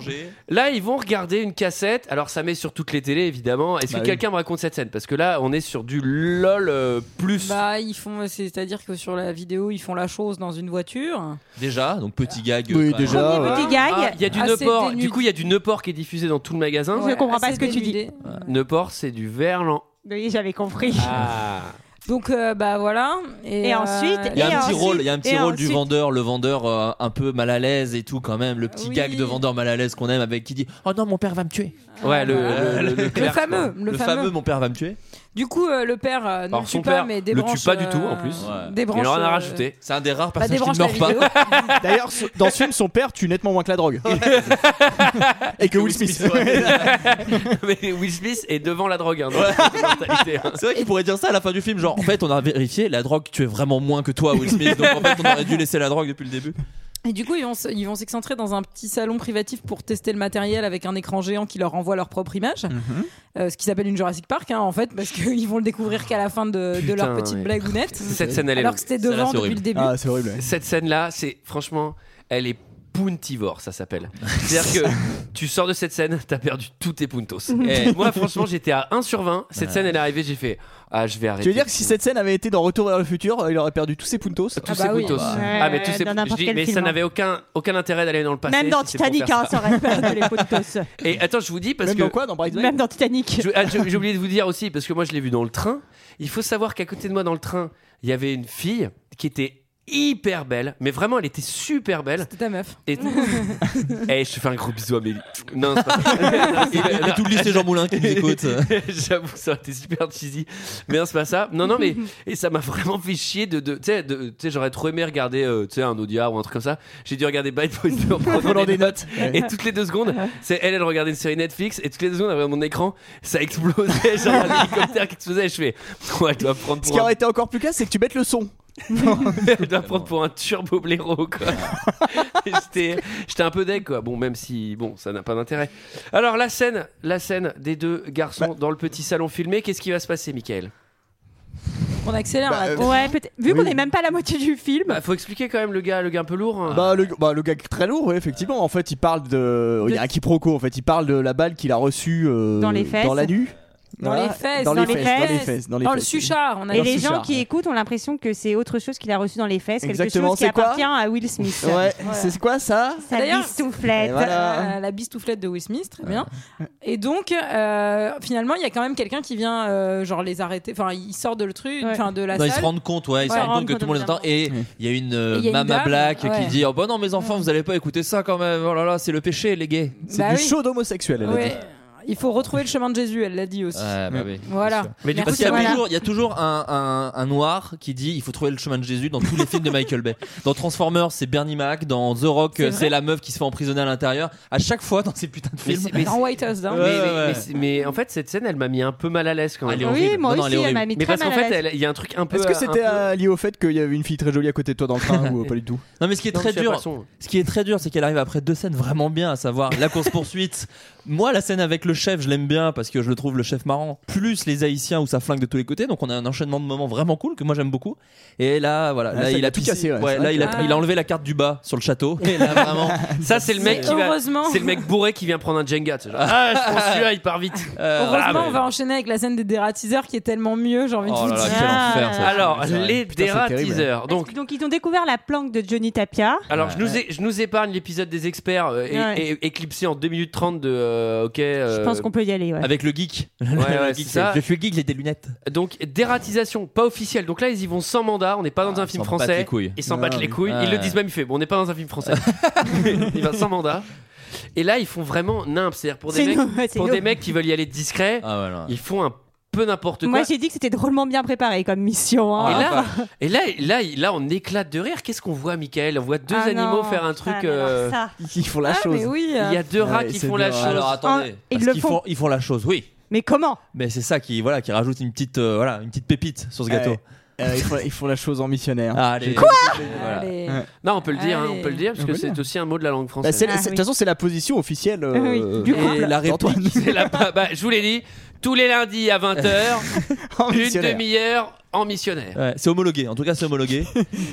S1: là ils vont regarder une cassette alors ça met sur toutes les télés évidemment est-ce
S7: Bah
S1: que
S7: oui.
S1: quelqu'un me raconte cette scène parce que là on est sur du lol euh, plus
S9: bah, ils font, c'est-à-dire que sur la vidéo, ils font la chose dans une voiture.
S3: déjà, donc petit gag.
S7: Oui,
S3: quand même.
S7: déjà.
S6: Premier
S7: ouais.
S6: petit
S1: Ah,
S6: gag.
S1: il y a du
S9: Ah, c'est
S1: Neuport.
S9: dénudé.
S1: Du coup, il y a du Neuport qui est diffusé dans tout le magasin.
S6: Je comprends pas
S9: assez
S6: ce que tu dis.
S9: dénudé.
S1: Neuport, c'est du verlan.
S6: Oui, j'avais compris.
S9: Donc euh, bah voilà. Et,
S6: Et
S9: euh,
S6: ensuite,
S3: Il y a
S6: Et
S3: un petit
S6: ensuite-
S3: rôle, il y a un petit
S6: et
S3: rôle du
S6: ensuite-
S3: vendeur, le vendeur euh, un peu mal à l'aise et tout quand même, le petit
S9: Oui.
S3: gag de vendeur mal à l'aise qu'on aime avec qui dit "Oh non, mon père va me tuer."
S1: Ouais, le,
S3: Euh,
S1: le- le- le clerc, quoi.
S9: fameux, Ah. le,
S3: Le,
S9: fameux.
S3: fameux "Mon père va me tuer."
S9: Du coup, euh, le père euh, ne
S1: Alors,
S9: le tue
S1: son
S9: pas,
S1: père
S9: mais
S1: le
S9: débranche.
S1: tue pas du
S9: euh,
S1: tout, en plus.
S3: Ouais.
S9: Débranche.
S1: Il en a
S9: euh,
S1: rajouté.
S3: C'est un des rares
S9: Bah,
S3: personnages qui
S9: débranche
S3: ne
S9: la
S3: meurt pas.
S9: vidéo.
S7: D'ailleurs, ce- dans ce film, son père tue nettement moins que la drogue. Et que Will Smith.
S1: Mais Will Smith est devant la drogue. hein, dans cette mentalité, hein.
S3: C'est vrai qu'il pourrait dire ça à la fin du film, genre en fait on a vérifié, la drogue tu es vraiment moins que toi Will Smith, donc en fait on aurait dû laisser la drogue depuis le début.
S9: Et du coup, ils vont se- ils vont s'excentrer dans un petit salon privatif pour tester le matériel avec un écran géant qui leur envoie leur propre image,
S1: Mhm.
S9: Euh, ce qui s'appelle une Jurassic Park hein, en fait, parce qu'ils vont le découvrir qu'à la fin de, de leur
S1: Putain,
S9: petite
S1: oui.
S9: blagounette.
S1: Cette scène, elle est
S9: Alors
S1: longue.
S9: que c'était
S3: Celle-là,
S9: devant
S3: c'est
S9: depuis
S3: horrible.
S9: le début.
S7: Ah, c'est horrible. ouais.
S1: Cette scène-là, c'est franchement, elle est puntivore, ça s'appelle. C'est-à-dire que tu sors de cette scène, t'as perdu tous tes puntos. Et moi, franchement, j'étais à 1 sur 20. Cette scène, elle est arrivée, j'ai fait Ah, je vais arrêter.
S7: Tu veux dire que si cette scène avait été dans Retour vers le futur, euh, il aurait perdu tous ses puntos
S1: tous
S9: Ah
S1: ces
S9: bah oui.
S1: puntos.
S6: Ouais,
S1: ah, mais tous
S6: dans
S1: ces
S6: n'importe
S1: je dis,
S6: quel
S1: Mais
S6: film,
S1: ça
S6: hein.
S1: n'avait aucun, aucun intérêt d'aller dans le passé.
S6: Même dans
S1: si c'est pour
S6: Titanic,
S1: faire
S6: hein, ça aurait perdu les potos.
S1: ça. Et attends, je vous dis parce
S7: Même
S1: que.
S7: dans quoi Dans Bridesmaid
S6: Même dans Titanic.
S1: Je- ah, je- J'ai oublié de vous dire aussi, parce que moi je l'ai vu dans le train. Il faut savoir qu'à côté de moi dans le train, il y avait une fille qui était hyper belle, mais vraiment elle était super belle.
S9: C'était ta meuf.
S1: Et Eh, je te fais un gros bisou à Amélie. Non, c'est pas ça.
S3: Et, et tout le lycée Jean Moulin qui nous écoute.
S1: J'avoue, ça aurait été super cheesy. Mais non, c'est pas ça. Non, non, mais et ça m'a vraiment fait chier de. de tu sais, de- tu sais, j'aurais trop aimé regarder euh, tu sais, un Audiard ou un truc comme ça. J'ai dû regarder Bad Boys 2 en prenant
S7: Prenant
S1: des
S7: des notes.
S1: et toutes les deux secondes, c'est elle, elle regardait une série Netflix, et toutes les deux secondes, elle regardait mon écran, ça explosait, genre un hélicoptère qui explosait, et je fais, oh, elle doit prendre
S7: Ce qui
S1: pour, un,
S7: aurait été encore plus classe, c'est que tu mettes le son.
S1: elle doit prendre pour un turbo blaireau, quoi. Et J'étais j'étais un peu deg, quoi. Bon, même si, bon, ça n'a pas d'intérêt. Alors, la scène, la scène des deux garçons dans le petit salon filmé, qu'est-ce qui va se passer, Michael
S9: On accélère. là.
S6: Ouais, peut-être. Vu qu'on
S7: Oui.
S6: est même pas à la moitié du film.
S1: Bah, faut expliquer quand même le gars, le gars un peu lourd. hein.
S7: Bah, le, bah, le gars très lourd, ouais, effectivement. En fait, il parle de. Il y a un quiproquo, en fait. Il parle de la balle qu'il a reçue euh,
S6: Dans les fesses.
S7: Dans la nuit.
S9: Dans les fesses,
S7: Dans
S6: dans
S7: les
S6: les
S7: fesses. Dans les
S6: fesses,
S7: fesses. Dans les
S9: Dans le
S7: fesses.
S9: suchard, on a
S6: Et
S7: Dans
S9: dit.
S6: les
S7: ce
S6: gens
S7: char.
S6: qui écoutent ont l'impression que c'est autre chose qu'il a reçu dans les fesses, quelque
S7: Exactement,
S6: chose qui
S7: c'est quoi
S6: appartient à Will Smith.
S7: Ouais, c'est quoi ça
S6: Sa
S9: D'ailleurs,
S6: bistoufflette.
S7: Et voilà.
S9: Euh, la bistouflette de Will Smith, très bien. Et donc, euh, finalement, il y a quand même quelqu'un qui vient, euh, genre, les arrêter. Enfin, il sort de le truc,
S6: Ouais.
S9: enfin, de la
S3: Non, ils se
S9: salle.
S3: rendent compte, ouais, ils
S9: Ouais,
S3: se rendent compte que
S6: rentre
S3: tout le monde les
S6: dedans.
S3: entend. Et il y a une
S9: Et il y a
S3: euh,
S9: une
S3: Mama
S9: dame,
S3: Black
S9: ouais.
S3: qui dit Oh bah non, mes enfants, vous allez pas écouter ça quand même. Oh là là, c'est le péché, les gays.
S7: C'est
S9: Bah
S7: du
S9: oui.
S7: show d'homosexuel, elle a dit.
S9: Ouais. Il faut retrouver le chemin de Jésus, elle l'a dit aussi.
S3: Ouais, bah oui,
S9: Voilà.
S3: Mais du coup,
S9: Merci,
S3: parce qu'il y a
S9: voilà.
S3: toujours, il y a toujours un, un- un noir qui dit il faut trouver le chemin de Jésus dans tous les films de Michael Bay. Dans Transformers, c'est Bernie Mac. Dans The Rock,
S9: C'est vrai
S3: c'est la meuf qui se fait emprisonner à l'intérieur. À chaque fois dans ces putains de
S1: Mais
S3: films.
S1: c'est- mais
S9: Dans
S1: c'est-
S9: White House, hein.
S1: Mais,
S9: Down.
S1: mais-
S7: Euh,
S1: mais c'est- mais en fait, cette scène, elle m'a mis un peu mal à l'aise quand même.
S3: Elle est Oui, horrible. moi Non, non, elle est aussi, elle m'a horrible.
S6: mis
S1: Mais
S6: très
S1: parce qu'en
S6: mal à
S1: fait,
S6: l'aise.
S1: elle- il y a un truc un peu.
S7: Est-ce
S1: un
S7: que c'était
S1: peu-
S7: euh, lié au fait qu'il y avait une fille très jolie à côté de toi dans le train ou euh, pas du tout
S3: Non mais ce qui est
S1: Non,
S3: très
S1: je suis
S3: dur,
S1: pas son.
S3: ce qui est très dur, c'est qu'elle arrive après deux scènes vraiment bien, à savoir la course poursuite. Moi, la scène avec le chef, je l'aime bien parce que je le trouve le chef marrant. Plus les Haïtiens où ça flingue de tous les côtés, donc on a un enchaînement de moments vraiment cool que moi j'aime beaucoup. Et là, voilà,
S7: Ah,
S3: là
S7: ça,
S3: il
S7: il
S3: a
S7: a tout
S3: pissé.
S7: cassé, ouais,
S3: Ouais,
S7: c'est
S3: là
S7: vrai
S3: il
S9: que-
S3: a, il a enlevé la carte du bas sur le château. Et là vraiment,
S1: Ça, c'est le mec
S9: Mais
S1: qui va.
S9: heureusement.
S1: C'est le mec bourré qui vient prendre un Jenga. tu sais, genre, ah, je prends celui-là, il part vite. Ah,
S3: euh,
S9: Heureusement,
S1: voilà,
S9: on va enchaîner avec la scène des dératiseurs qui est tellement mieux, j'ai envie
S3: Oh
S9: de
S3: là
S9: vous
S3: là,
S9: dire.
S3: quel
S6: Ah.
S3: enfer ça.
S1: Alors,
S3: C'est vrai.
S1: les
S7: Putain, c'est terrible.
S1: dératiseurs. Donc,
S6: Donc, ils ont découvert la planque de Johnny Tapia.
S1: Alors, je, nous ai- je nous épargne l'épisode des experts euh, et,
S6: Ouais.
S1: et- éclipsé en 2 minutes 30 de. euh, ok.
S6: Je
S1: euh,
S6: pense qu'on peut y aller. ouais.
S3: Avec le geek.
S1: ouais,
S3: Le geek,
S1: c'est ça.
S3: c'est- Je suis geek, j'ai des lunettes.
S1: Donc, dératisation, pas officielle. Donc là, ils y vont sans mandat. On n'est pas dans
S3: Ah,
S1: un film
S3: ils s'en battent les
S1: français.
S3: couilles.
S1: Ils s'en
S7: Ah,
S1: battent les
S7: oui.
S1: couilles. Ils
S3: Ouais.
S1: le disent même, il fait bon, on n'est pas dans un film français. il va sans mandat. Et là, ils font vraiment nimp. C'est-à-dire, pour, des
S6: C'est
S1: mecs,
S6: nous, ouais, c'est
S1: pour
S6: nous.
S1: des mecs qui veulent y aller discret,
S3: Ah voilà.
S1: ils font un peu n'importe quoi. Ah,
S6: Moi, j'ai dit que c'était drôlement bien préparé comme mission.
S1: et
S6: hein.
S1: là, et là, là, là, on éclate de rire. Qu'est-ce qu'on voit, Michael On voit deux
S6: Ah
S1: animaux
S6: non,
S1: faire un truc.
S6: putain, mais alors
S1: euh,
S6: ça.
S7: Ils font la
S9: Ah,
S7: chose.
S9: mais oui.
S6: euh. hein.
S1: il y a deux rats
S7: Ouais,
S1: qui
S7: c'est
S1: font la
S7: dur.
S1: chose.
S3: Alors attendez,
S6: Ah, ils
S3: parce
S6: le
S3: qu'ils
S6: font.
S3: font, ils font la chose, oui.
S6: Mais comment
S3: Mais c'est ça qui voilà qui rajoute une petite euh, voilà une petite pépite sur ce gâteau.
S7: Ouais. Euh, ils, font, ils font la chose en missionnaire.
S3: Ah, allez.
S7: Quoi
S3: Voilà.
S9: Allez.
S7: Ouais.
S1: Non, on peut le dire, hein,
S9: Allez.
S1: on peut le dire, parce
S7: On
S1: que
S7: peut le
S1: c'est
S7: dire.
S1: aussi un mot de la langue
S7: Bah,
S1: française.
S7: c'est la-
S6: Ah,
S7: c'est- De
S6: oui.
S7: toute façon, c'est la position officielle. euh,
S6: oui, du
S7: euh,
S6: couple.
S3: Et la
S7: d'Antoine.
S3: réplique.
S1: C'est la- bah, bah, je vous l'ai dit, tous les lundis à 20h,
S7: en
S1: une
S7: missionnaire.
S1: demi-heure en missionnaire.
S3: Ouais, c'est homologué, en tout cas c'est homologué.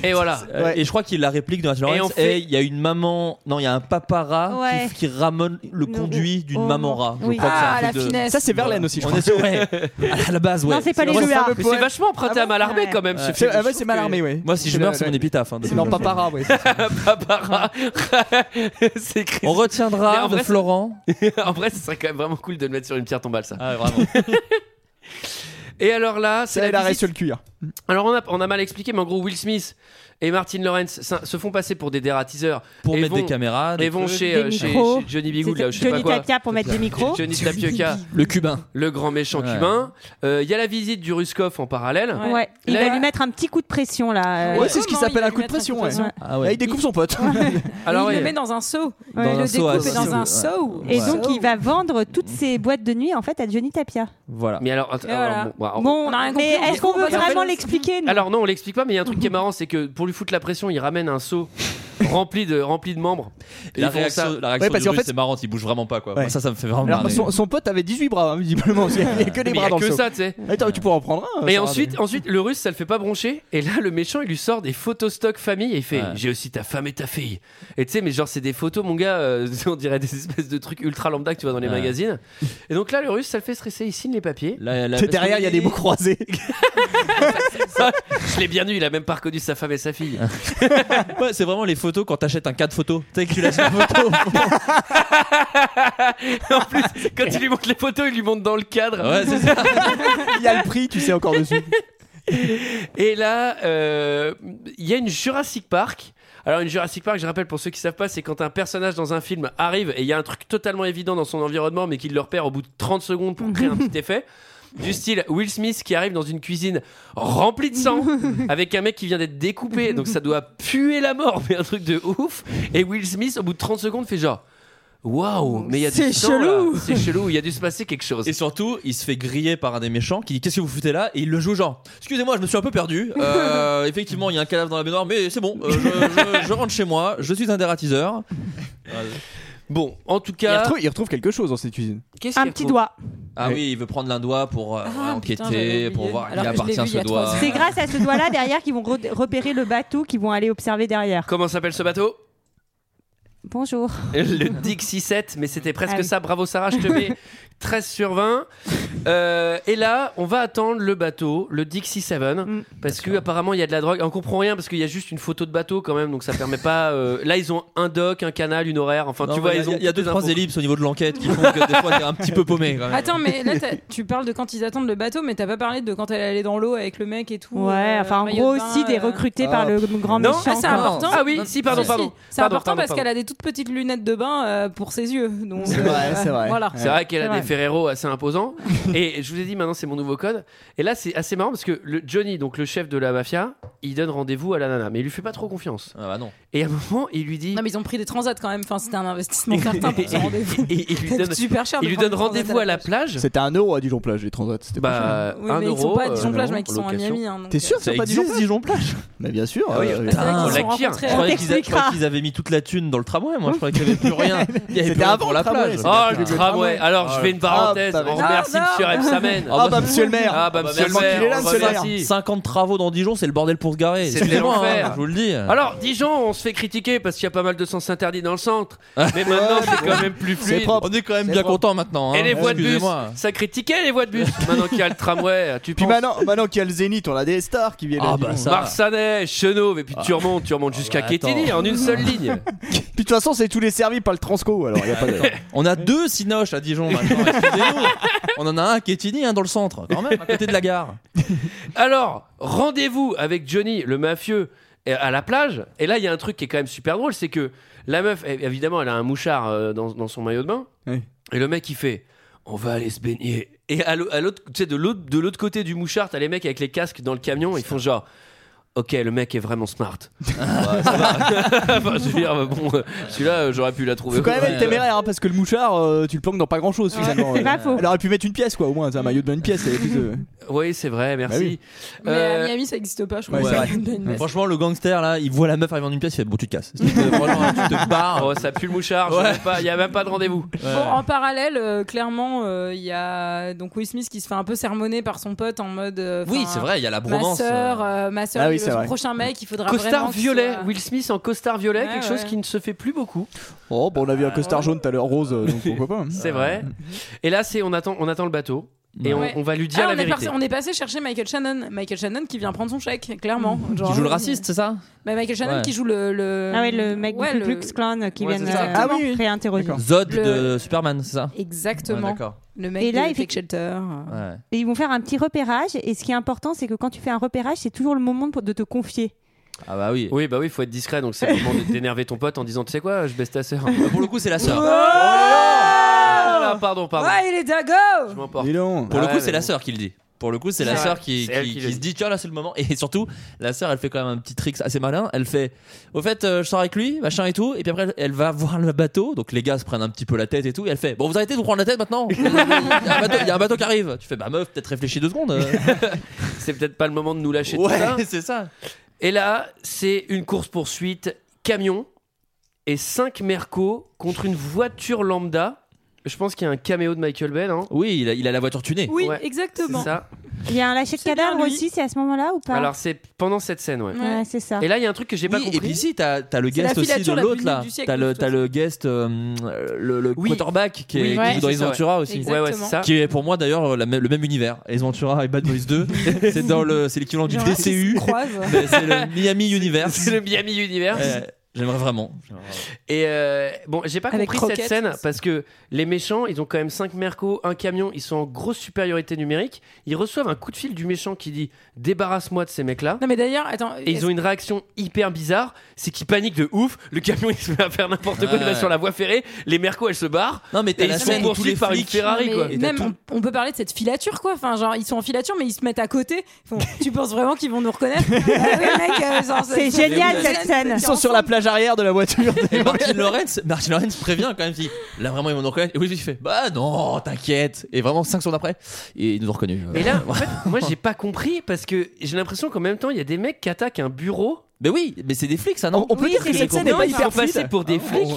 S1: Et voilà.
S3: Euh,
S7: Ouais.
S3: Et je crois qu'il la réplique dans la
S1: Et on
S3: Lawrence.
S1: fait-
S3: Et il y a une maman, non, il y a un papara
S6: Ouais.
S3: qui, qui ramène le
S6: Une-
S3: conduit d'une
S6: oh,
S3: maman
S6: non.
S3: rat. Je
S6: Oui.
S3: crois que c'est un
S9: Ah, la
S3: truc de-
S9: finesse.
S7: Ça, c'est Verlaine aussi, je
S3: On est
S7: crois.
S3: sur- ouais. À la base, ouais.
S6: Non, c'est pas les
S7: Moi,
S6: jeux.
S7: c'est un peu
S1: Mais
S7: poète.
S9: Ah,
S1: c'est vachement emprunté à Mallarmé quand même ce
S7: C'est
S1: film.
S7: ah ouais,
S1: Je
S7: c'est
S1: trouve
S7: mal
S1: que-
S7: armé, oui.
S3: Moi, si je meurs, c'est mon épitaphe. hein, de
S7: C'est
S3: toute
S7: dans
S3: façon.
S7: Papara, oui.
S1: Papara. c'est écrit.
S3: On
S1: Mais en
S3: retiendra de
S1: vrai, c'est-
S3: Florent.
S7: Oh.
S1: En vrai, ce serait quand même vraiment cool de le mettre sur une pierre tombale, ça.
S3: Ah, vraiment.
S1: Et alors là,
S7: Ça,
S1: c'est
S7: elle
S1: la
S7: arrête
S1: visite.
S7: sur le cuir.
S1: Alors on a, on a mal expliqué, mais en gros, Will Smith et Martin Lawrence se se font passer pour des dératiseurs.
S3: Pour
S1: Et
S3: mettre
S1: vont-
S3: des caméras. des
S1: Et vont
S3: trucs.
S1: chez,
S6: Ah, Des
S1: euh, chez-
S6: micros.
S1: chez Johnny Bigood, là, je sais pas
S6: Johnny
S1: quoi.
S6: Tapia pour mettre des micros.
S1: Johnny Tapioca,
S3: Le cubain.
S1: le grand méchant
S3: Ouais.
S1: cubain. Euh, Il y a la visite du Ruskov en parallèle.
S9: Ouais.
S6: Ouais. Il
S1: Là,
S6: va
S1: il-
S6: lui mettre un petit coup de pression là. euh,
S7: Ouais, c'est ce qui
S9: Comment il
S7: s'appelle
S9: va
S7: un
S9: lui
S7: coup de
S9: mettre un
S7: pression.
S9: coup de
S7: ouais.
S9: pression
S6: ouais.
S3: Ah
S7: Là,
S3: ouais.
S7: il découpe son pote.
S1: Alors,
S9: il
S1: ouais.
S9: le met dans un seau.
S6: Dans
S9: il
S3: un
S9: le
S3: seau à
S9: découpe
S3: six.
S9: dans un
S3: Ouais.
S9: seau.
S6: Et
S3: Ouais.
S6: donc, il va vendre toutes ses boîtes de nuit en fait à Johnny Tapia.
S3: Voilà.
S1: Mais alors, attends,
S9: Et voilà.
S1: alors, bon, bah, on-
S6: Bon,
S9: on a
S6: mais
S9: rien compris, on
S6: est-ce qu'on
S9: comprend
S6: veut
S9: pas.
S6: vraiment l'expliquer nous
S1: alors non, on l'explique pas, mais il y a un truc qui est marrant, c'est que pour lui foutre la pression, il ramène un seau rempli de rempli de membres. Et
S3: La
S1: ils font ça.
S3: réaction, la réaction
S7: Ouais, parce
S3: du
S7: qu'en
S3: russe,
S7: fait-
S3: c'est marrant, il bouge vraiment pas quoi.
S7: Ouais.
S3: Moi, Ça, ça me fait vraiment
S7: Alors,
S3: marrer.
S7: son, son pote avait 18 bras, hein, visiblement. aussi. Il n'y a que les
S1: Mais il y
S7: bras
S1: a
S7: dans
S1: que
S7: le seau. Ah,
S1: ça, tu sais.
S7: Attends, tu pourras en prendre un.
S1: Et
S7: Sarah,
S1: ensuite, ensuite, le russe, ça le fait pas broncher. Et là, le méchant, il lui sort des photos stock famille et il fait
S3: Ouais.
S1: J'ai aussi ta femme et ta fille. Et tu sais, mais genre, c'est des photos, mon gars, euh, on dirait des espèces de trucs ultra lambda que tu vois dans les
S3: Ouais.
S1: magazines. Et donc là, le russe, ça le fait stresser. Il signe les papiers.
S3: Là, là,
S7: C'est
S3: parce
S7: derrière,
S3: que-
S7: il y a des mots croisés.
S1: Je l'ai bien eu, il a même pas reconnu sa femme et sa fille.
S3: Ouais, c'est vraiment les photos quand t'achètes un de photos. Tu sais que tu lâches une photo.
S1: en plus, quand il lui montre les photos, il lui montre dans le cadre.
S3: ouais, c'est ça.
S7: Il y a le prix, tu sais, encore dessus.
S1: Et là, euh, il y a une Jurassic Park. Alors une Jurassic Park, je rappelle pour ceux qui savent pas, c'est quand un personnage dans un film arrive et il y a un truc totalement évident dans son environnement mais qu'il le repère au bout de 30 secondes pour créer un petit effet. Du style Will Smith qui arrive dans une cuisine remplie de sang avec un mec qui vient d'être découpé donc ça doit puer la mort mais un truc de ouf et Will Smith au bout de 30 secondes fait genre waouh mais il y a du
S9: C'est
S1: sang, là.
S9: chelou.
S1: c'est chelou il y a dû se passer quelque chose
S3: Et surtout, il se fait griller par un des méchants qui dit Qu'est-ce que vous foutez là Et il le joue genre Excusez-moi, je me suis un peu perdu. Euh, effectivement, il y a un cadavre dans la baignoire, mais c'est bon. euh, je, je- je rentre chez moi, je suis un dératiseur.
S1: bon en tout
S7: Il
S1: cas
S7: retrouve, il retrouve quelque chose dans cette cuisine.
S1: qu'est-ce
S6: Un
S1: qu'il
S6: petit
S1: retrouve
S6: doigt.
S3: Ah
S7: Oui.
S3: oui, il veut prendre l'un doigt pour euh,
S9: Ah,
S3: enquêter,
S9: putain, j'avais oublié.
S3: pour voir qui
S9: Alors que je l'ai
S3: appartient
S9: vu il y
S3: ce
S9: a
S3: doigt.
S9: trois ans.
S6: C'est grâce à ce doigt-là derrière qu'ils vont re- repérer le bateau qu'ils vont aller observer derrière.
S1: comment s'appelle ce bateau
S6: Bonjour.
S1: le Dixie 7, mais c'était presque
S6: Ah oui.
S1: ça. Bravo Sarah, je te mets 13 sur 20. Euh, et là, on va attendre le bateau, le Dixie 7, Mm. parce que apparemment il y a de la drogue. On comprend rien parce qu'il y a juste une photo de bateau quand même, donc ça permet pas. euh, Là, ils ont un doc, un canal, une horaire. Enfin,
S3: Non,
S1: tu
S3: mais
S1: vois,
S3: il y
S1: ils
S3: a-
S1: ont.
S3: il y a deux
S1: toutes les
S3: trois
S1: infos.
S3: ellipses au niveau de l'enquête qui font que des fois t'es un petit peu paumé. Quand même.
S9: Attends, mais là, t'as- tu parles de quand ils attendent le bateau, mais t'as pas parlé de quand elle allait dans l'eau avec le mec et tout.
S6: Ouais,
S9: euh,
S6: enfin, en
S9: maillot
S6: gros,
S9: de bain,
S6: si t'es
S9: euh.
S6: recruté par le grand
S1: Non,
S6: méchant.
S9: Ah, c'est
S6: quoi.
S9: important.
S1: Ah oui, si, pardon,
S9: Si,
S1: pardon.
S9: si. C'est
S1: Pardon,
S9: important
S1: pardon,
S9: parce
S1: pardon.
S9: qu'elle a des toutes petites lunettes de bain euh, pour ses yeux. donc,
S1: C'est
S9: euh,
S1: vrai,
S7: c'est vrai.
S9: Voilà.
S1: C'est vrai qu'elle a des Ferrero assez imposants. et je vous ai dit, maintenant, c'est mon nouveau code. Et là, c'est assez marrant parce que le Johnny, donc le chef de la mafia, il donne rendez-vous à la nana, mais il lui fait pas trop confiance.
S3: Ah bah non.
S1: Et à un moment, il lui dit.
S9: Non, mais ils ont pris des transats quand même. Enfin, c'était un investissement certain pour ce rendez-vous.
S1: Et- et il lui
S9: Ça coûte
S1: donne,
S9: super cher de
S1: il lui
S9: prendre
S1: donne
S9: le transat
S1: rendez-vous
S9: à
S1: à la plage.
S7: C'était un euro à Dijon Plage, les transats. C'était
S1: Bah, euh,
S7: pas cher.
S9: Oui, mais ils sont pas à Dijon Plage, mec, ils sont à Miami, hein, donc,
S7: T'es sûr que
S3: Ça
S7: c'est pas Dijon
S3: existe,
S7: Plage
S3: Dijon Plage
S7: Mais bien sûr.
S3: Ah oui,
S7: euh,
S3: putain, on
S9: qu'ils se
S3: l'a
S9: sont
S3: qui, hein.
S9: rencontrés.
S3: Je croyais qu'ils a- je
S6: t'expliquera.
S3: croyais qu'ils avaient mis toute la thune dans le tramway. Moi, je croyais qu'il n'y avait plus rien. Il y avait plus
S7: C'était
S3: rien
S7: avant
S3: pour
S7: le
S3: la Ah,
S7: tramway,
S3: plage.
S7: c'était
S1: Oh,
S7: avant
S1: le
S7: le
S1: tramway!
S7: tramway.
S1: Alors, je
S3: Ah,
S1: fais une parenthèse.
S7: bah,
S1: on
S7: bah,
S1: remercie
S9: non.
S1: monsieur Epsamen.
S7: Ah bah monsieur le maire
S1: Ah, bah, monsieur le
S7: Heureusement qu'il est
S1: maire.
S7: là,
S1: on
S7: monsieur le maire.
S1: remercie.
S3: 50 travaux dans Dijon, c'est le bordel pour se garer.
S1: C'était
S3: Excusez-moi,
S1: hein. l'enfer.
S3: hein, Je vous le dis.
S1: Alors, Dijon, on se fait critiquer parce qu'il y a pas mal de sens interdits dans le centre. Mais maintenant, c'est quand même plus
S7: Ah. C'est
S1: fluide.
S7: propre
S3: on est quand même
S7: C'est
S3: bien
S7: propre.
S3: content maintenant.
S1: Et
S3: hein.
S1: les voies de bus,
S3: Excusez-moi.
S1: ça critiquait les voies de bus. Maintenant qu'il y a le tramway, tu
S7: Puis
S1: penses
S7: maintenant, maintenant qu'il y a le Zénith, on a des stars qui viennent.
S3: Ah
S7: à
S3: bah,
S7: Dijon.
S3: ça.
S1: Marsanet, Chenauve, et
S7: Ah.
S1: puis tu remontes, tu remontes jusqu'à
S3: bah,
S1: Quétigny
S3: attends.
S1: en une seule ligne.
S7: Puis de toute façon, c'est tous les servis par le Transco, alors il y a pas de.
S3: On a deux Cinoches à Dijon maintenant. Excusez-nous. on en a un à Quétigny, un dans le centre, quand même, à côté de la gare.
S1: Alors, rendez-vous avec Johnny, le mafieux, et- à la plage. Et là, il y a un truc qui est quand même super drôle, c'est que la meuf, é- évidemment, elle a un mouchard euh, dans, dans son maillot de bain.
S7: Oui.
S1: Et le mec, il fait On va aller se baigner. Et à l'au- à l'autre, tu sais, de l'autre de l'autre côté du mouchard, t'as les mecs avec les casques dans le camion, ils font genre. Ok, le mec est vraiment smart. Enfin, je veux dire, bon, euh, celui-là, euh, j'aurais pu la trouver.
S7: Faut quand même
S1: Ouais.
S7: être téméraire, hein, parce que le mouchard, euh, tu le planques dans pas grand chose finalement.
S6: C'est pas faux.
S7: Elle aurait pu mettre une pièce, quoi, au moins, c'est un maillot de bain, une pièce. elle est plus, euh,
S1: Oui, c'est vrai,
S7: Bah
S1: merci.
S9: Mais
S1: Euh,
S9: à Miami, ça existe pas, je
S7: Ouais,
S9: crois.
S7: c'est
S3: vrai. Franchement, le gangster là, il voit la meuf arriver en une pièce, il fait bon, tu te casses. Tu te- franchement, tu te barres.
S1: oh, ça pue le mouchard, j'en ai pas- il n'y a même pas de rendez-vous.
S9: Bon, en parallèle, euh, clairement, euh, il y a donc Will Smith qui se fait un peu sermonner par son pote en mode. euh,
S3: Oui,
S9: enfin,
S3: c'est vrai, il y a la
S9: Ma
S3: Provence.
S9: sœur,
S3: euh,
S9: euh, ma sœur,
S7: Ah oui,
S9: le-
S7: c'est
S9: son
S7: vrai.
S9: prochain mec, il faudra
S1: Costard
S9: Ah, vraiment qu'il
S1: violet,
S9: soit-
S1: Will Smith en costard violet,
S9: Ouais,
S1: quelque chose
S9: ouais. Ah,
S1: qui ne se fait plus beaucoup.
S7: Oh, bon, on a vu un costard jaune tout à l'heure rose, euh, donc pourquoi pas. hein.
S1: C'est vrai. Et là, c'est on attend, on attend le bateau et
S9: Ouais.
S1: on, on va lui
S9: Ah,
S1: dire
S9: on,
S1: la
S9: est
S1: vérité.
S9: parti- on est passé chercher Michael Shannon. Michael Shannon qui vient prendre son chèque, clairement. Genre, euh,
S3: Qui joue le raciste, c'est ça
S9: Mais Michael Shannon
S3: Ouais.
S9: qui joue le. le-
S6: Ah ouais, le mec
S9: Ouais,
S6: du
S9: le-
S6: Ku Klux Klan qui
S1: Ouais,
S6: vient
S1: c'est ça.
S6: euh,
S7: Ah oui, oui.
S6: réinterroger.
S7: D'accord.
S3: Zod
S9: Le-
S3: de Superman, c'est ça Ouais,
S9: Exactement.
S3: D'accord. Ah,
S9: le mec
S6: Et là,
S9: de
S6: il fait-
S9: Fake Shelter.
S3: Ouais.
S6: Et ils vont faire un petit repérage. Et ce qui est important, c'est que quand tu fais un repérage, c'est toujours le moment pour- de te confier.
S3: Ah bah oui.
S1: Oui, bah oui, faut être discret. Donc c'est le moment de- d'énerver ton pote en disant, tu sais quoi, je baisse ta sœur. Oh
S3: Pour le coup, c'est la sœur.
S1: Ah, pardon, pardon.
S9: Oh Ouais, il est
S1: Je
S9: dago
S1: m'emporte.
S7: Dis donc.
S3: Pour
S1: Ah
S3: le coup,
S1: ouais,
S3: c'est
S1: mais
S3: la
S1: bon.
S3: sœur qui le dit. Pour le coup, c'est la
S1: C'est
S3: sœur
S1: vrai.
S3: qui,
S1: C'est elle
S3: qui-
S1: qui le
S3: qui se
S1: dit.
S3: dit tiens là c'est le moment et surtout la sœur elle fait quand même un petit trick assez malin elle fait au fait euh, je sors avec lui machin et tout et puis après elle- elle va voir le bateau donc les gars se prennent un petit peu la tête et tout et elle fait bon vous arrêtez de vous prendre la tête maintenant il y, a un bateau- il y a un bateau qui arrive tu fais bah meuf peut-être réfléchis deux secondes euh.
S1: C'est peut-être pas le moment de nous lâcher tout ça.
S3: ouais c'est ça
S1: Et là, c'est une course poursuite camion et 5 mercos contre une voiture lambda. Je pense qu'il y a un caméo de Michael Bay, non
S3: oui il a, il a la voiture tunée
S9: Oui,
S1: Ouais,
S9: exactement.
S1: C'est ça.
S6: Il y a un lâcher de
S9: C'est bien
S6: cadavre
S9: lui.
S6: aussi, c'est à ce moment-là ou pas
S1: Alors c'est pendant cette scène, ouais.
S6: Ouais, c'est ça.
S1: Et là, il y a un truc que j'ai pas
S3: Oui,
S1: compris.
S3: et puis si t'as t'as le
S9: C'est la
S3: guest aussi de
S9: filature la plus
S3: l'autre là
S9: nulle du siècle,
S3: t'as
S9: de
S3: le
S9: toute
S3: t'as le guest euh, le, le
S1: Oui.
S3: quarterback qui est,
S1: Oui,
S3: qui
S1: ouais.
S3: joue dans
S1: c'est
S3: les
S1: ça, ouais.
S3: Ventura aussi
S1: Ouais, ouais, c'est ça.
S3: qui est pour moi d'ailleurs la mê- le même univers. Ace Ventura et Bad Boys 2, c'est dans le c'est l'équivalent du
S9: Genre, ils se
S3: DCU,
S9: croisent.
S3: mais c'est le Miami Universe.
S1: C'est le Miami Universe.
S3: Euh, J'aimerais vraiment. J'aimerais vraiment.
S1: Et euh, bon, j'ai pas
S9: Avec
S1: compris
S9: Croquette,
S1: cette scène
S9: aussi.
S1: parce que les méchants, ils ont quand même 5 mercos, un camion, ils sont en grosse supériorité numérique. Ils reçoivent un coup de fil du méchant qui dit débarrasse-moi de ces mecs-là.
S9: Non, mais d'ailleurs, attends.
S1: Et ils ont une réaction hyper bizarre, c'est qu'ils paniquent de ouf. Le camion il se met à faire n'importe quoi,
S3: Ouais,
S1: il va
S3: ouais.
S1: sur la voie ferrée. Les mercos elles se barrent
S3: Non mais
S1: et
S3: t'as
S1: ils
S3: la
S1: sont
S3: scène où tous les
S1: poursuivis par une
S3: flics.
S1: Ferrari
S9: mais
S1: quoi.
S3: Et t'as
S9: même,
S3: tout-
S9: on, on peut parler de cette filature, quoi. Enfin, genre, ils sont en filature, mais ils se mettent à côté. Ils font, tu penses vraiment qu'ils vont nous reconnaître Ah ouais, mec, euh, genre,
S6: C'est génial, cette scène.
S7: Ils sont sur la plage arrière de la voiture.
S3: Et Martin Lawrence, Martin Lawrence prévient quand même dit là vraiment ils vont nous reconnaître. Et oui, il fait bah non, t'inquiète. Et vraiment 5 secondes après, ils nous ont reconnus.
S1: Et là, en fait, moi j'ai pas compris parce que j'ai l'impression qu'en même temps, il y a des mecs qui attaquent un bureau.
S3: mais oui, mais c'est des flics ça
S7: on,
S3: non
S7: on peut
S6: Oui,
S7: dire que
S6: c'est-
S7: cette
S1: Ils
S7: scène n'est pas
S1: ils sont
S7: hyper
S1: passés
S7: fluide.
S1: pour des flics,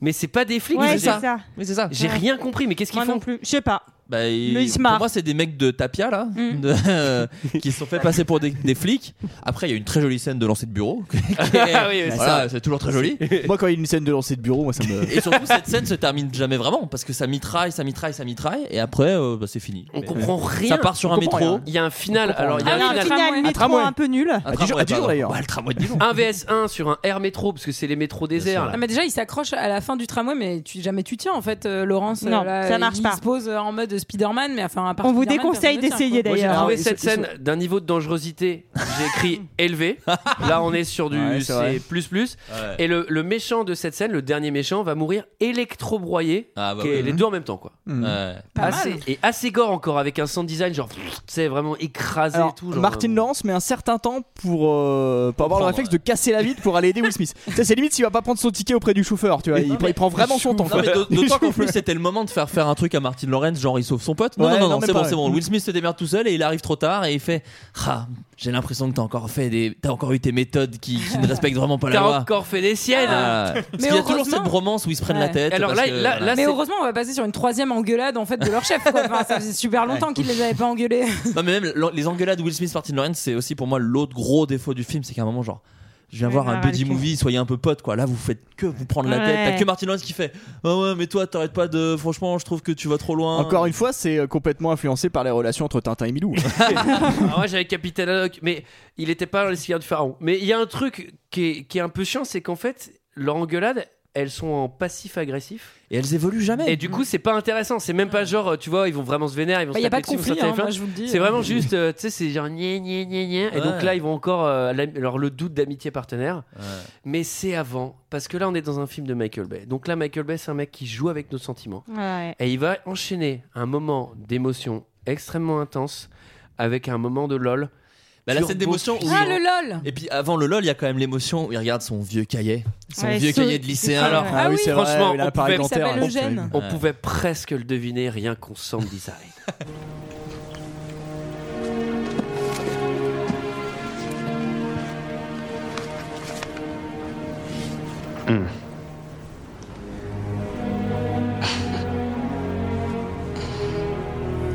S1: mais c'est pas des flics.
S6: Ah, ouais,
S1: je veux
S6: c'est
S1: dire.
S6: ça.
S3: Oui, c'est ça.
S1: J'ai
S6: Ouais.
S1: rien compris, mais qu'est-ce qu'ils
S6: Moi non
S1: font
S6: plus. Je sais pas.
S3: Bah, il-
S6: Mais il se
S3: pour
S6: marre.
S3: moi, c'est des mecs de Tapia là,
S6: Mm.
S3: de- euh, qui se sont fait passer pour des, des flics. Après, il y a une très jolie scène de lancer de bureau. qui est-
S7: Ah oui, oui,
S3: voilà,
S7: ça.
S3: c'est toujours très joli.
S7: Moi, quand il y a une scène de lancer de bureau, moi ça me.
S3: Et surtout, cette scène se termine jamais vraiment parce que ça mitraille, ça mitraille, ça mitraille, et après, euh, bah, c'est fini.
S1: On comprend rien.
S3: Ça part sur
S1: On
S3: un
S1: comprend
S3: métro.
S1: rien. Il y a un final.
S3: comprend
S1: Alors, il y a
S3: rien.
S1: un
S3: Ah,
S1: final.
S3: le final,
S6: métro
S1: tramway.
S6: un peu nul.
S3: Un tramway, pardon. Ouais, le tramway de Dijon.
S1: 1 vs 1 sur un R métro, parce que c'est les métros déserts. là.
S9: Ah, mais déjà, il s'accroche à la fin du tramway, mais tu, jamais tu tiens en fait, euh, Laurence.
S6: Non,
S9: euh, là,
S6: ça marche
S9: il
S6: pas.
S9: se pose euh, en mode Spider-Man, mais enfin, à part
S6: On vous
S9: Spider-Man,
S6: déconseille
S9: personne ne tient,
S6: d'essayer,
S9: quoi.
S1: Moi, j'ai
S6: D'ailleurs,
S1: trouvé
S6: ils
S1: cette
S6: sont- ils
S1: scène d'un niveau de dangerosité, j'ai écrit élevé. Là, on est sur du
S3: Ouais, c'est vrai.
S1: C++. Plus, plus.
S3: Ouais.
S1: Et le, le méchant de cette scène, le dernier méchant, va mourir électrobroyé.
S3: Ah, bah
S1: qui est
S3: oui.
S1: Les deux en même temps, quoi.
S7: Hmm.
S3: Ouais.
S9: Pas mal.
S1: Assez- et assez gore encore, avec un sound design, genre, c'est vraiment écrasé
S7: Alors,
S1: et tout. Genre, euh,
S7: Martin Lawrence met un certain temps pour, euh, pour avoir
S3: Comprendre,
S7: le réflexe de casser la vitre pour aller aider Will Smith. Ça, c'est limite s'il va pas prendre son ticket auprès du chauffeur, tu vois. Il,
S3: Non,
S7: prend- il prend vraiment son temps.
S3: Non, mais
S7: quoi.
S3: d'aut- d'autant qu'en
S7: Le
S3: plus, c'était le moment de faire faire un truc à Martin Lawrence, genre il sauve son pote. Non,
S7: Ouais,
S3: non, non,
S7: non,
S3: non,
S7: même
S3: c'est
S7: pas,
S3: bon, c'est
S7: ouais.
S3: bon. Will Smith se démerde tout seul et il arrive trop tard et il fait Ah, j'ai l'impression que t'as encore fait des. T'as encore eu tes méthodes qui, qui ne respectent vraiment pas la
S1: T'as
S3: loi.
S1: encore fait les siennes.
S3: Ah, parce qu'il y a toujours
S9: heureusement-
S3: cette romance où ils se prennent la
S9: Ouais.
S3: tête.
S1: Alors
S3: parce
S1: là-
S3: que,
S1: là-
S3: voilà.
S1: là,
S9: Mais
S1: c'est-
S9: heureusement, on va passer sur une troisième engueulade en fait de leur chef. quoi. Enfin, ça faisait super longtemps qu'ils les avaient pas engueulés.
S3: Non, mais même l'en- les engueulades Will Smith Martin Lawrence, c'est aussi pour moi l'autre gros défaut du film, c'est qu'à un moment genre je viens
S6: Ouais,
S3: voir
S6: bah,
S3: un buddy
S6: nickel.
S3: movie, soyez un peu pote quoi. Là vous faites que vous prendre la tête,
S6: Ouais.
S3: t'as que Martin Lawrence qui fait "Ah ouais, mais toi t'arrêtes pas de franchement, je trouve que tu vas trop loin."
S7: Encore une fois, c'est euh, complètement influencé par les relations entre Tintin et Milou.
S1: Ah, moi j'avais Capitaine Haddock, mais il était pas dans les cigares du pharaon. Mais il y a un truc qui est, qui est un peu chiant, c'est qu'en fait, leur engueulade, elles sont en passif-agressif.
S3: et elles évoluent jamais.
S1: Et du coup, c'est pas intéressant. C'est même pas genre, euh, tu vois, ils vont vraiment se vénérer, ils vont
S9: Il
S1: se
S9: n'y a pas
S1: taper
S9: de
S1: dessus, ils vont sortir
S9: conflit, hein,
S1: les
S9: moi
S1: fins.
S9: je vous le dis.
S1: C'est vraiment juste, euh, tu sais, c'est genre gna gna gna gna. Et donc
S3: Ouais.
S1: là, ils vont encore. euh, la- alors le doute d'amitié partenaire.
S3: Ouais.
S1: Mais c'est avant. Parce que là, on est dans un film de Michael Bay. Donc là, Michael Bay, c'est un mec qui joue avec nos sentiments.
S6: Ouais.
S1: Et il va enchaîner un moment d'émotion extrêmement intense avec un moment de lol.
S3: Bah, la scène d'émotion où
S9: Ah,
S3: ils-
S9: le lol
S3: Et puis avant le lol, il y a quand même l'émotion où il regarde son vieux cahier, son
S6: Ouais,
S3: vieux
S6: ce-
S3: cahier de lycéen.
S1: Alors,
S9: Ah oui,
S7: c'est
S1: franchement,
S7: il
S1: on
S7: a un appareil
S1: pouvait-
S9: il
S7: dentaire,
S9: s'appelle
S7: hein.
S9: Eugène.
S1: On
S3: Ouais.
S1: pouvait presque le deviner rien qu'on sente design.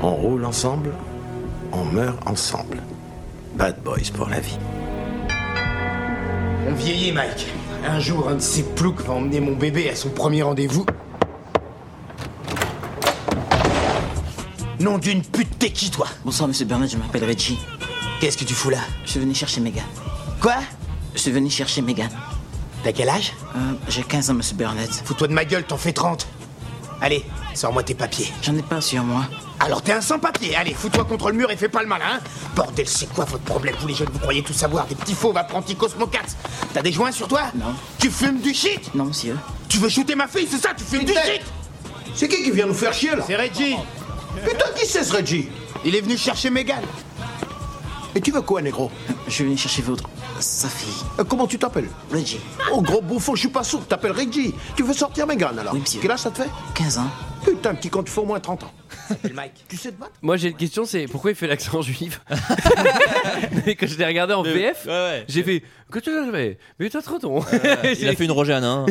S2: On roule ensemble, on meurt ensemble. Bad boys pour la vie.
S11: On vieillit, Mike. Un jour, un de ces ploucs va emmener mon bébé à son premier rendez-vous. Nom d'une pute, t'es qui, toi
S8: Bonsoir, monsieur Bernard, je m'appelle Reggie.
S11: Qu'est-ce que tu fous là
S8: Je suis venu chercher Megan.
S11: Quoi
S8: Je suis venu chercher Megan.
S11: T'as quel âge
S8: Euh, J'ai 15 ans, monsieur Burnett.
S11: Fous-toi de ma gueule, t'en fais 30. Allez, sors-moi tes papiers.
S8: J'en ai pas sur moi.
S11: Alors t'es un sans-papier, allez, fous-toi contre le mur et fais pas le malin. hein. Bordel, c'est quoi votre problème Vous les jeunes, vous croyez tout savoir, des petits fauves apprentis cosmocates. T'as des joints sur toi
S8: Non.
S11: Tu fumes du shit
S8: Non, monsieur.
S11: Tu veux shooter ma fille, c'est ça Tu fumes du shit
S2: C'est qui qui vient nous faire chier là
S11: C'est Reggie.
S2: Putain, qui c'est ce Reggie
S11: Il est venu chercher Megan.
S2: Et tu veux quoi, négro
S8: Euh, Je suis venu chercher votre... sa fille.
S2: Euh, Comment tu t'appelles
S8: Reggie.
S2: Oh, gros bouffon, je suis pas sourd, tu t'appelles Reggie. Tu veux sortir Megan alors
S8: Oui, monsieur.
S2: Quel âge ça te fait
S8: 15 ans.
S2: Putain, petit con, tu fais au moins 30 ans. Mike. Tu sais te battre
S1: Moi, j'ai une question, c'est pourquoi il fait l'accent juif Mais Quand je l'ai regardé en VF,
S3: Ouais, ouais.
S1: j'ai fait que tu l'as fait Mais t'as trop ton.
S3: Il a fait une Roger Hanin.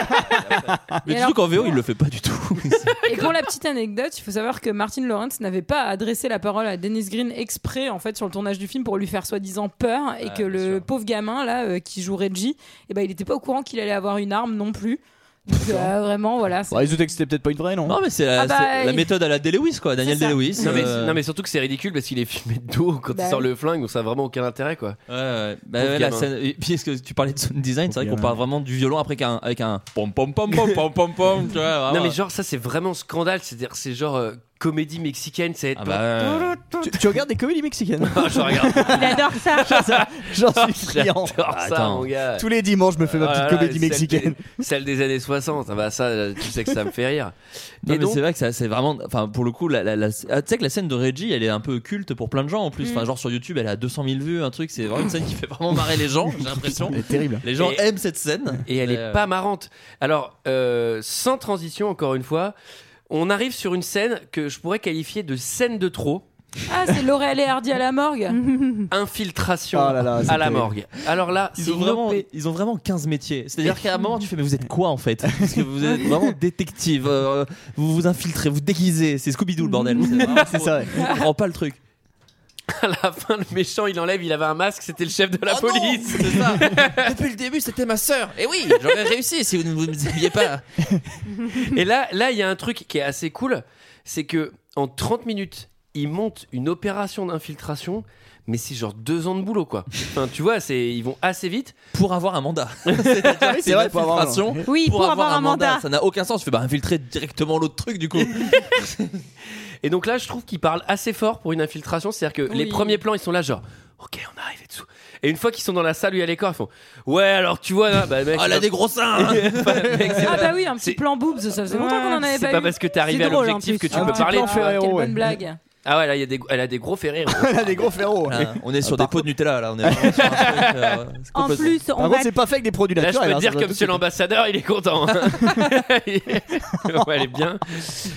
S3: euh, Mais
S9: Et
S3: surtout
S9: alors-
S3: qu'en VO, il le fait pas du tout.
S9: Et pour la petite anecdote, il faut savoir que Martin Lawrence n'avait pas adressé la parole à Dennis Green exprès en fait sur le tournage du film pour lui faire soi-disant peur et
S3: Ah,
S9: que
S3: bien
S9: le
S3: sûr.
S9: pauvre gamin là euh, qui joue Reggie, eh ben il était pas au courant qu'il allait avoir une arme non plus. Donc, euh, vraiment voilà, c'est-
S7: Bah, ils doutaient que c'était peut-être pas une vraie, non
S3: Non, mais c'est la,
S9: Ah bah,
S3: c'est la
S9: il-
S3: méthode à la Day-Lewis, quoi. Daniel
S9: C'est ça.
S3: Day-Lewis.
S1: Non mais,
S3: euh,
S1: non, mais surtout que c'est ridicule parce qu'il est filmé de dos quand
S9: Bah
S1: il sort
S9: oui.
S1: le flingue, donc ça a vraiment aucun intérêt quoi.
S3: Ouais, ouais. Bah,
S1: Pauvre
S3: ouais, la
S1: gamin.
S3: scène- Et puis, est-ce que tu parlais de sound design C'est vrai qu'on
S7: Pauvre gamin.
S3: parle vraiment du violon après qu'un- avec un pom pom pom pom pom pom pom. Tu vois, vraiment.
S1: Non mais genre ça c'est vraiment scandale, c'est-à-dire c'est genre euh, comédie mexicaine, c'est
S3: Ah bah, ouais.
S7: tu, tu regardes des comédies mexicaines
S1: je regarde.
S6: Il adore ça.
S7: J'en suis friand.
S1: J'adore ça
S3: Attends.
S1: mon gars.
S7: Tous les dimanches, je me fais ma petite
S1: Ah là là,
S7: comédie
S1: celle
S7: mexicaine.
S1: des- Celle des années 60, ah bah ça tu sais que ça me fait rire.
S3: Non,
S1: Et
S3: mais
S1: donc-
S3: c'est vrai que ça, c'est vraiment. Enfin, pour le coup, la, la- la- ah, tu sais que la scène de Reggie, elle est un peu culte pour plein de gens en plus.
S1: Mm.
S3: Enfin, genre sur YouTube, elle a 200 000 vues, un truc. C'est vraiment une scène qui fait vraiment marrer les gens, j'ai l'impression.
S7: Elle est terrible.
S3: Les gens
S1: Et-
S3: aiment cette scène.
S1: et elle
S3: Mais,
S1: est
S3: euh,
S1: pas marrante. Alors, euh, sans transition, encore une fois, on arrive sur une scène que je pourrais qualifier de scène de trop.
S9: Ah, c'est Laurel et Hardy à la morgue.
S1: Infiltration
S3: Ah là là, c'est
S1: à la
S3: terrible.
S1: morgue. Alors là,
S3: Ils
S1: c'est
S3: ont,
S1: une
S3: vraiment,
S1: OP.
S3: ils ont vraiment 15 métiers. C'est-à-dire qu'à un moment, tu fais, mais vous êtes quoi en fait Parce que vous êtes vraiment détective. euh, vous vous infiltrez, vous déguisez. C'est Scooby-Doo le
S1: Mm.
S3: bordel.
S7: C'est ça, ouais.
S3: On comprend pas le truc.
S1: À la fin, le méchant, il enlève, il avait un masque, c'était le chef de la
S3: Oh non,
S1: police.
S3: c'est ça. Depuis le début, c'était ma sœur. Et oui, j'aurais réussi si vous ne vous aviez pas.
S1: Et là, là, il y a un truc qui est assez cool, c'est que en 30 minutes, ils montent une opération d'infiltration, mais c'est genre deux ans de boulot, quoi. Enfin, tu vois, c'est ils vont assez vite
S3: pour avoir un mandat. C'est-à-dire que
S7: c'est
S3: une
S7: vrai, pour avoir un
S3: infiltration
S7: mandat.
S6: Oui, pour avoir un mandat.
S3: Ça n'a aucun sens. Tu fais bah, infiltrer directement l'autre truc du coup.
S1: Et donc là, je trouve qu'ils parlent assez fort pour une infiltration, c'est-à-dire que les
S9: Oui.
S1: premiers plans, ils sont là genre, ok, on arrive et dessous. Et une fois qu'ils sont dans la salle où il y a les corps, ils font, ouais, alors tu vois, là, bah, mec,
S9: Oh,
S3: Ah, elle a
S1: c'est
S3: des
S1: pas-
S3: gros seins. hein.
S1: Enfin, mec, c'est pas-
S9: Ah, bah oui, un petit
S1: C'est-
S9: plan boobs, ça faisait longtemps qu'on en avait
S1: c'est
S9: pas
S1: pas
S9: eu.
S1: parce que t'es arrivé
S9: Eh bah, C'est
S1: à
S9: drôle,
S1: l'objectif
S9: en
S1: que
S9: plus.
S1: tu
S9: Un
S1: peux
S9: petit
S1: parler,
S9: plan
S1: tu vois.
S9: Ferrero,
S7: Quelle
S9: ouais.
S7: bonne
S9: blague.
S1: Ah ouais, là, il y a des, elle a des gros hein. ferrés.
S7: Elle a des gros ferros. ouais.
S3: Ah, on est sur des pots de Nutella là. On est vraiment sur un truc, euh, c'est
S6: En
S3: complètement-
S6: plus, on
S7: Par
S6: va.
S7: contre, c'est pas fait avec des produits
S1: Là,
S7: naturels.
S1: je peux
S7: hein,
S1: te dire
S7: ça
S1: que
S7: doit
S1: monsieur
S7: tout-
S1: l'ambassadeur, il est content. hein. Ouais, elle est bien.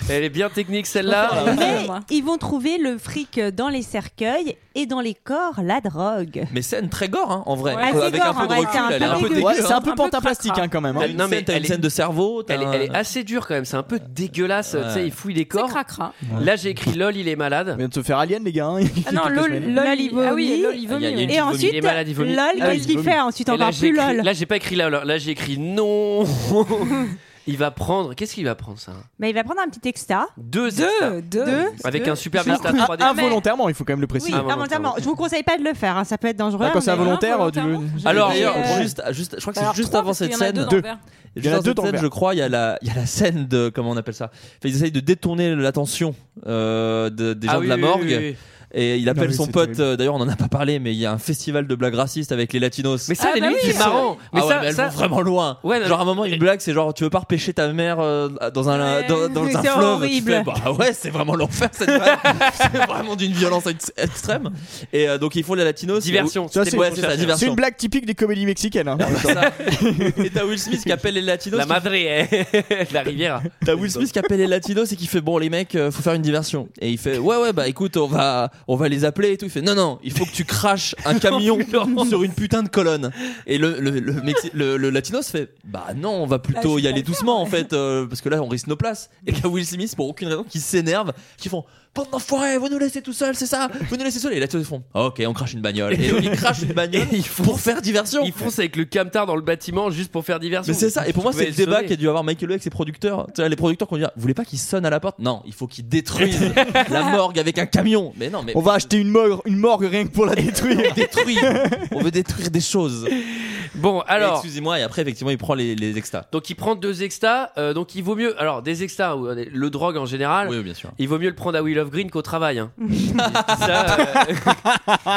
S1: Elle est bien technique celle-là.
S9: Mais-
S6: Ils vont trouver le fric dans les cercueils et dans les corps la drogue.
S3: Mais scène très gore hein, en vrai.
S9: Ouais,
S6: c'est
S3: Avec un
S6: gore,
S3: peu de
S6: en vrai,
S3: recul,
S6: c'est un
S3: elle est un
S6: peu
S3: peu
S6: dégueu.
S3: dégueu.
S7: Ouais, c'est
S3: hein.
S7: un peu
S9: Un peu
S7: pantin plastique
S9: cracra.
S7: hein, quand même. hein.
S3: T'as une
S1: Non, mais
S3: scène- t'as
S1: elle
S3: une
S1: est-
S3: scène de cerveau. t'as
S1: Elle est,
S3: un-
S1: elle est assez dure quand même, c'est un peu dégueulasse.
S3: Ouais.
S1: Tu sais, il fouille les
S9: C'est
S1: corps.
S9: cracra.
S1: Là, j'ai écrit LOL, il est malade.
S7: On vient de se faire alien, les gars. hein, il y a
S9: Ah non,
S7: quelques
S9: LOL,
S7: semaines.
S9: LOL,
S6: Lol,
S9: il-
S6: il
S9: Ah oui,
S6: vomit.
S3: Il y a-
S9: LOL, il
S3: il y
S1: une
S3: a
S1: petite
S6: Et
S9: vomit.
S1: vomit, il est
S6: ensuite,
S1: malade, il vomit.
S6: lol,
S7: Ah,
S6: qu'est-ce
S7: il
S6: qu'il
S7: vomit.
S6: fait ensuite
S1: Et là,
S6: encore
S1: j'ai
S6: plus
S1: écrit-
S6: lol
S1: là, j'ai pas écrit LOL. Là, j'ai écrit non. il va prendre. Qu'est-ce qu'il va prendre ça
S6: Mais il va prendre un petit extra.
S1: Deux. extras.
S9: Deux, deux.
S1: Avec un super
S7: Alors,
S1: vista
S7: ah,
S1: 3D.
S7: Involontairement, il faut quand même le
S6: Oui,
S7: préciser.
S1: Ah, volontairement.
S6: involontairement. Je vous conseille pas de le faire, hein, ça peut être dangereux.
S7: Ah, Quand c'est
S6: mais-
S9: volontaire.
S7: involontaire, tu veux.
S9: Involontairement.
S3: Alors,
S9: Et, euh,
S3: juste, juste, je crois que
S9: Alors,
S3: c'est juste
S9: trois,
S3: avant
S9: parce
S3: cette
S9: qu'il y en a
S3: scène.
S9: deux dans
S7: Deux.
S9: le verre.
S7: Il y en a
S3: Juste
S7: deux
S3: dans
S7: dans le
S3: cette scène,
S7: verre.
S3: je crois, il y, a la, il y a la scène de. Comment on appelle ça Enfin, Ils essayent de détourner l'attention euh, de- des gens
S1: Ah
S3: de
S1: oui,
S3: la
S1: oui,
S3: morgue.
S1: oui, oui.
S3: Et il
S7: Non,
S3: appelle
S7: mais
S3: son
S7: c'est
S3: pote,
S7: terrible.
S3: euh, d'ailleurs on en a pas parlé, mais il y a un festival de blagues racistes avec les latinos.
S1: Mais ça,
S9: Ah,
S1: les
S9: bah
S1: limites,
S9: oui,
S1: c'est
S9: ça-
S1: marrant.
S3: Ah
S1: Mais
S3: ouais,
S1: ça,
S3: mais elles
S1: ça-
S3: vont vraiment loin.
S1: Ouais, non,
S3: Genre à un moment,
S1: mais-
S3: une blague, c'est genre tu veux pas repêcher ta mère euh, dans un,
S9: Ouais,
S3: dans, dans
S6: mais
S3: un
S6: c'est
S3: fleuve. Tu
S6: horrible.
S3: fais, bah ouais, c'est vraiment l'enfer cette blague. c'est vraiment d'une violence ex- extrême. Et euh, donc ils font les latinos.
S1: diversion.
S7: Ça,
S1: c'était
S7: c'est-
S1: bon,
S3: Ouais,
S1: on
S3: c'est ça,
S1: cherche.
S3: diversion.
S7: C'est une blague typique des comédies mexicaines. hein.
S3: Ça. Et t'as Will Smith qui appelle les latinos.
S1: La
S3: qui
S1: Madre, eh, la rivière.
S3: T'as Will Smith qui appelle les latinos et qui fait bon les mecs euh, faut faire une diversion et il fait ouais ouais bah écoute on va on va les appeler et tout il fait non non il faut que tu craches un camion sur une putain de colonne et le le le, Mexi- le- le latino se fait bah non on va plutôt
S9: Bah, je
S3: y
S9: vais
S3: aller
S9: pas le
S3: doucement en fait euh, parce que là on risque nos places et t'as Will Smith pour aucune raison qui s'énerve qui font bande d'enfoirés vous nous laissez tout seuls c'est ça vous nous laissez seuls et les latinos font ok on crache une bagnole et ils crachent une bagnole pour faire diversion
S1: Ils foncent avec le camtar dans le bâtiment juste pour faire diversion.
S3: mais c'est ça, et pour moi,
S1: Tu
S3: c'est
S1: pouvais
S3: le débat
S1: sauver.
S3: qu'a dû avoir Michael Bay avec ses producteurs. Tu vois, les producteurs qui ont dit Vous voulez pas qu'ils sonnent à la porte Non, il faut qu'ils détruisent la morgue avec un camion. Mais non, mais
S7: On va acheter une morgue, une morgue rien que pour la détruire.
S3: détruire. On veut détruire des choses.
S1: Bon,
S3: Alors,
S1: alors.
S3: excusez-moi, et après, effectivement, il prend les, les extas.
S1: Donc il prend deux extas, euh, donc il vaut mieux. Alors des extas, ou, euh, le drogue en général,
S3: Oui, bien sûr.
S1: il vaut mieux le prendre à Will of Green qu'au travail. hein. Ça, euh,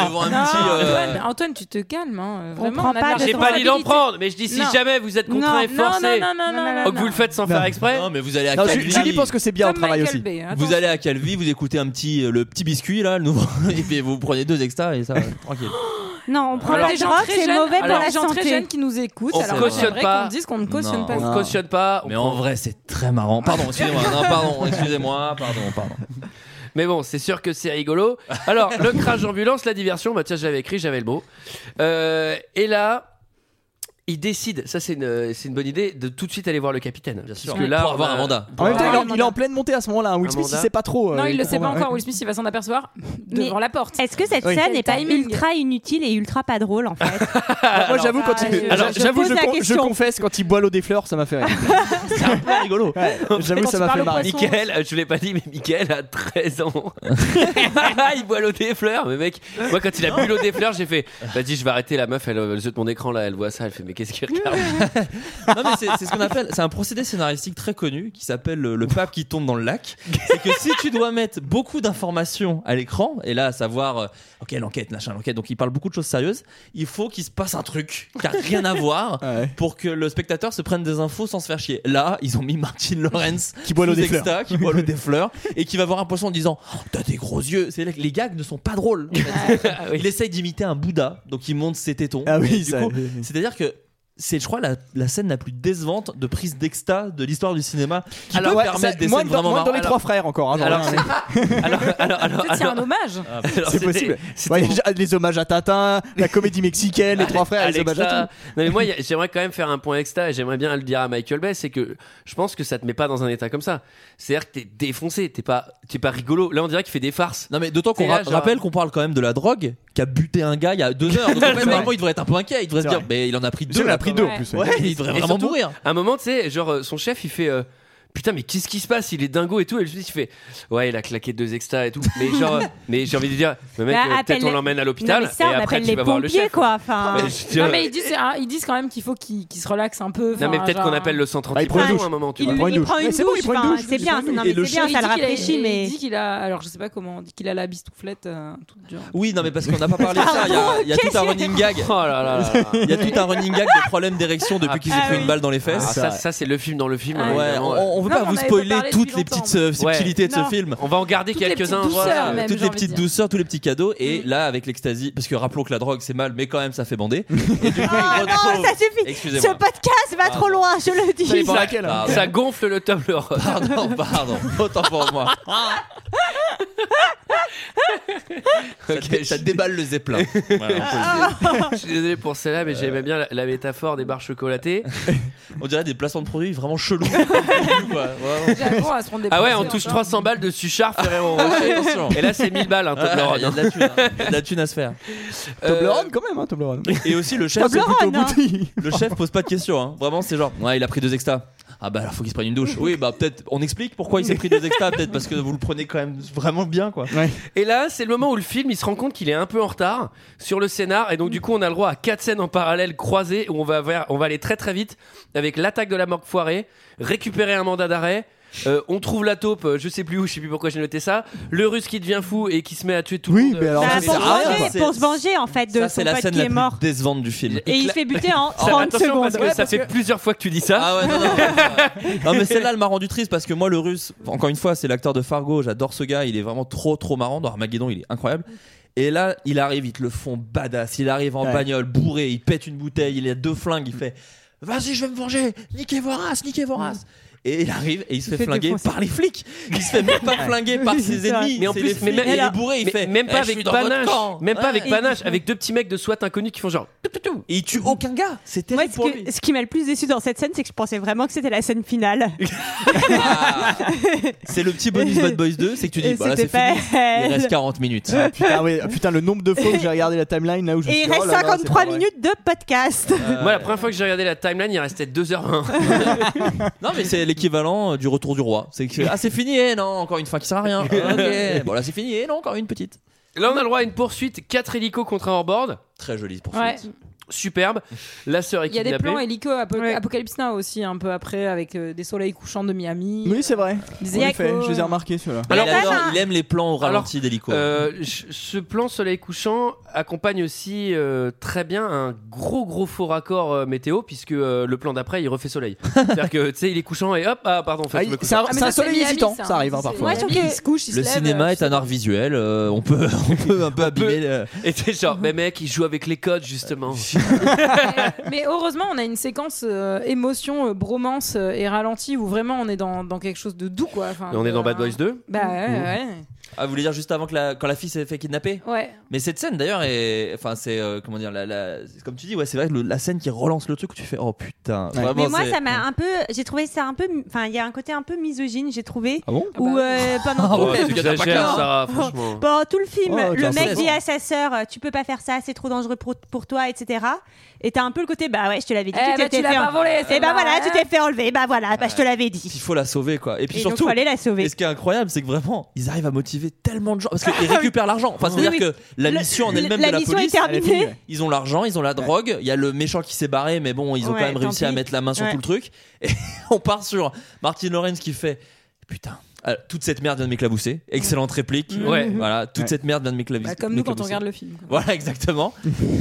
S3: Devant un
S9: Non,
S3: petit. euh,
S9: Antoine, Antoine, tu te calmes. hein,
S6: On
S9: Vraiment,
S6: prend
S9: a de
S6: pas
S9: la
S6: de-
S1: j'ai pas dit d'en
S9: responsabilité.
S1: prendre, mais je dis si
S9: Non.
S1: jamais vous êtes contraint et
S9: Non, non,
S1: forcé,
S9: non, non, non, non,
S1: oh, que
S9: non.
S1: vous le faites sans
S7: Non.
S1: faire exprès.
S3: Non, mais vous allez à
S7: Non,
S3: Calvi.
S7: Ju- Julie pense que c'est bien au
S9: Comme
S7: travail
S9: Michael
S7: aussi.
S9: Bay, hein,
S3: Vous
S9: attention.
S3: allez à Calvi, vous écoutez un petit, euh, le petit biscuit là, le nouveau, et puis vous prenez deux extas et ça, tranquille.
S6: Non, on prend
S9: Alors,
S6: la
S9: les gens
S6: drogue,
S9: très
S6: c'est
S9: jeunes-
S6: mauvais
S9: alors,
S6: pour la
S9: les gens très
S6: santé.
S9: jeunes qui nous écoutent.
S1: On
S9: alors,
S1: cautionne
S9: j'aimerais
S1: pas.
S9: qu'on dise qu'on ne cautionne
S3: Non.
S9: pas.
S1: On
S7: Ah
S9: ça.
S1: ne cautionne pas. on
S3: Mais
S1: prend-
S3: en vrai, c'est très marrant. Pardon, excusez-moi. Non, pardon, excusez-moi, pardon, pardon.
S1: Mais bon, c'est sûr que c'est rigolo. Alors, le crash d'ambulance, la diversion, bah tiens, j'avais écrit, j'avais le mot. Euh, et là, il décide, ça c'est une, c'est une bonne idée, de tout de suite aller voir le capitaine. Bien
S3: sûr.
S1: Parce que là,
S3: Pour
S1: on
S3: avoir
S1: a-
S3: un mandat.
S7: En même temps,
S9: Ah,
S7: il est en-
S9: un
S7: il, est
S9: mandat.
S7: en pleine montée à ce moment-là. hein. Will
S1: Un
S7: Smith, il
S1: mandat.
S7: sait pas trop. euh,
S9: Non, il le sait pas
S7: comment-
S9: encore. Will Smith, il va s'en apercevoir devant
S6: Mais-
S9: la porte.
S6: Est-ce que cette
S7: Oui.
S6: scène
S9: Quel
S6: n'est pas
S9: timing.
S6: ultra inutile et ultra pas drôle en fait
S7: Ah, Moi, j'avoue, quand
S9: Ah,
S7: il-
S9: je-
S7: Alors,
S6: je
S7: j'avoue,
S6: pose
S7: je,
S6: la
S7: con- je
S6: question.
S7: confesse, quand il boit l'eau des fleurs, ça m'a fait rire.
S3: C'est un peu rigolo.
S7: Ouais, J'avoue,
S9: Quand
S7: ça
S9: il
S7: m'a
S9: parle
S7: fait
S9: au
S7: marrer.
S9: poisson.
S1: Michael, euh, je vous l'ai pas dit, mais Michael a 13 ans. il boit l'eau des fleurs. Mais mec, moi quand il a bu l'eau des fleurs, j'ai fait Vas-y, je vais arrêter la meuf, elle, euh, elle jette mon écran là, elle voit ça, elle fait Mais qu'est-ce qu'il regarde
S3: Non mais c'est- c'est ce qu'on appelle, c'est un procédé scénaristique très connu qui s'appelle le, le pape qui tombe dans le lac. C'est que si tu dois mettre beaucoup d'informations à l'écran, et là à savoir, euh, ok l'enquête, machin, l'enquête, donc il parle beaucoup de choses sérieuses, il faut qu'il se passe un truc qui a rien à voir
S7: Ouais.
S3: pour que le spectateur se prenne des infos sans se faire chier. Là, ils ont mis Martin Lawrence
S7: Qui boit l'eau
S3: sous
S7: des fleurs.
S3: extra, qui boit l'eau des fleurs et qui va voir un poisson en disant, Oh, t'as des gros yeux. C'est là que les gags ne sont pas drôles. en fait. Il essaye d'imiter un Bouddha, donc il monte ses tétons.
S7: Ah oui,
S3: Et du
S7: ça-
S3: coup, c'est-à-dire que c'est, je crois, la, la scène la plus décevante de prise d'exta de l'histoire du cinéma qui
S7: Alors,
S3: peut
S7: ouais, ça-
S3: permettre des
S7: moins
S3: scènes
S7: dans-
S3: vraiment
S7: moins dans les
S3: marrantes.
S7: trois frères encore, hein, genre,
S3: alors,
S7: hein.
S3: c'est- alors, alors, alors,
S9: Peut-être c'est un
S3: alors-
S9: hommage.
S3: Ah, bah, alors,
S7: C'est
S3: c'était-
S7: possible. Ouais, j'ai- les hommages à Tintin, la comédie mexicaine, les trois frères, les
S1: Alexa.
S7: hommages à
S1: Non, mais moi, y a- j'aimerais quand même faire un point extra et j'aimerais bien le dire à Michael Bay, c'est que je pense que ça te met pas dans un état comme ça. C'est-à-dire que t'es défoncé, t'es pas, t'es pas rigolo. Là, on dirait qu'il fait des farces.
S3: Non mais d'autant qu'on
S1: T'es là,
S3: ra-
S1: genre-
S3: rappelle qu'on parle quand même de la drogue qui a buté un gars il y a deux heures. Donc en fait,
S1: C'est vrai.
S3: normalement, il devrait être un peu inquiet. Il devrait se
S1: C'est
S3: dire, mais il en a pris deux.
S1: Déjà, il en a
S3: là,
S1: pris
S3: quand
S1: deux, en
S3: même.
S1: plus,
S3: Ouais,
S1: ouais.
S3: il devrait
S1: Et
S3: vraiment
S1: surtout,
S3: mourir.
S1: À un moment, tu sais, genre euh, son chef, il fait. euh, Putain, mais qu'est-ce qui se passe Il est dingo et tout. Et je me dis, il fait. Ouais, il a claqué deux extas et tout. Mais genre, euh, mais j'ai envie de dire, mais mec,
S9: Bah,
S1: euh,
S9: appelle
S1: peut-être on
S9: les-
S1: l'emmène à l'hôpital.
S9: Non, mais ça, on
S1: et après,
S9: appelle
S1: tu
S9: les
S1: vas voir le
S9: pompiers,
S1: chef.
S9: quoi, enfin.
S1: Mais je dis,
S9: Non,
S1: euh,
S9: mais ils disent, hein, ils disent quand même qu'il faut qu'il qu'il se relaxe un peu.
S1: Non, mais
S9: enfin,
S1: peut-être
S9: genre-
S1: qu'on appelle le 130
S9: Bah, il prend une
S1: Pardon,
S9: douche.
S1: un moment, tu
S9: Il-
S1: vois.
S9: il prend une douche.
S6: Mais c'est bon, il prend une
S9: enfin,
S6: douche,
S9: C'est
S6: il
S9: bien,
S6: prend une
S9: non,
S6: douche.
S9: mais
S6: Et le
S9: c'est bien,
S6: chef,
S9: ça le
S6: il dit qu'il a-
S9: rafraîchit,
S6: il-
S9: mais.
S6: il
S9: dit qu'il a, alors je sais pas comment, qu'il a la bistouflette euh, toute dure.
S3: Oui, non, mais parce qu'on n'a pas parlé de ça. Il y a, il y a
S9: Pardon,
S3: tout un
S9: qu'est-ce
S3: running
S1: Ah,
S3: gag. Il y a tout un running gag de problèmes d'érection depuis qu'il s'est pris une balle dans les
S1: Ah,
S3: fesses.
S1: ça, ça, c'est le film dans le film.
S3: Ouais,
S1: évidemment.
S3: on, on veut
S1: Non,
S3: pas
S1: mais on
S3: vous
S1: avait
S3: spoiler
S1: parlé depuis
S3: toutes les
S1: longtemps.
S3: petites euh,
S1: Ouais.
S3: subtilités de ce
S1: Non.
S3: film.
S1: On va en garder
S3: Toutes les
S1: quelques-uns,
S3: petites
S1: voilà.
S3: douceurs,
S1: même, Mm.
S3: Toutes
S1: j'ai
S3: les
S1: envie de
S3: petites
S1: dire.
S3: douceurs, tous les petits cadeaux. Et là, avec l'extasie, parce que rappelons que la drogue c'est mal, mais quand même ça fait bander. Et du coup, il retrouve-
S6: Non, ça suffit. Ce
S3: Excusez-moi.
S6: podcast va trop loin, je le dis.
S3: dépend laquelle, hein.
S1: Ça gonfle le table rose.
S3: Pardon, pardon. Autant pour moi. Ça, te- ça te déballe le zeppelin. Ah.
S1: Je suis désolé pour celle-là, mais j'aimais bien la, la métaphore des barres chocolatées.
S3: on dirait des placements de produits vraiment chelous.
S9: J'avoue, elles seront
S1: Ah ouais, on
S9: dépensées
S1: touche
S7: hein.
S9: encore.
S1: 300 balles de Suchard, Ferrero
S3: Ouais,
S1: Rocher.
S3: attention.
S1: Et là, c'est 1000 balles, hein, Toblerone.
S3: Il y a de la thune, hein. Il y a de la thune à se faire.
S1: Ah,
S7: Tintin.
S1: Euh,
S7: Toblerone quand même, hein, Toblerone.
S3: Et aussi le chef, c'est
S7: Toblerone,
S3: plutôt
S7: hein.
S3: bouti. Le chef pose pas de questions. hein. Vraiment, c'est genre, ouais, il a pris deux extas. Ah bah alors faut qu'il se prenne une douche. Oui, bah peut-être. On explique pourquoi il s'est pris deux extas. Peut-être parce que vous le prenez quand même vraiment bien, quoi.
S1: Et là, c'est le moment où le film, il se rend compte qu'il est un peu en retard sur le scénar. Et donc, du coup, on a le droit à quatre scènes en parallèle croisées où on va, avoir- on va aller très très vite avec l'attaque de la morgue foirée, récupérer un mandat d'arrêt. euh, on trouve la taupe, euh, je sais plus où, je sais plus pourquoi j'ai noté ça. Le russe qui devient fou et qui se met à tuer tout le monde.
S7: mais alors,
S3: Bah,
S1: euh,
S7: ça,
S1: sur
S7: c'est
S1: les
S6: Pour,
S1: rails.
S6: se venger,
S3: c'est-
S6: pour se venger, en fait, de
S3: Ça
S6: son
S3: c'est la
S6: pote
S3: scène
S6: qui est
S3: la
S6: mort.
S3: plus décevante du film.
S6: Et il se fait buter en
S1: Ça,
S6: 30
S1: attention
S6: secondes.
S1: parce que ça fait plusieurs fois que tu dis ça.
S3: Ah ouais, non, non, non. Non, mais celle-là, elle m'a rendu triste parce que moi, le russe, encore une fois, c'est l'acteur de Fargo. J'adore ce gars. Il est vraiment trop, trop marrant. Dans Armageddon, il est incroyable. Et là, il arrive, ils te le font badass. Il arrive en
S7: Ouais.
S3: bagnole, bourré, il pète une bouteille, il a deux flingues, il fait Vas-y, je vais me venger, niquez vos races, niquez vos races. Et il arrive et il se fait,
S1: fait
S3: flinguer
S1: défoncer.
S3: par les flics. Il se fait même pas flinguer par ses ennemis.
S1: Mais en
S3: C'est
S1: plus,
S3: les
S1: mais
S3: flics,
S1: même-
S3: il est
S1: alors-
S3: bourré, il
S1: mais-
S3: fait
S1: même
S3: Eh,
S1: pas
S3: je
S1: avec
S3: suis dans votre
S1: panache,
S3: camp.
S1: même pas
S3: Ouais.
S1: avec panache, avec deux petits mecs de SWAT inconnus qui font genre.
S3: Et il tue aucun gars. C'est
S6: Moi,
S3: terrible
S6: ce,
S3: pour
S6: que-
S3: lui.
S6: ce qui m'a le plus déçu dans cette scène, c'est que je pensais vraiment que c'était la scène finale.
S3: C'est le petit bonus Bad Boys 2, c'est que tu dis
S6: Et
S3: Bah là, c'est
S6: c'était pas
S3: fini. Il reste
S6: elle.
S3: 40 minutes.
S7: Ah, putain, ouais, ah, putain, le nombre de fois que j'ai regardé la timeline là où je me
S6: Et
S7: suis
S6: il
S7: dit,
S6: reste
S7: oh là là, c'est pas
S6: 53
S7: vrai.
S6: minutes de podcast.
S3: Euh,
S1: Moi, la première fois que j'ai regardé la timeline, il restait 2h20.
S3: Non, mais c'est l'équivalent euh, du retour du roi. C'est que, ah, c'est fini, eh non, encore une fin qui sert à rien. Ah, ok. Bon, là, c'est fini, eh non, encore une petite.
S1: Là, on a le droit à une poursuite 4 hélicos contre un hors-board.
S3: Très jolie poursuite.
S9: Ouais.
S1: Superbe. La sœur est
S9: Il y a
S1: kidnappée.
S9: des plans hélico apo- Apocalypse Now aussi un peu après avec euh, des soleils couchants de Miami.
S7: Oui, c'est vrai.
S9: Des
S7: En effet,
S9: échos.
S7: je les ai remarqués ceux-là.
S1: Alors,
S3: il, adore- il aime les plans au ralenti d'hélico.
S1: euh, ch- ce plan soleil couchant accompagne aussi euh, très bien un gros gros faux raccord euh, météo puisque euh, le plan d'après il refait soleil. C'est-à-dire que tu sais il est couchant et hop ah pardon en fait,
S7: Ah,
S1: je me couche.
S7: c'est un,
S9: Ah, mais
S7: c'est
S9: ça,
S7: un
S9: c'est
S7: soleil
S9: Miami,
S7: hésitant,
S9: ça.
S7: ça arrive hein, parfois.
S9: Moi, je trouve que- il se couche, il se
S3: le
S9: lève,
S3: cinéma
S9: euh,
S3: est un art visuel. euh, on, peut, on peut un peu abîmer. le-
S1: Et t'es genre mais mec il joue avec les codes justement.
S9: Mais heureusement, on a une séquence euh, émotion, euh, bromance euh, et ralenti où vraiment on est dans, dans quelque chose de doux quoi. Enfin,
S1: on est
S9: de-
S1: dans Bad Boys 2.
S9: Bah ouais, ouais.
S3: Ah, vous voulez dire juste avant que la, quand la fille s'est fait kidnapper
S9: Ouais.
S3: Mais cette scène d'ailleurs est. Enfin, c'est. euh, comment dire la, la- c'est Comme tu dis, ouais, c'est vrai que le- la scène qui relance le truc où tu fais Oh putain.
S7: Ouais.
S3: Vraiment,
S6: Mais moi,
S3: c'est-
S6: ça m'a un peu. J'ai trouvé ça un peu. Enfin, il y a un côté un peu misogyne, j'ai trouvé.
S3: Ah bon
S6: Où euh,
S7: Ah
S6: pendant,
S1: Oh,
S6: tout le...
S1: t'exagères,
S6: Non.
S7: hein.
S1: Sarah, franchement.
S6: pendant tout le film,
S7: Oh,
S6: le mec
S3: c'est
S6: dit
S3: bon.
S6: à sa sœur euh, Tu peux pas faire ça, c'est trop dangereux pour, pour toi, etc. Et t'as un peu le côté Bah ouais, je te l'avais dit.
S9: Eh, bah,
S6: t'étais
S9: tu l'as
S6: fait
S9: pas
S6: en-
S9: volé,
S6: Et
S9: c'est
S6: bah
S9: pas
S6: voilà, tu
S9: vrai.
S6: t'es fait enlever. Bah voilà, bah je te l'avais
S3: Il
S6: dit.
S3: faut la sauver quoi. Et puis
S6: Et donc,
S3: surtout.
S6: fallait la
S3: Et
S6: sauver.
S3: ce qui est incroyable, c'est que vraiment, ils arrivent à motiver tellement de gens parce qu'ils récupèrent l'argent. Enfin, c'est-à-dire
S6: Ah Oui, oui.
S3: que la
S6: Le-
S3: mission en elle-même
S6: la
S3: de la
S6: mission
S3: police,
S6: est
S7: elle est finie,
S6: terminée.
S7: ouais.
S3: ils ont l'argent, ils ont la drogue. Il y a le méchant qui s'est barré, mais bon, ils ont
S6: Ouais,
S3: quand même
S6: tant
S3: réussi à
S6: pis.
S3: mettre la main sur
S6: Ouais.
S3: tout le truc. Et on part sur Martin Lawrence qui fait putain. euh, toute cette merde vient de m'éclabousser. Excellente réplique.
S6: Mm.
S1: Ouais.
S3: Voilà, toute
S7: Ouais.
S3: cette merde vient de m'éclabousser.
S9: Bah, comme nous quand on
S3: m'éclabousser.
S9: regarde le film. quoi.
S3: Voilà, exactement.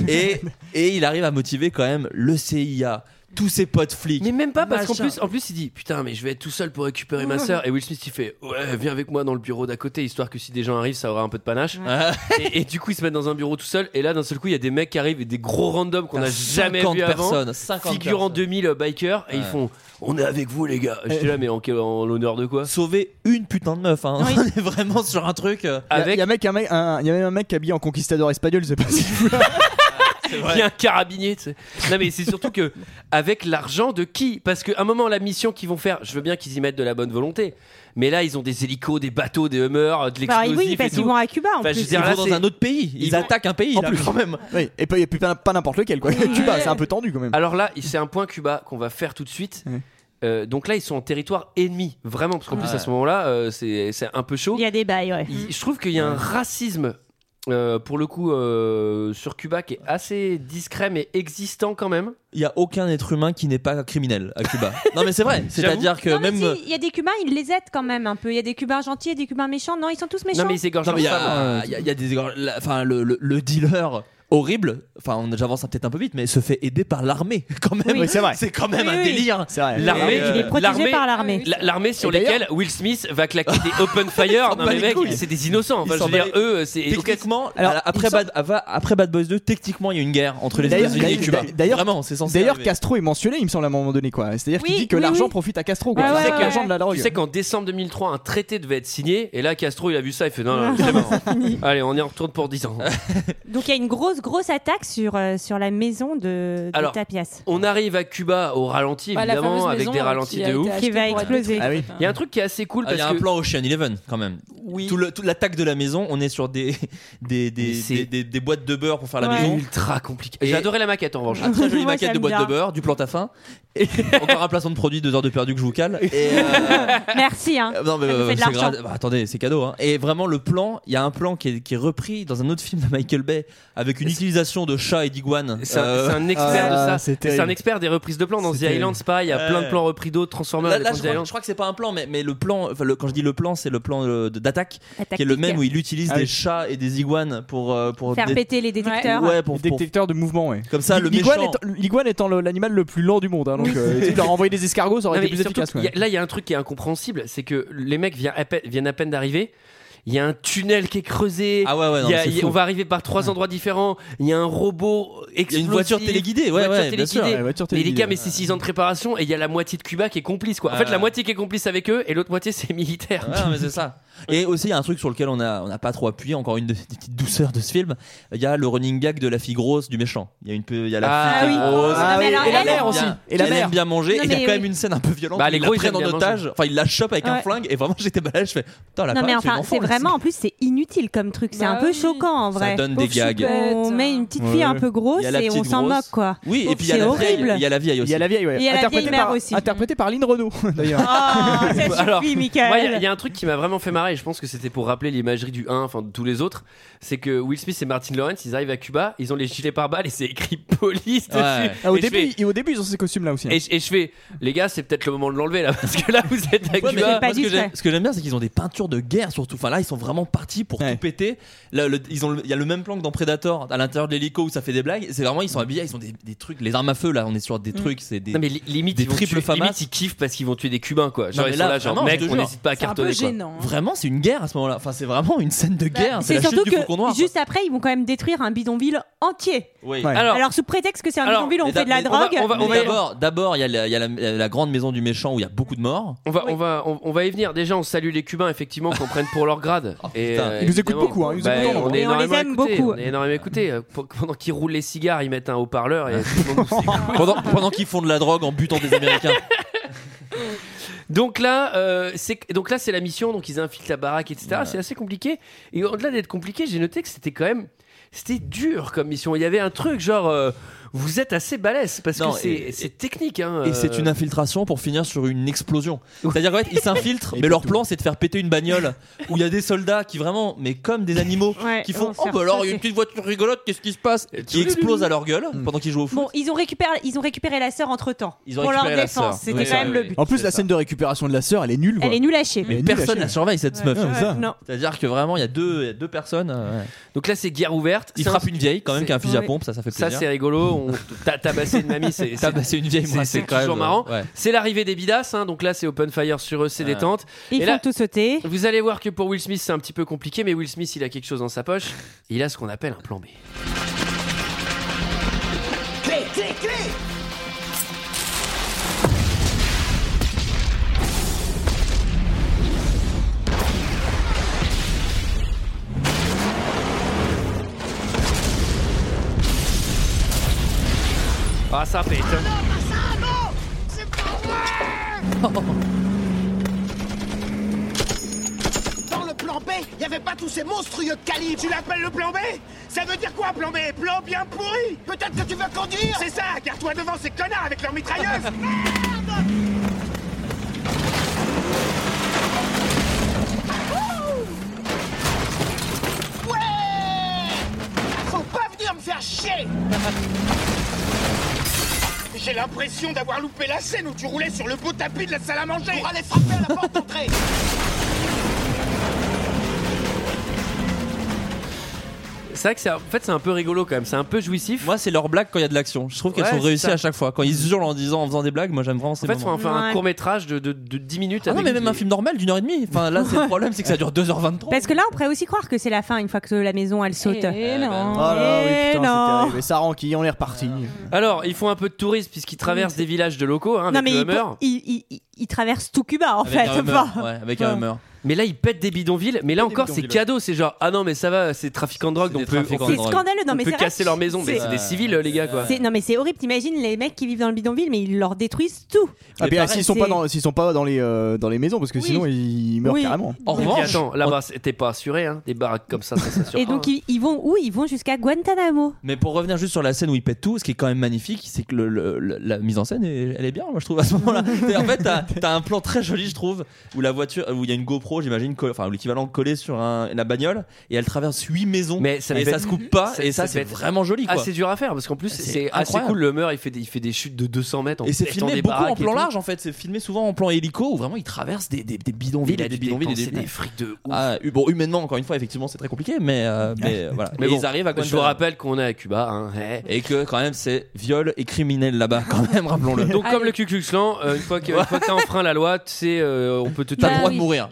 S3: et, et il arrive à motiver quand même le CIA, tous ses potes flics.
S1: Mais même pas parce qu'en plus, en plus, il dit putain, mais je vais être tout seul pour récupérer ma sœur. Et Will Smith, il fait ouais, viens avec moi dans le bureau d'à côté, histoire que si des gens arrivent, ça aura un peu de panache.
S7: Ah.
S1: Et, et du coup, ils se mettent dans un bureau tout seul. Et là, d'un seul coup, il y a des mecs qui arrivent et des gros randoms qu'on
S3: T'as
S1: a jamais
S3: 50
S1: vu avant.
S3: personnes, 50
S1: figurant
S3: personnes.
S1: 2000 bikers. Et ils
S3: Ouais.
S1: font on est avec vous, les gars. J'étais là, mais en, en l'honneur de quoi
S3: Sauver une putain de meuf. hein. On est vraiment sur un truc. euh,
S7: Il y a- il y, a mec- un mec- un- il y a même un mec habillé en conquistador espagnol, je sais pas si
S1: Il y a un carabinier. tu sais. Non mais c'est surtout que avec l'argent de qui Parce qu'à un moment la mission qu'ils vont faire, je veux bien qu'ils y mettent de la bonne volonté, mais là ils ont des hélicos, des bateaux, des hummers, de
S6: Bah
S1: l'explosif.
S6: oui,
S1: et
S6: parce
S1: tout.
S6: qu'ils vont à Cuba en
S1: Enfin, je
S6: plus.
S1: veux dire, là, c'est-
S3: pays.
S1: Ils vont-
S7: en plus quand même. Oui, et pas, et puis pas, pas n'importe lequel quoi. Cuba, c'est un peu tendu quand même.
S1: Alors là, c'est un point Cuba qu'on va faire tout de suite. Euh, donc là, ils sont en territoire ennemi, vraiment, parce qu'en plus
S3: Ouais.
S1: à ce moment-là, euh, c'est c'est un peu chaud.
S6: Il y a des bails, ouais.
S1: Il- je trouve qu'il y a un racisme euh, pour le coup euh, sur Cuba qui est assez discret mais existant quand même.
S3: Il y a aucun être humain qui n'est pas criminel à Cuba. non mais c'est vrai. C'est-à-dire que
S6: Non, mais
S3: même. euh,
S6: si, il y a des Cubains, ils les aident quand même un peu. Il y a des Cubains gentils et des Cubains méchants. Non, ils sont tous méchants.
S1: Non mais ils égorgent
S3: Non, mais il y,
S1: leurs femmes.
S3: a- il y a- il y a des. la- Enfin, le, le- le dealer horrible, enfin, on- j'avance peut-être un peu vite, mais se fait aider par l'armée quand même.
S6: Oui. Oui, c'est vrai.
S3: C'est quand même
S6: Oui,
S3: un
S6: oui.
S3: délire.
S7: C'est vrai.
S1: L'armée,
S3: Et, euh,
S6: Ah Il est protégé
S1: l'armée-
S6: par l'armée.
S1: La- L'armée sur
S7: Et d'ailleurs-
S1: lesquelles Will Smith va claquer des open fire. Non,
S3: bat
S1: mais
S3: les
S1: mec,
S3: couilles.
S1: c'est des innocents. Enfin,
S3: Ils
S1: je
S3: s'en
S1: veux dire,
S3: battent les-
S1: eux, c'est.
S3: Techniquement,
S7: Alors,
S3: alors, après,
S7: il semble-
S3: Bad, avant- après Bad Boys 2, techniquement, il y a une guerre entre les
S7: D'ailleurs-
S3: États-Unis et Cuba.
S7: d'ailleurs- d'ailleurs-
S3: Vraiment, c'est censé.
S7: D'ailleurs,
S3: arriver.
S7: Castro est mentionné, il me semble, à un moment donné, quoi. C'est-à-dire
S6: Oui,
S7: qu'il dit que
S6: oui,
S7: l'argent
S6: oui.
S7: profite à Castro, quoi.
S6: Ouais,
S7: Tu sais
S6: ouais,
S7: que
S6: ouais.
S7: l'argent de la drogue.
S1: Tu sais qu'en décembre 2003, un traité devait être signé, et là Castro il a vu ça, il
S3: Ah
S1: fait non, non, non, c'est marrant. Allez, on y retourne pour 10 ans.
S6: Donc il y a une grosse, grosse attaque sur, euh, sur la maison de, de
S1: Alors,
S6: Tapias.
S1: On arrive à Cuba au ralenti,
S9: Bah, la
S1: évidemment,
S9: fameuse
S1: avec
S9: maison
S1: des ralentis
S9: qui a
S1: de
S9: été
S1: ouf.
S9: achetée
S6: Qui va
S9: pour être
S6: exploser.
S9: détruite.
S7: Ah oui.
S1: Il y a un truc qui est assez cool
S3: Ah, Il
S1: parce
S3: y a un
S1: que.
S3: plan Ocean Eleven quand même.
S9: Oui.
S3: Tout le- Toute l'attaque de la maison, on est sur des, des,
S1: Mais
S3: des,
S1: c'est-
S3: des- des- des boîtes de beurre pour faire la
S6: Ouais. Ah,
S3: maison.
S1: Ultra compliqué.
S3: Et-
S1: J'ai adoré la maquette en revanche.
S3: Un très joli
S6: Moi,
S3: maquette de
S6: j'aime
S3: boîtes
S6: bien.
S3: de beurre, du plan à faim. Et encore un placement de produit, deux heures de perdu que je vous cale. Et
S6: Merci. Hein.
S3: Euh, Non, mais
S6: Ça nous
S3: euh,
S6: fait de
S3: c'est
S6: l'argent.
S3: grave. Bah, attendez, c'est cadeau. hein. Et vraiment, le plan, il y a un plan qui est, qui est repris dans un autre film de Michael Bay avec une utilisation de chat et d'iguane.
S1: C'est un,
S3: Euh,
S1: c'est un expert
S7: Ah,
S1: de ça.
S7: c'est
S1: Et C'est
S7: terrible.
S1: un expert des reprises de plans dans The
S7: terrible.
S1: Island Spy. Il y a plein de
S3: Ouais.
S1: plans repris d'autres, Transformers,
S3: Là,
S1: les
S3: là,
S1: plans
S3: je,
S1: de The
S3: crois,
S1: Island.
S3: je crois que c'est pas un plan, mais, mais le plan, enfin, le- quand je dis le plan, c'est le plan euh, de- d'attaque,
S6: Attaque
S3: qui est le
S6: tactique.
S3: même où il utilise
S7: Ah
S3: des
S7: oui.
S3: chats et des iguanes pour euh, pour
S6: Faire
S3: dé-
S6: péter les détecteurs.
S3: ouais, pour,
S7: Le
S3: pour-
S7: détecteur de mouvement, ouais.
S3: comme ça le
S7: L'iguane
S3: méchant.
S7: étant- L'iguane étant le- l'animal le plus lent du monde, hein, donc euh, tu sais, leur envoyer des escargots, ça aurait
S1: Non,
S7: été
S1: mais
S7: plus
S1: surtout
S7: efficace.
S1: qu'il
S7: quoi.
S1: y a- là, il y a un truc qui est incompréhensible, c'est que les mecs viennent à peine, viennent à peine d'arriver. Il y a un tunnel qui est creusé.
S3: Ah ouais, ouais, non,
S1: Il y a-
S3: c'est
S1: il y a-
S3: fou.
S1: on va arriver par trois endroits différents. Il y a un robot explosif.
S3: Il y a une voiture téléguidée, ouais,
S1: voiture
S3: ouais, bien
S1: téléguidée.
S3: sûr.
S7: Ouais, voiture
S1: Mais les
S7: téléguidée.
S1: gars, mais c'est 6 ans de préparation et il y a la moitié de Cuba qui est complice quoi. En fait,
S3: Ouais.
S1: la moitié qui est complice avec eux et l'autre moitié c'est militaire.
S3: Ouais, non, mais c'est ça. Et aussi, il y a un truc sur lequel on n'a on a pas trop appuyé, encore une de- des petites douceurs de ce film. Il y a le running gag de la fille grosse du méchant. Il y a, une peu, il y a la Oh.
S1: Ah
S3: fille qui est
S1: oui.
S3: grosse.
S6: Ah oui,
S3: Et
S6: mais alors,
S3: la
S6: elle,
S3: mère
S6: elle
S3: aussi.
S7: aime
S3: Et
S7: bien.
S3: la
S7: Elle
S3: mère.
S7: aime
S3: bien manger.
S6: Non,
S3: et il y a
S6: mais
S3: quand
S6: oui.
S3: même une scène un peu violente.
S1: Bah,
S3: où
S1: les
S3: il la
S1: gros, ils
S3: prennent
S1: aiment
S3: en
S1: bien
S3: otage. Enfin, il la chope avec un
S6: Ouais.
S3: flingue. Et vraiment, j'étais malade. Je fais Putain, la
S6: Non,
S3: patte,
S6: mais
S3: Bah, c'est une
S6: enfin,
S3: enfant,
S6: c'est
S3: là,
S6: vraiment, en plus, c'est inutile comme truc. C'est
S9: Bah
S6: un peu
S9: oui.
S6: choquant en vrai.
S3: Ça donne des
S9: Pauvre
S3: gags.
S9: choupette.
S6: On met une petite fille
S7: Ouais.
S6: un peu grosse
S3: Il y a la
S6: et on
S3: petite
S6: s'en
S3: grosse.
S6: moque quoi.
S3: Oui, et puis il y a la
S6: C'est
S3: vieille.
S6: horrible.
S3: Il y a la vieille
S7: Il
S3: aussi.
S7: y a la vieille, ouais.
S6: Il y a la
S7: interprétée,
S6: vieille mère
S7: par,
S6: aussi.
S7: interprétée par Lynn Renault, d'ailleurs.
S6: Ah, ça
S1: Alors,
S6: suffit,
S1: Moi, il y a-
S6: Michael.
S1: il y, a un truc qui m'a vraiment fait marrer, et je pense que c'était pour rappeler l'imagerie du 1, enfin de tous les autres, c'est que Will Smith et Martin Lawrence, ils arrivent à Cuba, ils ont les gilets pare-balles et c'est écrit police dessus.
S3: Ouais.
S7: Ah, au,
S1: Et je
S7: début,
S1: fais-
S7: et au début, ils ont ces costumes-là aussi. hein.
S1: et, je- et je fais, les gars, c'est peut-être le moment de l'enlever là, parce que là vous êtes à
S3: Ouais, mais
S1: Cuba.
S6: pas
S3: moi, ce, que
S6: discret.
S3: j'aime- ce que j'aime bien, c'est qu'ils ont des peintures de guerre surtout. Enfin là, ils sont vraiment partis pour
S7: Ouais.
S3: tout péter. Là, le- ils ont, le- il y a le même plan que dans Predator à l'intérieur de l'hélico où ça fait des blagues. C'est vraiment, ils sont habillés, ils ont des, des trucs, les armes à feu. Là, on est sur
S6: Mm.
S3: des trucs, c'est des.
S1: Non mais li- limite
S3: Des
S1: ils, vont
S3: triples
S1: tuer-
S3: famas.
S1: limite, ils kiffent parce qu'ils vont tuer des Cubains quoi. Genre
S3: Non, mais
S1: ils sont
S3: là,
S1: là genre
S3: vraiment,
S1: mec
S3: je te
S1: on
S3: jure.
S1: n'hésite pas à
S9: C'est un peu
S1: cartonner quoi.
S9: gênant. hein.
S3: Vraiment, c'est une guerre à ce moment-là. Enfin, c'est vraiment une scène de guerre. c'est la
S6: Bah, C'est
S3: chute
S6: surtout
S3: du faucon noir.
S6: que juste après, ils vont quand même détruire un bidonville entier.
S3: quoi. Oui.
S7: Ouais.
S1: Alors,
S6: Alors, sous prétexte que c'est un
S1: Alors,
S6: bidonville, on
S3: mais
S6: fait de la
S3: d'ab- mais
S6: drogue.
S1: on va- on
S3: Mais
S1: va-
S3: D'abord, d'abord, il y a, la, il y a la- la grande maison du méchant où il y a beaucoup de morts.
S1: on va on va on, on va y venir. Déjà on salue les Cubains effectivement qu'on prenne pour leur grade. et euh,
S3: putain.
S7: Ils nous écoutent
S1: évidemment,
S7: beaucoup, hein, ils nous
S1: bah,
S7: écoutent
S1: on, est
S6: Et on
S7: beaucoup.
S6: les
S1: énormément
S6: aime
S1: écoutés,
S6: beaucoup.
S1: On est énormément écoutés. Euh, pour- Pendant qu'ils roulent les cigares, ils mettent un haut-parleur et tout le monde nous écoute.
S3: pendant pendant qu'ils font de la drogue en butant des Américains.
S1: Donc là, euh, c'est donc là c'est la mission. Donc ils infiltrent la baraque, etc. C'est assez compliqué. Et au-delà d'être compliqué, j'ai noté que c'était quand même c'était dur comme mission. Il y avait un truc genre euh, vous êtes assez balèze parce
S3: Non,
S1: que c'est
S3: et-
S1: c'est technique. Hein,
S3: Et
S1: euh.
S3: c'est une infiltration pour finir sur une explosion. C'est-à-dire qu'en fait, ils s'infiltrent,
S7: Et
S3: mais leur
S7: tout.
S3: plan, c'est de faire péter une bagnole où il y a des soldats qui vraiment, mais comme des animaux,
S6: Ouais,
S3: qui font
S6: on se
S3: Oh,
S6: fait
S3: bah alors, il y a une
S6: sauter.
S3: petite voiture rigolote, qu'est-ce qui se passe Qui explose à leur gueule pendant qu'ils jouent au foot.
S6: Bon, ils ont récupéré, ils ont récupéré la sœur entre temps.
S3: Ils ont
S6: pour leur
S3: récupéré la sœur.
S6: défense, c'était
S3: Oui,
S6: quand même
S3: oui,
S6: le
S3: oui.
S6: but.
S7: En plus, la
S3: C'est
S7: scène de récupération de la sœur, elle est nulle.
S6: Elle
S7: quoi.
S6: est nulle à chier.
S7: Mais-
S3: Personne la surveille, cette meuf.
S7: Ouais, c'est ça.
S6: Non.
S3: C'est-à-dire que vraiment, il y a deux, il y a deux personnes. euh, ouais.
S1: Donc là c'est guerre ouverte.
S3: Ils
S1: C'est un-
S3: frappent une vieille quand même
S1: c'est-
S3: qui a un fusil à
S6: Ouais.
S3: pompe, ça, ça fait plaisir.
S1: Ça c'est rigolo. on ta- tabasser une mamie, c'est
S3: Tabasser une vieille,
S1: c'est-
S3: moi,
S1: c'est
S3: c'est quand
S1: toujours
S3: même,
S1: marrant.
S3: ouais.
S1: C'est l'arrivée des bidasses, hein, donc là c'est open fire sur eux, c'est
S3: Ouais.
S1: détente. Et
S6: Ils font
S1: là,
S6: tout sauter.
S1: vous allez voir que pour Will Smith c'est un petit peu compliqué, mais Will Smith il a quelque chose dans sa poche. Il a ce qu'on appelle un plan B.
S11: Clé, clé, clé
S1: Ah ça pète.
S2: Dans le plan B, il n'y avait pas tous ces monstrueux de calibre. Tu l'appelles le plan B Ça veut dire quoi, plan B Plan bien pourri Peut-être que tu veux conduire C'est ça, garde-toi devant ces connards avec leurs mitrailleuses Merde Ouh Ouais Faut pas venir me faire chier J'ai l'impression d'avoir loupé la scène où tu roulais sur le beau tapis de la salle à manger Pour aller frapper à la porte d'entrée
S1: C'est vrai que c'est en fait c'est un peu rigolo quand même, c'est un peu jouissif.
S3: Moi, c'est leur blague quand il y a de l'action. Je trouve qu'elles
S1: Ouais,
S3: sont
S1: c'est
S3: réussies
S1: ça.
S3: à chaque fois. Quand ils se hurlent en disant, en faisant des blagues, moi j'aime vraiment ces
S1: En fait, faut
S3: moments.
S1: en faire un court métrage de, de, de 10 minutes.
S3: Ah non,
S1: avec
S3: mais même
S1: des-
S3: un film normal d'une heure et demie. Enfin, là, c'est le problème, c'est que ça dure 2h23.
S6: Parce que là, on pourrait aussi croire que c'est la fin une fois que la maison elle saute.
S9: Eh non.
S7: Oh là là, oui,
S6: Eh
S7: putain, c'est
S6: non.
S7: terrible. Et ça ranquille, on est reparti.
S1: Alors, ils font un peu de tourisme puisqu'ils traversent des villages de locaux hein,
S6: Non,
S1: avec
S6: mais
S1: le
S6: il,
S1: Hummer.
S6: il- il- il traverse tout Cuba en
S3: Avec
S6: fait.
S3: un Hummer,
S6: enfin.
S3: ouais, avec un Hummer.
S1: Mais là, ils pètent des bidonvilles. Mais là encore, c'est
S3: bidonvilles,
S1: cadeau. C'est genre, ah non, mais ça va, c'est trafiquant de drogue. Donc,
S3: des
S1: on peut-
S3: trafiquants
S1: on
S3: de
S1: peut-
S6: C'est scandaleux. Non,
S1: on
S6: mais
S1: peut
S6: c'est vrai
S1: casser
S6: que
S1: leur maison. Mais
S6: c'est-
S1: c'est des civils, les gars, quoi.
S6: c'est- Non, mais c'est horrible. T'imagines les mecs qui vivent dans le bidonville, mais ils leur détruisent tout.
S7: Ah, puis, ah,
S3: pareil,
S7: s'ils sont pas
S6: c'est-
S7: dans, s'ils sont pas dans les, euh, dans les maisons, parce que sinon ils meurent
S6: Oui.
S7: carrément.
S3: En
S1: Et puis,
S3: revanche,
S1: attends, là-bas, c'est- t'es pas assuré, hein. Des baraques comme ça, ça s'assure
S6: Et
S1: pas,
S6: donc,
S1: hein.
S6: ils, ils vont où Ils vont jusqu'à Guantanamo.
S3: Mais pour revenir juste sur la scène où il pète tout, ce qui est quand même magnifique, c'est que le- le- le- la mise en scène, est- elle est bien, moi je trouve, à ce moment-là. C'est- en fait, t'as t'as un plan très joli, je trouve, où la voiture, où il y a une GoPro, j'imagine, co- enfin l'équivalent collé sur un- la bagnole, et elle traverse huit maisons,
S1: Mais ça
S3: et
S1: devait
S3: ça
S1: être-
S3: se coupe pas,
S1: ça-
S3: et
S1: ça
S3: ça,
S1: devait
S3: c'est
S1: être
S3: vraiment joli, quoi.
S1: Assez dur à faire parce qu'en plus,
S3: C'est
S1: c'est assez
S3: incroyable.
S1: cool. Le Hummer, il fait des, il fait des chutes de 200 mètres. En
S3: Et c'est
S1: pétant
S3: filmé
S1: des
S3: beaucoup en
S1: baraques et
S3: plan
S1: tout.
S3: large en fait, c'est filmé souvent en plan hélico où vraiment il traverse des, des, des bidonvilles,
S1: Il a
S3: et des
S1: dû
S3: bidonvilles, et des
S1: dépenser des
S3: bidonvilles.
S1: frics de ouf.
S3: Ah, hu- bon, humainement, encore une fois, effectivement, c'est très compliqué, mais, euh, mais euh, voilà.
S1: Mais
S3: Et
S1: bon,
S3: ils arrivent à
S1: Je vous
S3: Guantanamo.
S1: rappelle qu'on est à Cuba. Hein. Eh.
S3: Et que quand même, c'est viol et criminel là-bas, quand même, rappelons-le.
S1: Donc, comme
S9: Allez.
S1: le Ku Klux Klan, euh, une fois que, une fois que t'as enfreint la loi, tu sais, euh, on peut te
S3: T'as le
S9: Bah
S3: droit
S9: oui.
S3: de mourir.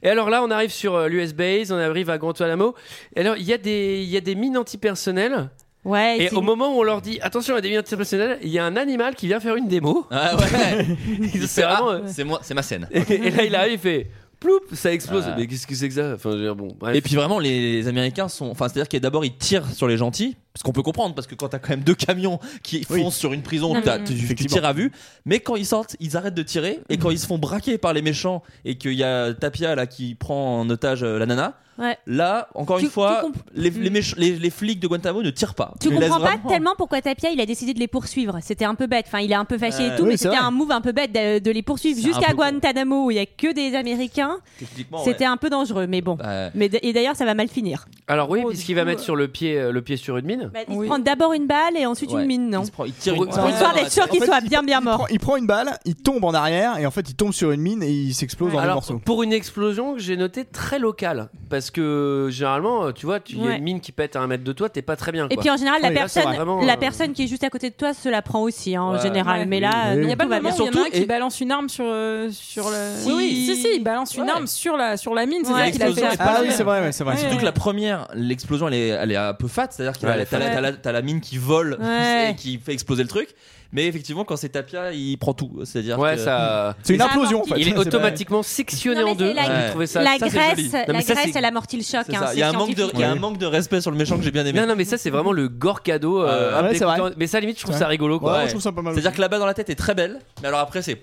S1: Et alors là, on arrive sur euh, l'US Base, on arrive à Guantanamo. Et alors, il y, a des- il y a des mines antipersonnelles.
S6: Ouais.
S1: Et
S6: c'est-
S1: au moment où on leur dit attention, il y a des mines antipersonnelles, il y a un animal qui vient faire une démo.
S3: Ah ouais.
S1: Il
S3: C'est
S1: fait vraiment,
S3: ah,
S1: euh,
S3: c'est moi, c'est ma scène.
S1: et, et là, il arrive, il fait ploup, ça explose.
S3: Ah.
S1: Mais qu'est-ce que c'est que ça Enfin, je veux dire, bon, bref.
S3: Et puis vraiment, les, les Américains sont, enfin, c'est-à-dire que d'abord ils tirent sur les gentils, parce qu'on peut comprendre, parce que quand t'as quand même deux camions qui foncent
S7: Oui.
S3: sur une prison,
S9: Non,
S3: t'as-
S9: mais-
S3: tu, tu
S7: Effectivement.
S3: tires à vue. Mais quand ils sortent, ils arrêtent de tirer, et quand ils se font braquer par les méchants, et qu'il y a Tapia là qui prend en otage euh, la nana.
S6: Ouais.
S3: Là, encore
S6: Tu-
S3: une fois,
S6: tu comp-
S3: les, les méch- les- les flics de Guantanamo ne tirent pas.
S6: Tu
S3: Ils laissent
S6: comprends pas
S3: vraiment-
S6: tellement pourquoi Tapia il a décidé de les poursuivre. C'était un peu bête. Enfin, il est un peu fâché et tout,
S7: oui,
S6: mais
S7: c'est
S6: c'était
S7: vrai.
S6: un move un peu bête de, de les poursuivre
S3: C'est un
S6: jusqu'à
S3: peu con.
S6: Guantanamo où il y a que des Américains.
S3: Techniquement,
S6: C'était
S3: ouais.
S6: un peu dangereux, mais bon.
S3: Bah,
S6: Mais d- et d'ailleurs, ça va mal finir.
S1: alors oui,
S9: Oh,
S1: puisqu'il
S9: du
S1: va
S9: coup,
S1: mettre
S9: euh,
S1: sur le pied, euh, le pied sur une mine.
S6: Bah, il
S9: Oui.
S6: se prend d'abord une balle et ensuite
S3: ouais.
S6: une mine, non
S3: Il se prend- il tire
S1: Pour-
S3: une
S1: pour
S3: balle
S6: Histoire
S3: dans la
S6: d'être sûr
S3: tête.
S6: qu'il soit bien bien
S7: Il
S6: mort.
S7: prend, il prend une balle, il tombe en arrière, et en fait il tombe sur une mine et il s'explose en
S1: Alors,
S7: morceaux.
S1: pour une explosion que j'ai notée très locale, parce que généralement, tu vois, tu- il y a
S6: Ouais.
S1: une mine qui pète à un mètre de toi, t'es pas très bien.
S6: Et
S1: quoi.
S6: puis en général, la
S7: Oui,
S1: là, c'est
S6: personne,
S1: vraiment, euh,
S6: la personne qui est juste à côté de toi se la prend aussi hein,
S3: Ouais.
S6: en général.
S9: Ouais.
S6: Mais là,
S7: Oui,
S6: euh,
S9: Il n'y a pas
S6: tout
S9: de
S6: va bien.
S9: moment où il y en a un
S3: Surtout,
S9: qui
S3: et-
S9: balance une arme sur, euh, sur le.
S3: Si.
S9: Si, si, il balance une
S3: Ouais.
S9: arme sur la, sur la mine, c'est
S6: Ouais.
S9: ça qu'il a fait.
S3: L'explosion est pas
S7: Ah
S3: la
S7: oui,
S3: même.
S7: c'est vrai, ouais, c'est vrai.
S9: Ouais.
S7: c'est vrai.
S3: Surtout que la première, l'explosion, elle est, elle est un peu fat, c'est-à-dire que
S1: Ouais,
S3: t'as
S1: elle
S3: t'as la,
S9: est fat.
S3: t'as la- t'as la mine qui vole
S6: Ouais.
S3: et qui fait exploser le truc. Mais effectivement, quand c'est Tapia, il prend tout. C'est-à-dire
S1: Ouais,
S3: que-
S1: ça.
S7: C'est une
S6: Ça
S7: implosion en
S6: amortit.
S7: fait.
S1: Il
S7: C'est
S1: est
S7: pas-
S1: automatiquement sectionné
S6: Non, mais
S1: en deux.
S6: c'est la-
S1: J'ai trouvé ça.
S6: la
S3: ça, c'est
S6: Grèce,
S3: joli. Non,
S1: mais
S6: la
S1: ça,
S6: Grèce,
S1: c'est-
S6: elle amortit le choc.
S3: c'est
S6: hein,
S3: ça.
S6: c'est
S3: Il y a un manque de, il y a un
S7: Ouais.
S3: manque de respect sur le méchant que j'ai bien aimé.
S1: Non, non, mais ça, c'est vraiment le gore cadeau. euh,
S7: Ah ouais,
S1: hop,
S7: c'est vrai.
S1: dégoûtant. Mais ça, limite, je trouve
S7: Ouais.
S1: ça rigolo,
S7: Ouais,
S1: quoi.
S7: je trouve ça pas mal.
S3: C'est-à-dire que la bas dans la tête est très belle, mais alors après c'est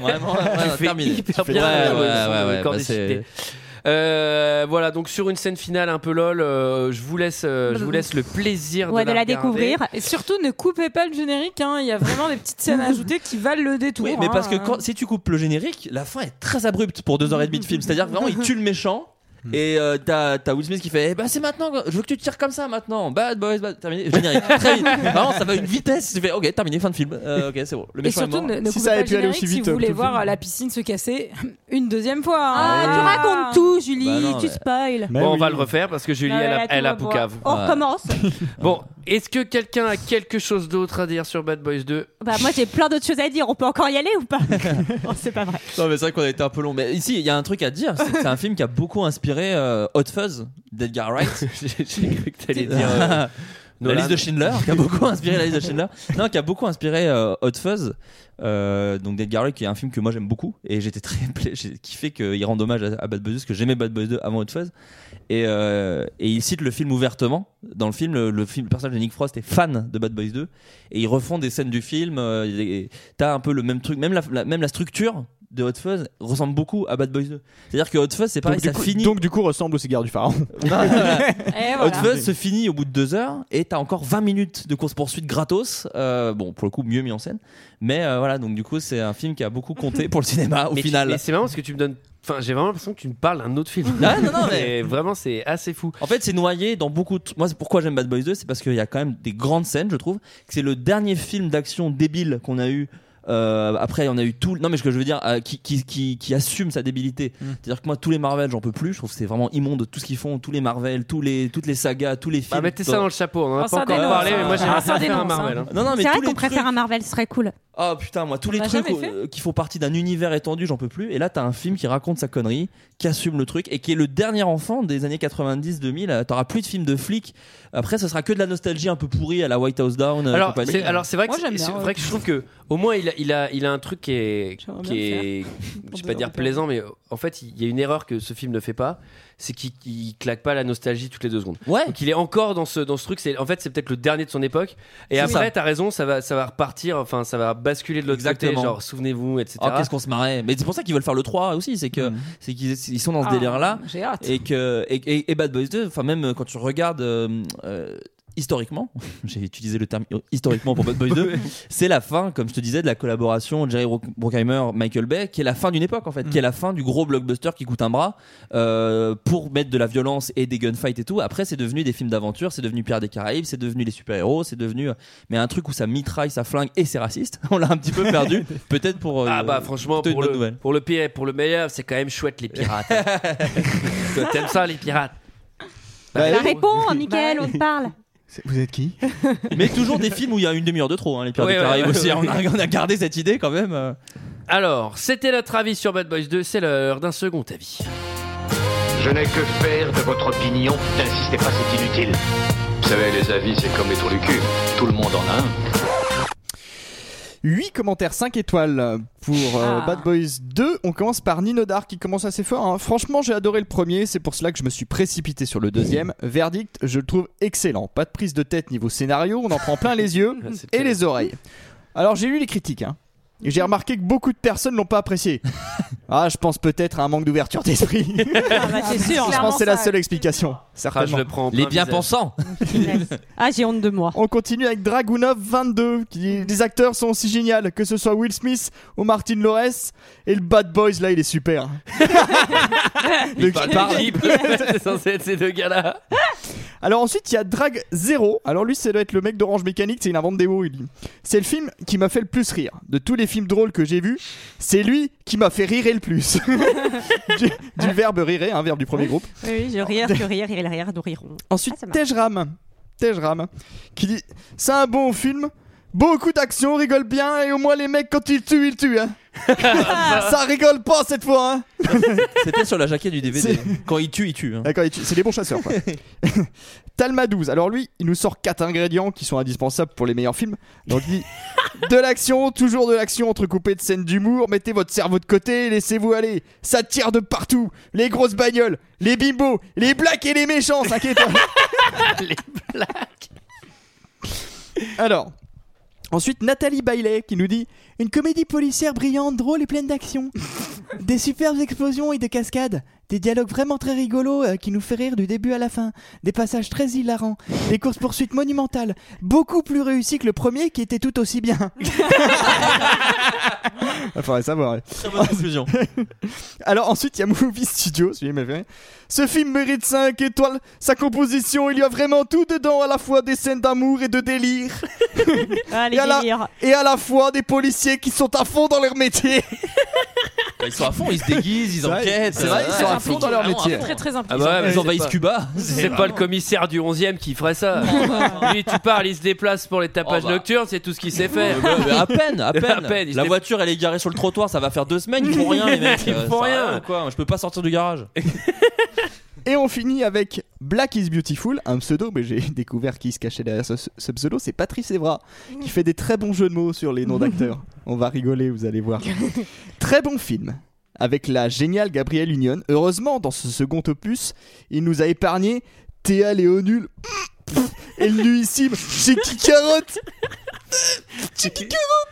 S3: vraiment ouais,
S1: Il fait
S3: terminé.
S1: hyper
S3: Tu
S1: bien,
S3: fais-
S1: euh,
S3: ouais,
S1: le son
S3: ouais,
S1: de
S3: ouais,
S1: corps
S3: bah, c'est-
S1: déchiqueté. Euh, voilà, donc sur une scène finale un peu lol, euh, je vous laisse, euh, je vous laisse le plaisir
S6: Ouais,
S1: de,
S6: de la
S1: regarder.
S6: découvrir.
S9: Et surtout, ne coupez pas le générique. hein. Il y a vraiment des petites scènes ajoutées qui valent le détour.
S3: Oui, mais
S9: hein.
S3: parce que quand, si tu coupes le générique, la fin est très abrupte pour deux heures et demie de film. C'est-à-dire que vraiment, il tue le méchant. Et euh, t'as t'as Will Smith qui fait eh Bah, c'est maintenant, quoi. je veux que tu tires comme ça maintenant. Bad boys, bad. Terminé, générique. Très vite. Vraiment, ça va à une vitesse. Tu fais Ok, terminé, fin de film. Euh, ok, c'est bon. Le
S9: Et
S3: méchant
S9: surtout,
S3: est mort.
S9: ne, ne
S7: Si
S9: coupez
S7: ça
S9: pas
S7: avait
S9: le
S7: pu aller
S9: générique
S7: aussi
S9: si
S7: vite,
S9: vous
S7: euh, tout
S9: voulez
S7: le
S9: voir
S7: film.
S9: euh, la piscine se casser une deuxième fois. hein.
S6: Ah, tu racontes tout, Julie,
S3: Bah non,
S6: tu
S3: mais-
S6: spoil.
S7: Bah
S1: Bon, on
S7: oui.
S1: va le refaire parce que Julie,
S6: Ah,
S1: elle
S6: là,
S1: a,
S6: là, tout
S1: elle a
S6: va boire.
S1: poucave.
S6: On
S3: Ouais.
S6: recommence.
S1: Bon, Est-ce que quelqu'un a quelque chose d'autre à dire sur Bad Boys 2
S6: Bah, moi, j'ai plein d'autres choses à dire. On peut encore y aller ou pas Bon, C'est pas vrai.
S3: Non, mais c'est vrai qu'on a été un peu long. Mais ici, il y a un truc à dire. C'est que c'est un film qui a beaucoup inspiré euh, Hot Fuzz d'Edgar Wright.
S1: J'ai cru que t'allais
S3: dire.
S1: euh,
S3: La
S1: Nolan.
S3: liste de Schindler, qui a beaucoup inspiré la liste de Schindler. Non, qui a beaucoup inspiré euh, Hot Fuzz, euh, donc d'Edgar Wright, qui est un film que moi j'aime beaucoup. Et j'étais très pla- j'ai kiffé qu'il rende hommage à, à Bad Boys 2, parce que j'aimais Bad Boys 2 avant Hot Fuzz. Et, euh, et il cite le film ouvertement. Dans le film, le, le film, le personnage de Nick Frost est fan de Bad Boys 2. Et ils refont des scènes du film. euh, et- et T'as un peu le même truc, même la, la- même la structure de Hot Fuzz ressemble beaucoup à Bad Boys 2. C'est-à-dire que Hot Fuzz, c'est pareil,
S7: donc, du
S3: ça
S7: coup,
S3: finit. Ah,
S7: donc du coup ressemble aux cigares du pharaon.
S9: Et
S3: Hot
S9: voilà.
S3: Fuzz se finit au bout de deux heures et t'as encore 20 minutes de course-poursuite gratos. Euh, bon, pour le coup, mieux mis en scène. Mais euh, voilà, donc du coup, c'est un film qui a beaucoup compté pour le cinéma au
S1: Mais-
S3: final.
S1: mais c'est marrant parce que tu me donnes. Enfin, j'ai vraiment l'impression que tu me parles d'un autre film.
S3: Ah, non, non, mais-
S1: Et vraiment, c'est assez fou.
S3: En fait, c'est noyé dans beaucoup de. Moi, c'est pourquoi j'aime Bad Boys 2, c'est parce qu'il y a quand même des grandes scènes, je trouve. que C'est le dernier film d'action débile qu'on a eu. euh, après, on a eu tout. Non, mais ce que je veux dire, euh, qui, qui, qui, qui assume sa débilité. C'est-à-dire que moi, tous les Marvel, j'en peux plus. Je trouve que c'est vraiment immonde tout ce qu'ils font, tous les Marvel, tous les, toutes les sagas, tous les films.
S1: Bah, mettez ça dans le chapeau, on en a
S3: Ah,
S1: pas
S3: ça
S1: encore
S3: dénonce,
S1: parlé,
S3: hein.
S1: mais moi
S3: Ah,
S1: j'aimerais
S3: ça
S1: bien faire un
S3: dénonce, hein.
S1: Marvel. hein.
S3: Non, non, mais
S6: C'est vrai
S3: tous les
S6: qu'on préfère
S3: trucs-
S6: un Marvel, ce serait cool.
S3: Ah putain, moi, tous les
S9: On l'a
S3: trucs
S9: jamais
S3: euh, qui font partie d'un univers étendu, j'en peux plus. Et là, t'as un film qui raconte sa connerie, qui assume le truc, et qui est le dernier enfant des années 90-2000. T'auras plus de films de flics. Après, ce sera que de la nostalgie un peu pourrie à la White House Down. euh,
S1: Alors,
S3: compagnie.
S1: c'est, alors c'est vrai que
S9: Moi, j'aime
S1: c'est
S9: bien,
S1: vrai
S3: hein.
S9: ouais.
S1: que je trouve que au moins il a il a il a un truc qui est
S9: J'aimerais
S1: qui
S9: bien
S1: est je vais pas dire plaisant mais en fait il y a une erreur que ce film ne fait pas c'est qu'il il claque pas la nostalgie toutes les deux secondes.
S3: Ouais.
S1: Donc il est encore dans ce dans ce truc c'est en fait c'est peut-être le dernier de son époque et
S3: C'est
S1: après
S3: ça.
S1: t'as raison ça va ça va repartir enfin ça va basculer de l'autre
S3: Exactement.
S1: côté genre souvenez-vous etc.
S3: Oh, qu'est-ce qu'on se marrait. Mais c'est pour ça qu'ils veulent faire le 3 aussi, c'est
S1: Mm.
S3: que c'est qu'ils ils sont dans ce
S9: Ah,
S3: délire là.
S9: J'ai hâte.
S3: et que et, et- et Bad Boys 2 enfin même euh, quand tu regardes euh, euh, historiquement j'ai utilisé le terme historiquement pour Bad Boys 2 c'est la fin comme je te disais de la collaboration Jerry Bro- Bruckheimer Michael Bay qui est la fin d'une époque en fait qui est la fin du gros blockbuster qui coûte un bras euh, pour mettre de la violence et des gunfights et tout après c'est devenu des films d'aventure c'est devenu Pierre des Caraïbes c'est devenu les super-héros c'est devenu euh, mais un truc où ça mitraille ça flingue et c'est raciste on l'a un petit peu perdu peut-être pour euh,
S1: Ah bah franchement
S3: plutôt une
S1: pour
S3: bonne
S1: le,
S3: nouvelle.
S1: pour le pire pour le meilleur c'est quand même chouette les pirates. Toi, T'aimes ça les pirates
S7: Bah,
S3: Eh
S6: Bah,
S7: oui.
S6: réponds, Michael, on te
S3: Bah
S6: parle.
S7: C'est- Vous êtes qui
S3: Mais toujours des films où il y a une demi-heure de trop, hein, les Pirates
S1: Ouais,
S3: des
S1: ouais,
S3: Caraïbes
S1: ouais,
S3: aussi.
S1: ouais.
S3: On, a, on a gardé cette idée quand même. euh.
S1: Alors, c'était notre avis sur Bad Boys 2, c'est l'heure d'un second avis.
S11: Je n'ai que faire de votre opinion. N'insistez pas, c'est inutile.
S5: Vous savez, les avis, c'est comme les trous du cul. Tout le monde en a un.
S7: 8 commentaires 5 étoiles pour euh,
S9: Ah.
S7: Bad Boys 2. On commence par Ninodar qui commence assez fort. hein. Franchement, j'ai adoré le premier, c'est pour cela que je me suis précipité sur le deuxième. Verdict, je le trouve excellent. Pas de prise de tête niveau scénario, on en prend plein les yeux
S9: Ah,
S1: C'est
S7: et
S1: clair.
S7: les oreilles. Alors j'ai lu les critiques hein, et j'ai remarqué que beaucoup de personnes l'ont pas apprécié. Ah, je pense peut-être à un manque d'ouverture d'esprit.
S6: Ah, bah, c'est sûr.
S7: je pense que c'est la seule explication.
S1: Ah, je
S7: Certainement.
S1: le prends en
S3: Les
S1: plein visage.
S3: bien-pensants.
S6: Ah, j'ai honte de moi.
S7: On continue avec Dragunov 22, qui dit, les acteurs sont aussi géniaux, que ce soit Will Smith ou Martin Lawrence, et le Bad Boys là il est super. Le
S1: Pas de
S7: clip.
S1: clip. C'est censé être ces deux gars-là.
S7: Alors ensuite il y a Drag 0, alors lui ça doit être le mec d'Orange Mécanique, c'est il invente des mots, il dit. C'est le film qui m'a fait le plus rire, de tous les films drôles que j'ai vus, c'est lui qui m'a fait rire le plus. du, du verbe rire, un verbe du premier groupe.
S6: Oui, oui, je rire, tu rires, il rire, nous rirons.
S7: Ensuite,
S6: Ah, ça marche.
S7: Tejram. Tejram. Qui dit C'est un bon film. Beaucoup d'action, on rigole bien, et au moins les mecs, quand ils tuent, ils tuent. Hein. ça rigole pas cette fois. Hein.
S3: C'était sur la jaquette du DVD. Quand il tue, il tue. hein.
S7: D'accord, ils tuent, c'est des bons chasseurs. quoi. Talma 12. Alors lui, il nous sort quatre ingrédients qui sont indispensables pour les meilleurs films. Donc il dit De l'action, toujours de l'action, entrecoupée de scènes d'humour. Mettez votre cerveau de côté, laissez-vous aller. Ça tire de partout. Les grosses bagnoles, les bimbos, les blacks et les méchants, s'inquiète. Alors, ensuite Nathalie Bailey qui nous dit Une comédie policière brillante, drôle et pleine d'action. des superbes explosions et de cascades. Des dialogues vraiment très rigolos euh, qui nous fait rire du début à la fin. Des passages très hilarants. Des courses-poursuites monumentales. Beaucoup plus réussies que le premier qui était tout aussi bien. Il faudrait savoir.
S3: Très bonne conclusion.
S7: Alors ensuite, il y a Movie Studio, celui-là m'a fait rire. Ce film mérite 5 étoiles. Sa composition, il y a vraiment tout dedans, à la fois des scènes d'amour et de délire.
S6: Ah, les
S7: Et à la-
S6: délires.
S7: et à la fois des policiers qui sont à fond dans leur métier.
S3: Ils sont à fond, ils se déguisent, ils
S7: C'est vrai,
S3: enquêtent.
S7: c'est vrai, ils
S3: euh,
S7: sont à
S3: ouais,
S7: fond dans leur
S3: vraiment à
S7: métier.
S3: fond.
S7: Très, très
S3: Ah
S7: impliqués.
S3: bah ouais,
S7: Ouais,
S3: mais ils
S7: c'est
S3: envahissent
S7: pas-
S3: Cuba.
S1: C'est pas le commissaire du 11e qui ferait ça. Lui, tu parles, il se déplace pour les tapages
S3: Oh bah.
S1: nocturnes, c'est tout ce qu'il sait faire.
S3: Mais- mais Euh, à peine, à peine.
S1: il se
S3: La
S1: dé-
S3: voiture, elle est garée sur le trottoir, ça va faire deux semaines, ils font rien, les mecs.
S1: Ils
S3: euh,
S1: font
S3: ça
S1: rien.
S3: va, Quoi. Je peux pas sortir du garage.
S7: Et on finit avec Black is Beautiful, un pseudo, mais j'ai découvert qui se cachait derrière ce, ce pseudo, c'est Patrice Evra, qui fait des très bons jeux de mots sur les noms d'acteurs. On va rigoler, vous allez voir. très bon film, avec la géniale Gabrielle Union. Heureusement, dans ce second opus, il nous a épargné Théa Léonul et le nuissime Chicky Carotte Chicky Carotte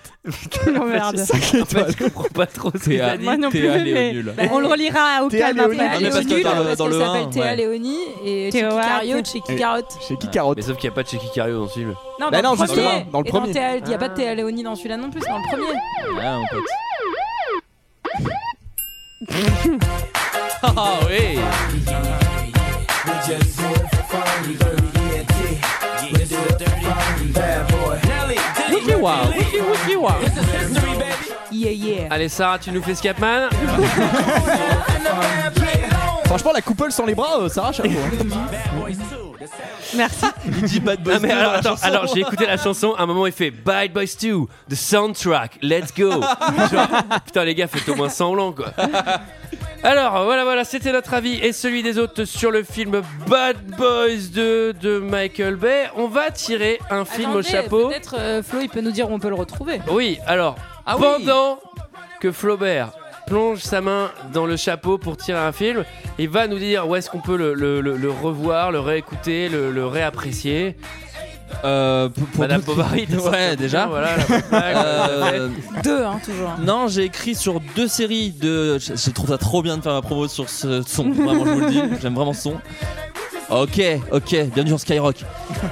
S6: merde.
S7: Cinq étoiles.
S1: pas trop
S3: ce qu'il a dit. Moi non Théa plus, Léonul. mais-
S6: bah, On le relira au
S7: Théa
S6: calme après.
S3: Non,
S7: Léonul.
S3: Ah, mais parce que
S9: Léonule,
S3: dans le-
S9: parce
S3: dans
S9: qu'elle
S3: le
S9: s'appelle
S3: un,
S9: Théa
S3: ouais.
S9: Léonie et Chicky
S6: Théo Hack.
S9: Cario, Chicky
S7: Oui.
S9: Carotte.
S7: Chez qui Carotte
S1: Mais sauf qu'il n'y a pas de Checky Cario dans ce film.
S9: Non,
S7: Bah
S9: dans
S7: non,
S9: le premier.
S7: justement, dans le
S9: Et
S7: premier.
S9: Théa- Il n'y a pas de Théa Léonie dans celui-là non plus, dans le premier.
S3: Ah, en fait. Ah oui Wikiwa, wiki, wikiwa.
S9: Yeah, yeah.
S1: Allez, Sarah, tu nous fais Scapman
S7: Franchement, la coupole sans les bras, euh, Sarah, chapeau. hein.
S6: Merci.
S3: Il dit Bad Boys
S1: Ah, mais
S3: Blue
S1: alors,
S3: dans la
S1: attends,
S3: chanson.
S1: alors j'ai écouté la chanson, à un moment il fait Bad Boys 2, The Soundtrack, Let's Go. Genre, putain, les gars, faites au moins semblant quoi. Alors voilà, voilà, c'était notre avis et celui des autres sur le film Bad Boys 2 de Michael Bay. On va tirer un film au
S9: Attendez,
S1: chapeau.
S9: Peut-être euh, Flo, il peut nous dire où on peut le retrouver.
S1: Oui, alors,
S3: Ah oui.
S1: pendant que Flaubert plonge sa main dans le chapeau pour tirer un film, il va nous dire où est-ce qu'on peut le, le- le- le revoir, le réécouter, le, le réapprécier.
S3: Euh, pour- pour
S1: Madame
S3: tout-
S1: Bovary, t'as
S3: ouais,
S1: sorti-
S3: déjà.
S1: Voilà, la bonne blague,
S3: Euh,
S9: Deux, hein, toujours.
S3: Non, j'ai écrit sur deux séries de. Je je trouve ça trop bien de faire ma promo sur ce son. Vraiment, je vous le dis. J'aime vraiment ce son. Ok, ok, bienvenue sur Skyrock.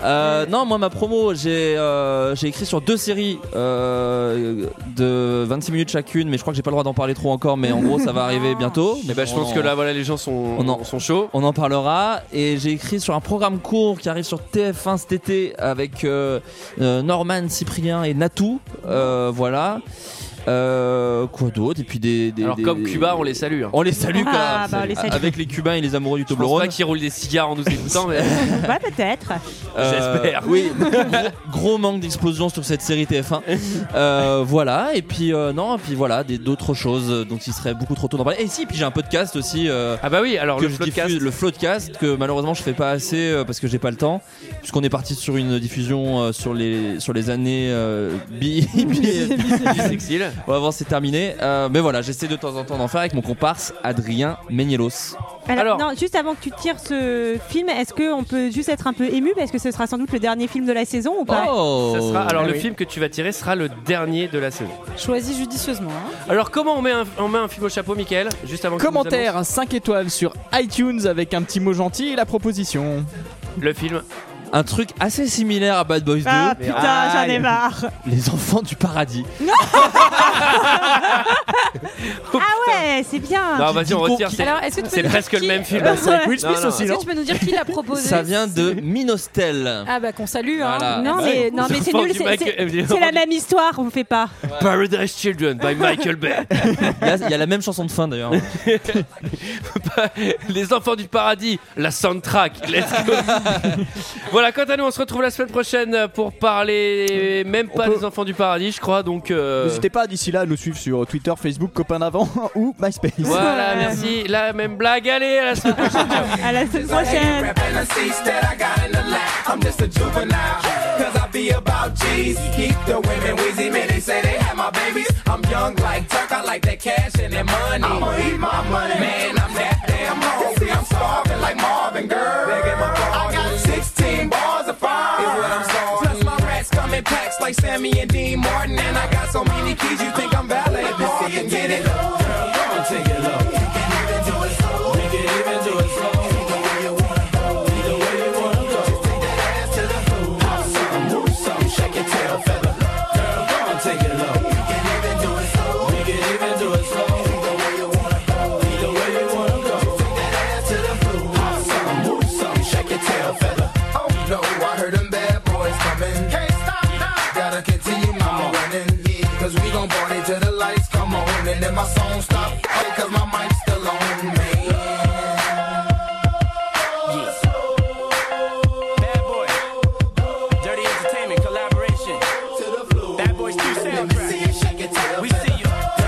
S3: Euh, non, moi, ma promo, j'ai euh, j'ai écrit sur deux séries euh, de 26 minutes chacune, mais je crois que j'ai pas le droit d'en parler trop encore, mais en gros, ça va arriver bientôt. bah,
S1: Eh ben, je pense
S3: On-
S1: que là, voilà, les gens sont,
S3: On en-
S1: sont chauds.
S3: on en parlera. Et j'ai écrit sur un programme court qui arrive sur TF1 cet été avec euh, euh, Norman, Cyprien et Natou. Euh, voilà. Euh, quoi d'autre Et puis des. des-
S1: Alors,
S3: des-
S1: comme Cuba, on les salue. hein.
S3: On les salue quand
S6: Ah,
S3: même.
S6: bah, on les salue.
S3: Avec les Cubains et les amoureux du
S1: Je pense
S3: Toblerone.
S1: pas qu'ils roulent des cigares en nous écoutant, mais
S6: Ouais, peut-être.
S3: Euh,
S1: J'espère.
S3: Oui, gros, gros manque d'explosion sur cette série TF1. Euh, voilà, et puis euh, non, et puis voilà, des- d'autres choses euh, dont il serait beaucoup trop tôt d'en parler. Et si, puis j'ai un podcast aussi. euh,
S1: ah bah oui, alors
S3: que
S1: le
S3: je
S1: podcast.
S3: diffuse, le Floatcast que malheureusement je fais pas assez euh, parce que j'ai pas le temps puisqu'on est parti sur une diffusion euh, sur les sur les années euh, bi, bi-
S1: Sexile.
S3: Bon, avant c'est terminé Euh, mais voilà j'essaie de temps en temps d'en faire avec mon comparse Adrien Ménielos
S6: Alors,
S1: Alors-
S6: non, juste avant que tu tires ce film, est-ce qu'on peut juste être un peu ému parce que ce sera sans doute le dernier film de la saison ou pas
S3: oh
S1: Ça sera- alors
S7: Ah
S1: le
S7: oui.
S1: film que tu vas tirer sera le dernier de la saison.
S9: Choisis judicieusement. hein.
S1: Alors comment on met un, on met un film au chapeau, Michael Juste avant. que tu nous
S7: Commentaire 5 étoiles sur iTunes avec un petit mot gentil et la proposition.
S1: annonces le film.
S3: un truc assez similaire à Bad Boys 2
S6: Ah putain, j'en ai
S7: Aïe.
S6: marre.
S3: les enfants du paradis
S6: Ah ouais, c'est bien.
S1: Oh, Non, vas-y, on
S3: Dites-moi
S1: retire.
S3: qui-
S1: C'est
S9: Alors, est-ce que tu peux
S1: c'est
S9: nous dire
S1: presque
S9: qui-
S1: le même film.
S7: Bah, c'est avec Will
S1: Non,
S7: Smith
S1: non,
S7: aussi,
S9: Est-ce
S7: non
S9: que tu peux nous dire qui l'a proposé
S3: ça vient de Minostel
S9: Ah bah qu'on salue.
S3: Voilà.
S9: Hein.
S6: Non
S3: bah
S6: mais, non, mais c'est nul,
S1: Du
S6: c'est-
S1: Michael-
S6: c'est c'est la même histoire, on fait pas.
S1: Paradise Children by Michael Bay.
S3: il y, a, il y a la même chanson de fin d'ailleurs hein.
S1: Les enfants du paradis, la soundtrack. Let's go. voilà, quant à nous, on se retrouve la semaine prochaine pour parler même pas
S7: peut-
S1: des enfants du paradis, je crois. Donc euh,
S7: N'hésitez pas d'ici là à nous suivre sur Twitter, Facebook, Copain d'avant ou MySpace.
S1: voilà, merci. La même blague. Allez, à la semaine prochaine.
S6: À la semaine prochaine.
S2: I'm just a juvenile, cause I be about G's. Keep the women wheezy, man, they say they have my babies. I'm young like Turk, I like that cash and that money. I'ma eat my money, man, I'm that damn hungry. I'm starving like Marvin, girl. I got 16 bars of fire. Is what I'm starving. Plus my rats come in packs like Sammy and Dean Martin. And I got so many keys, you think I'm valid. Let's see you get it. Girl, go and take it low. We can even do it slow. Oh, Gotta continue my running, yeah. Cause we gon' party till the lights come on, and then my song's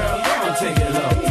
S14: love.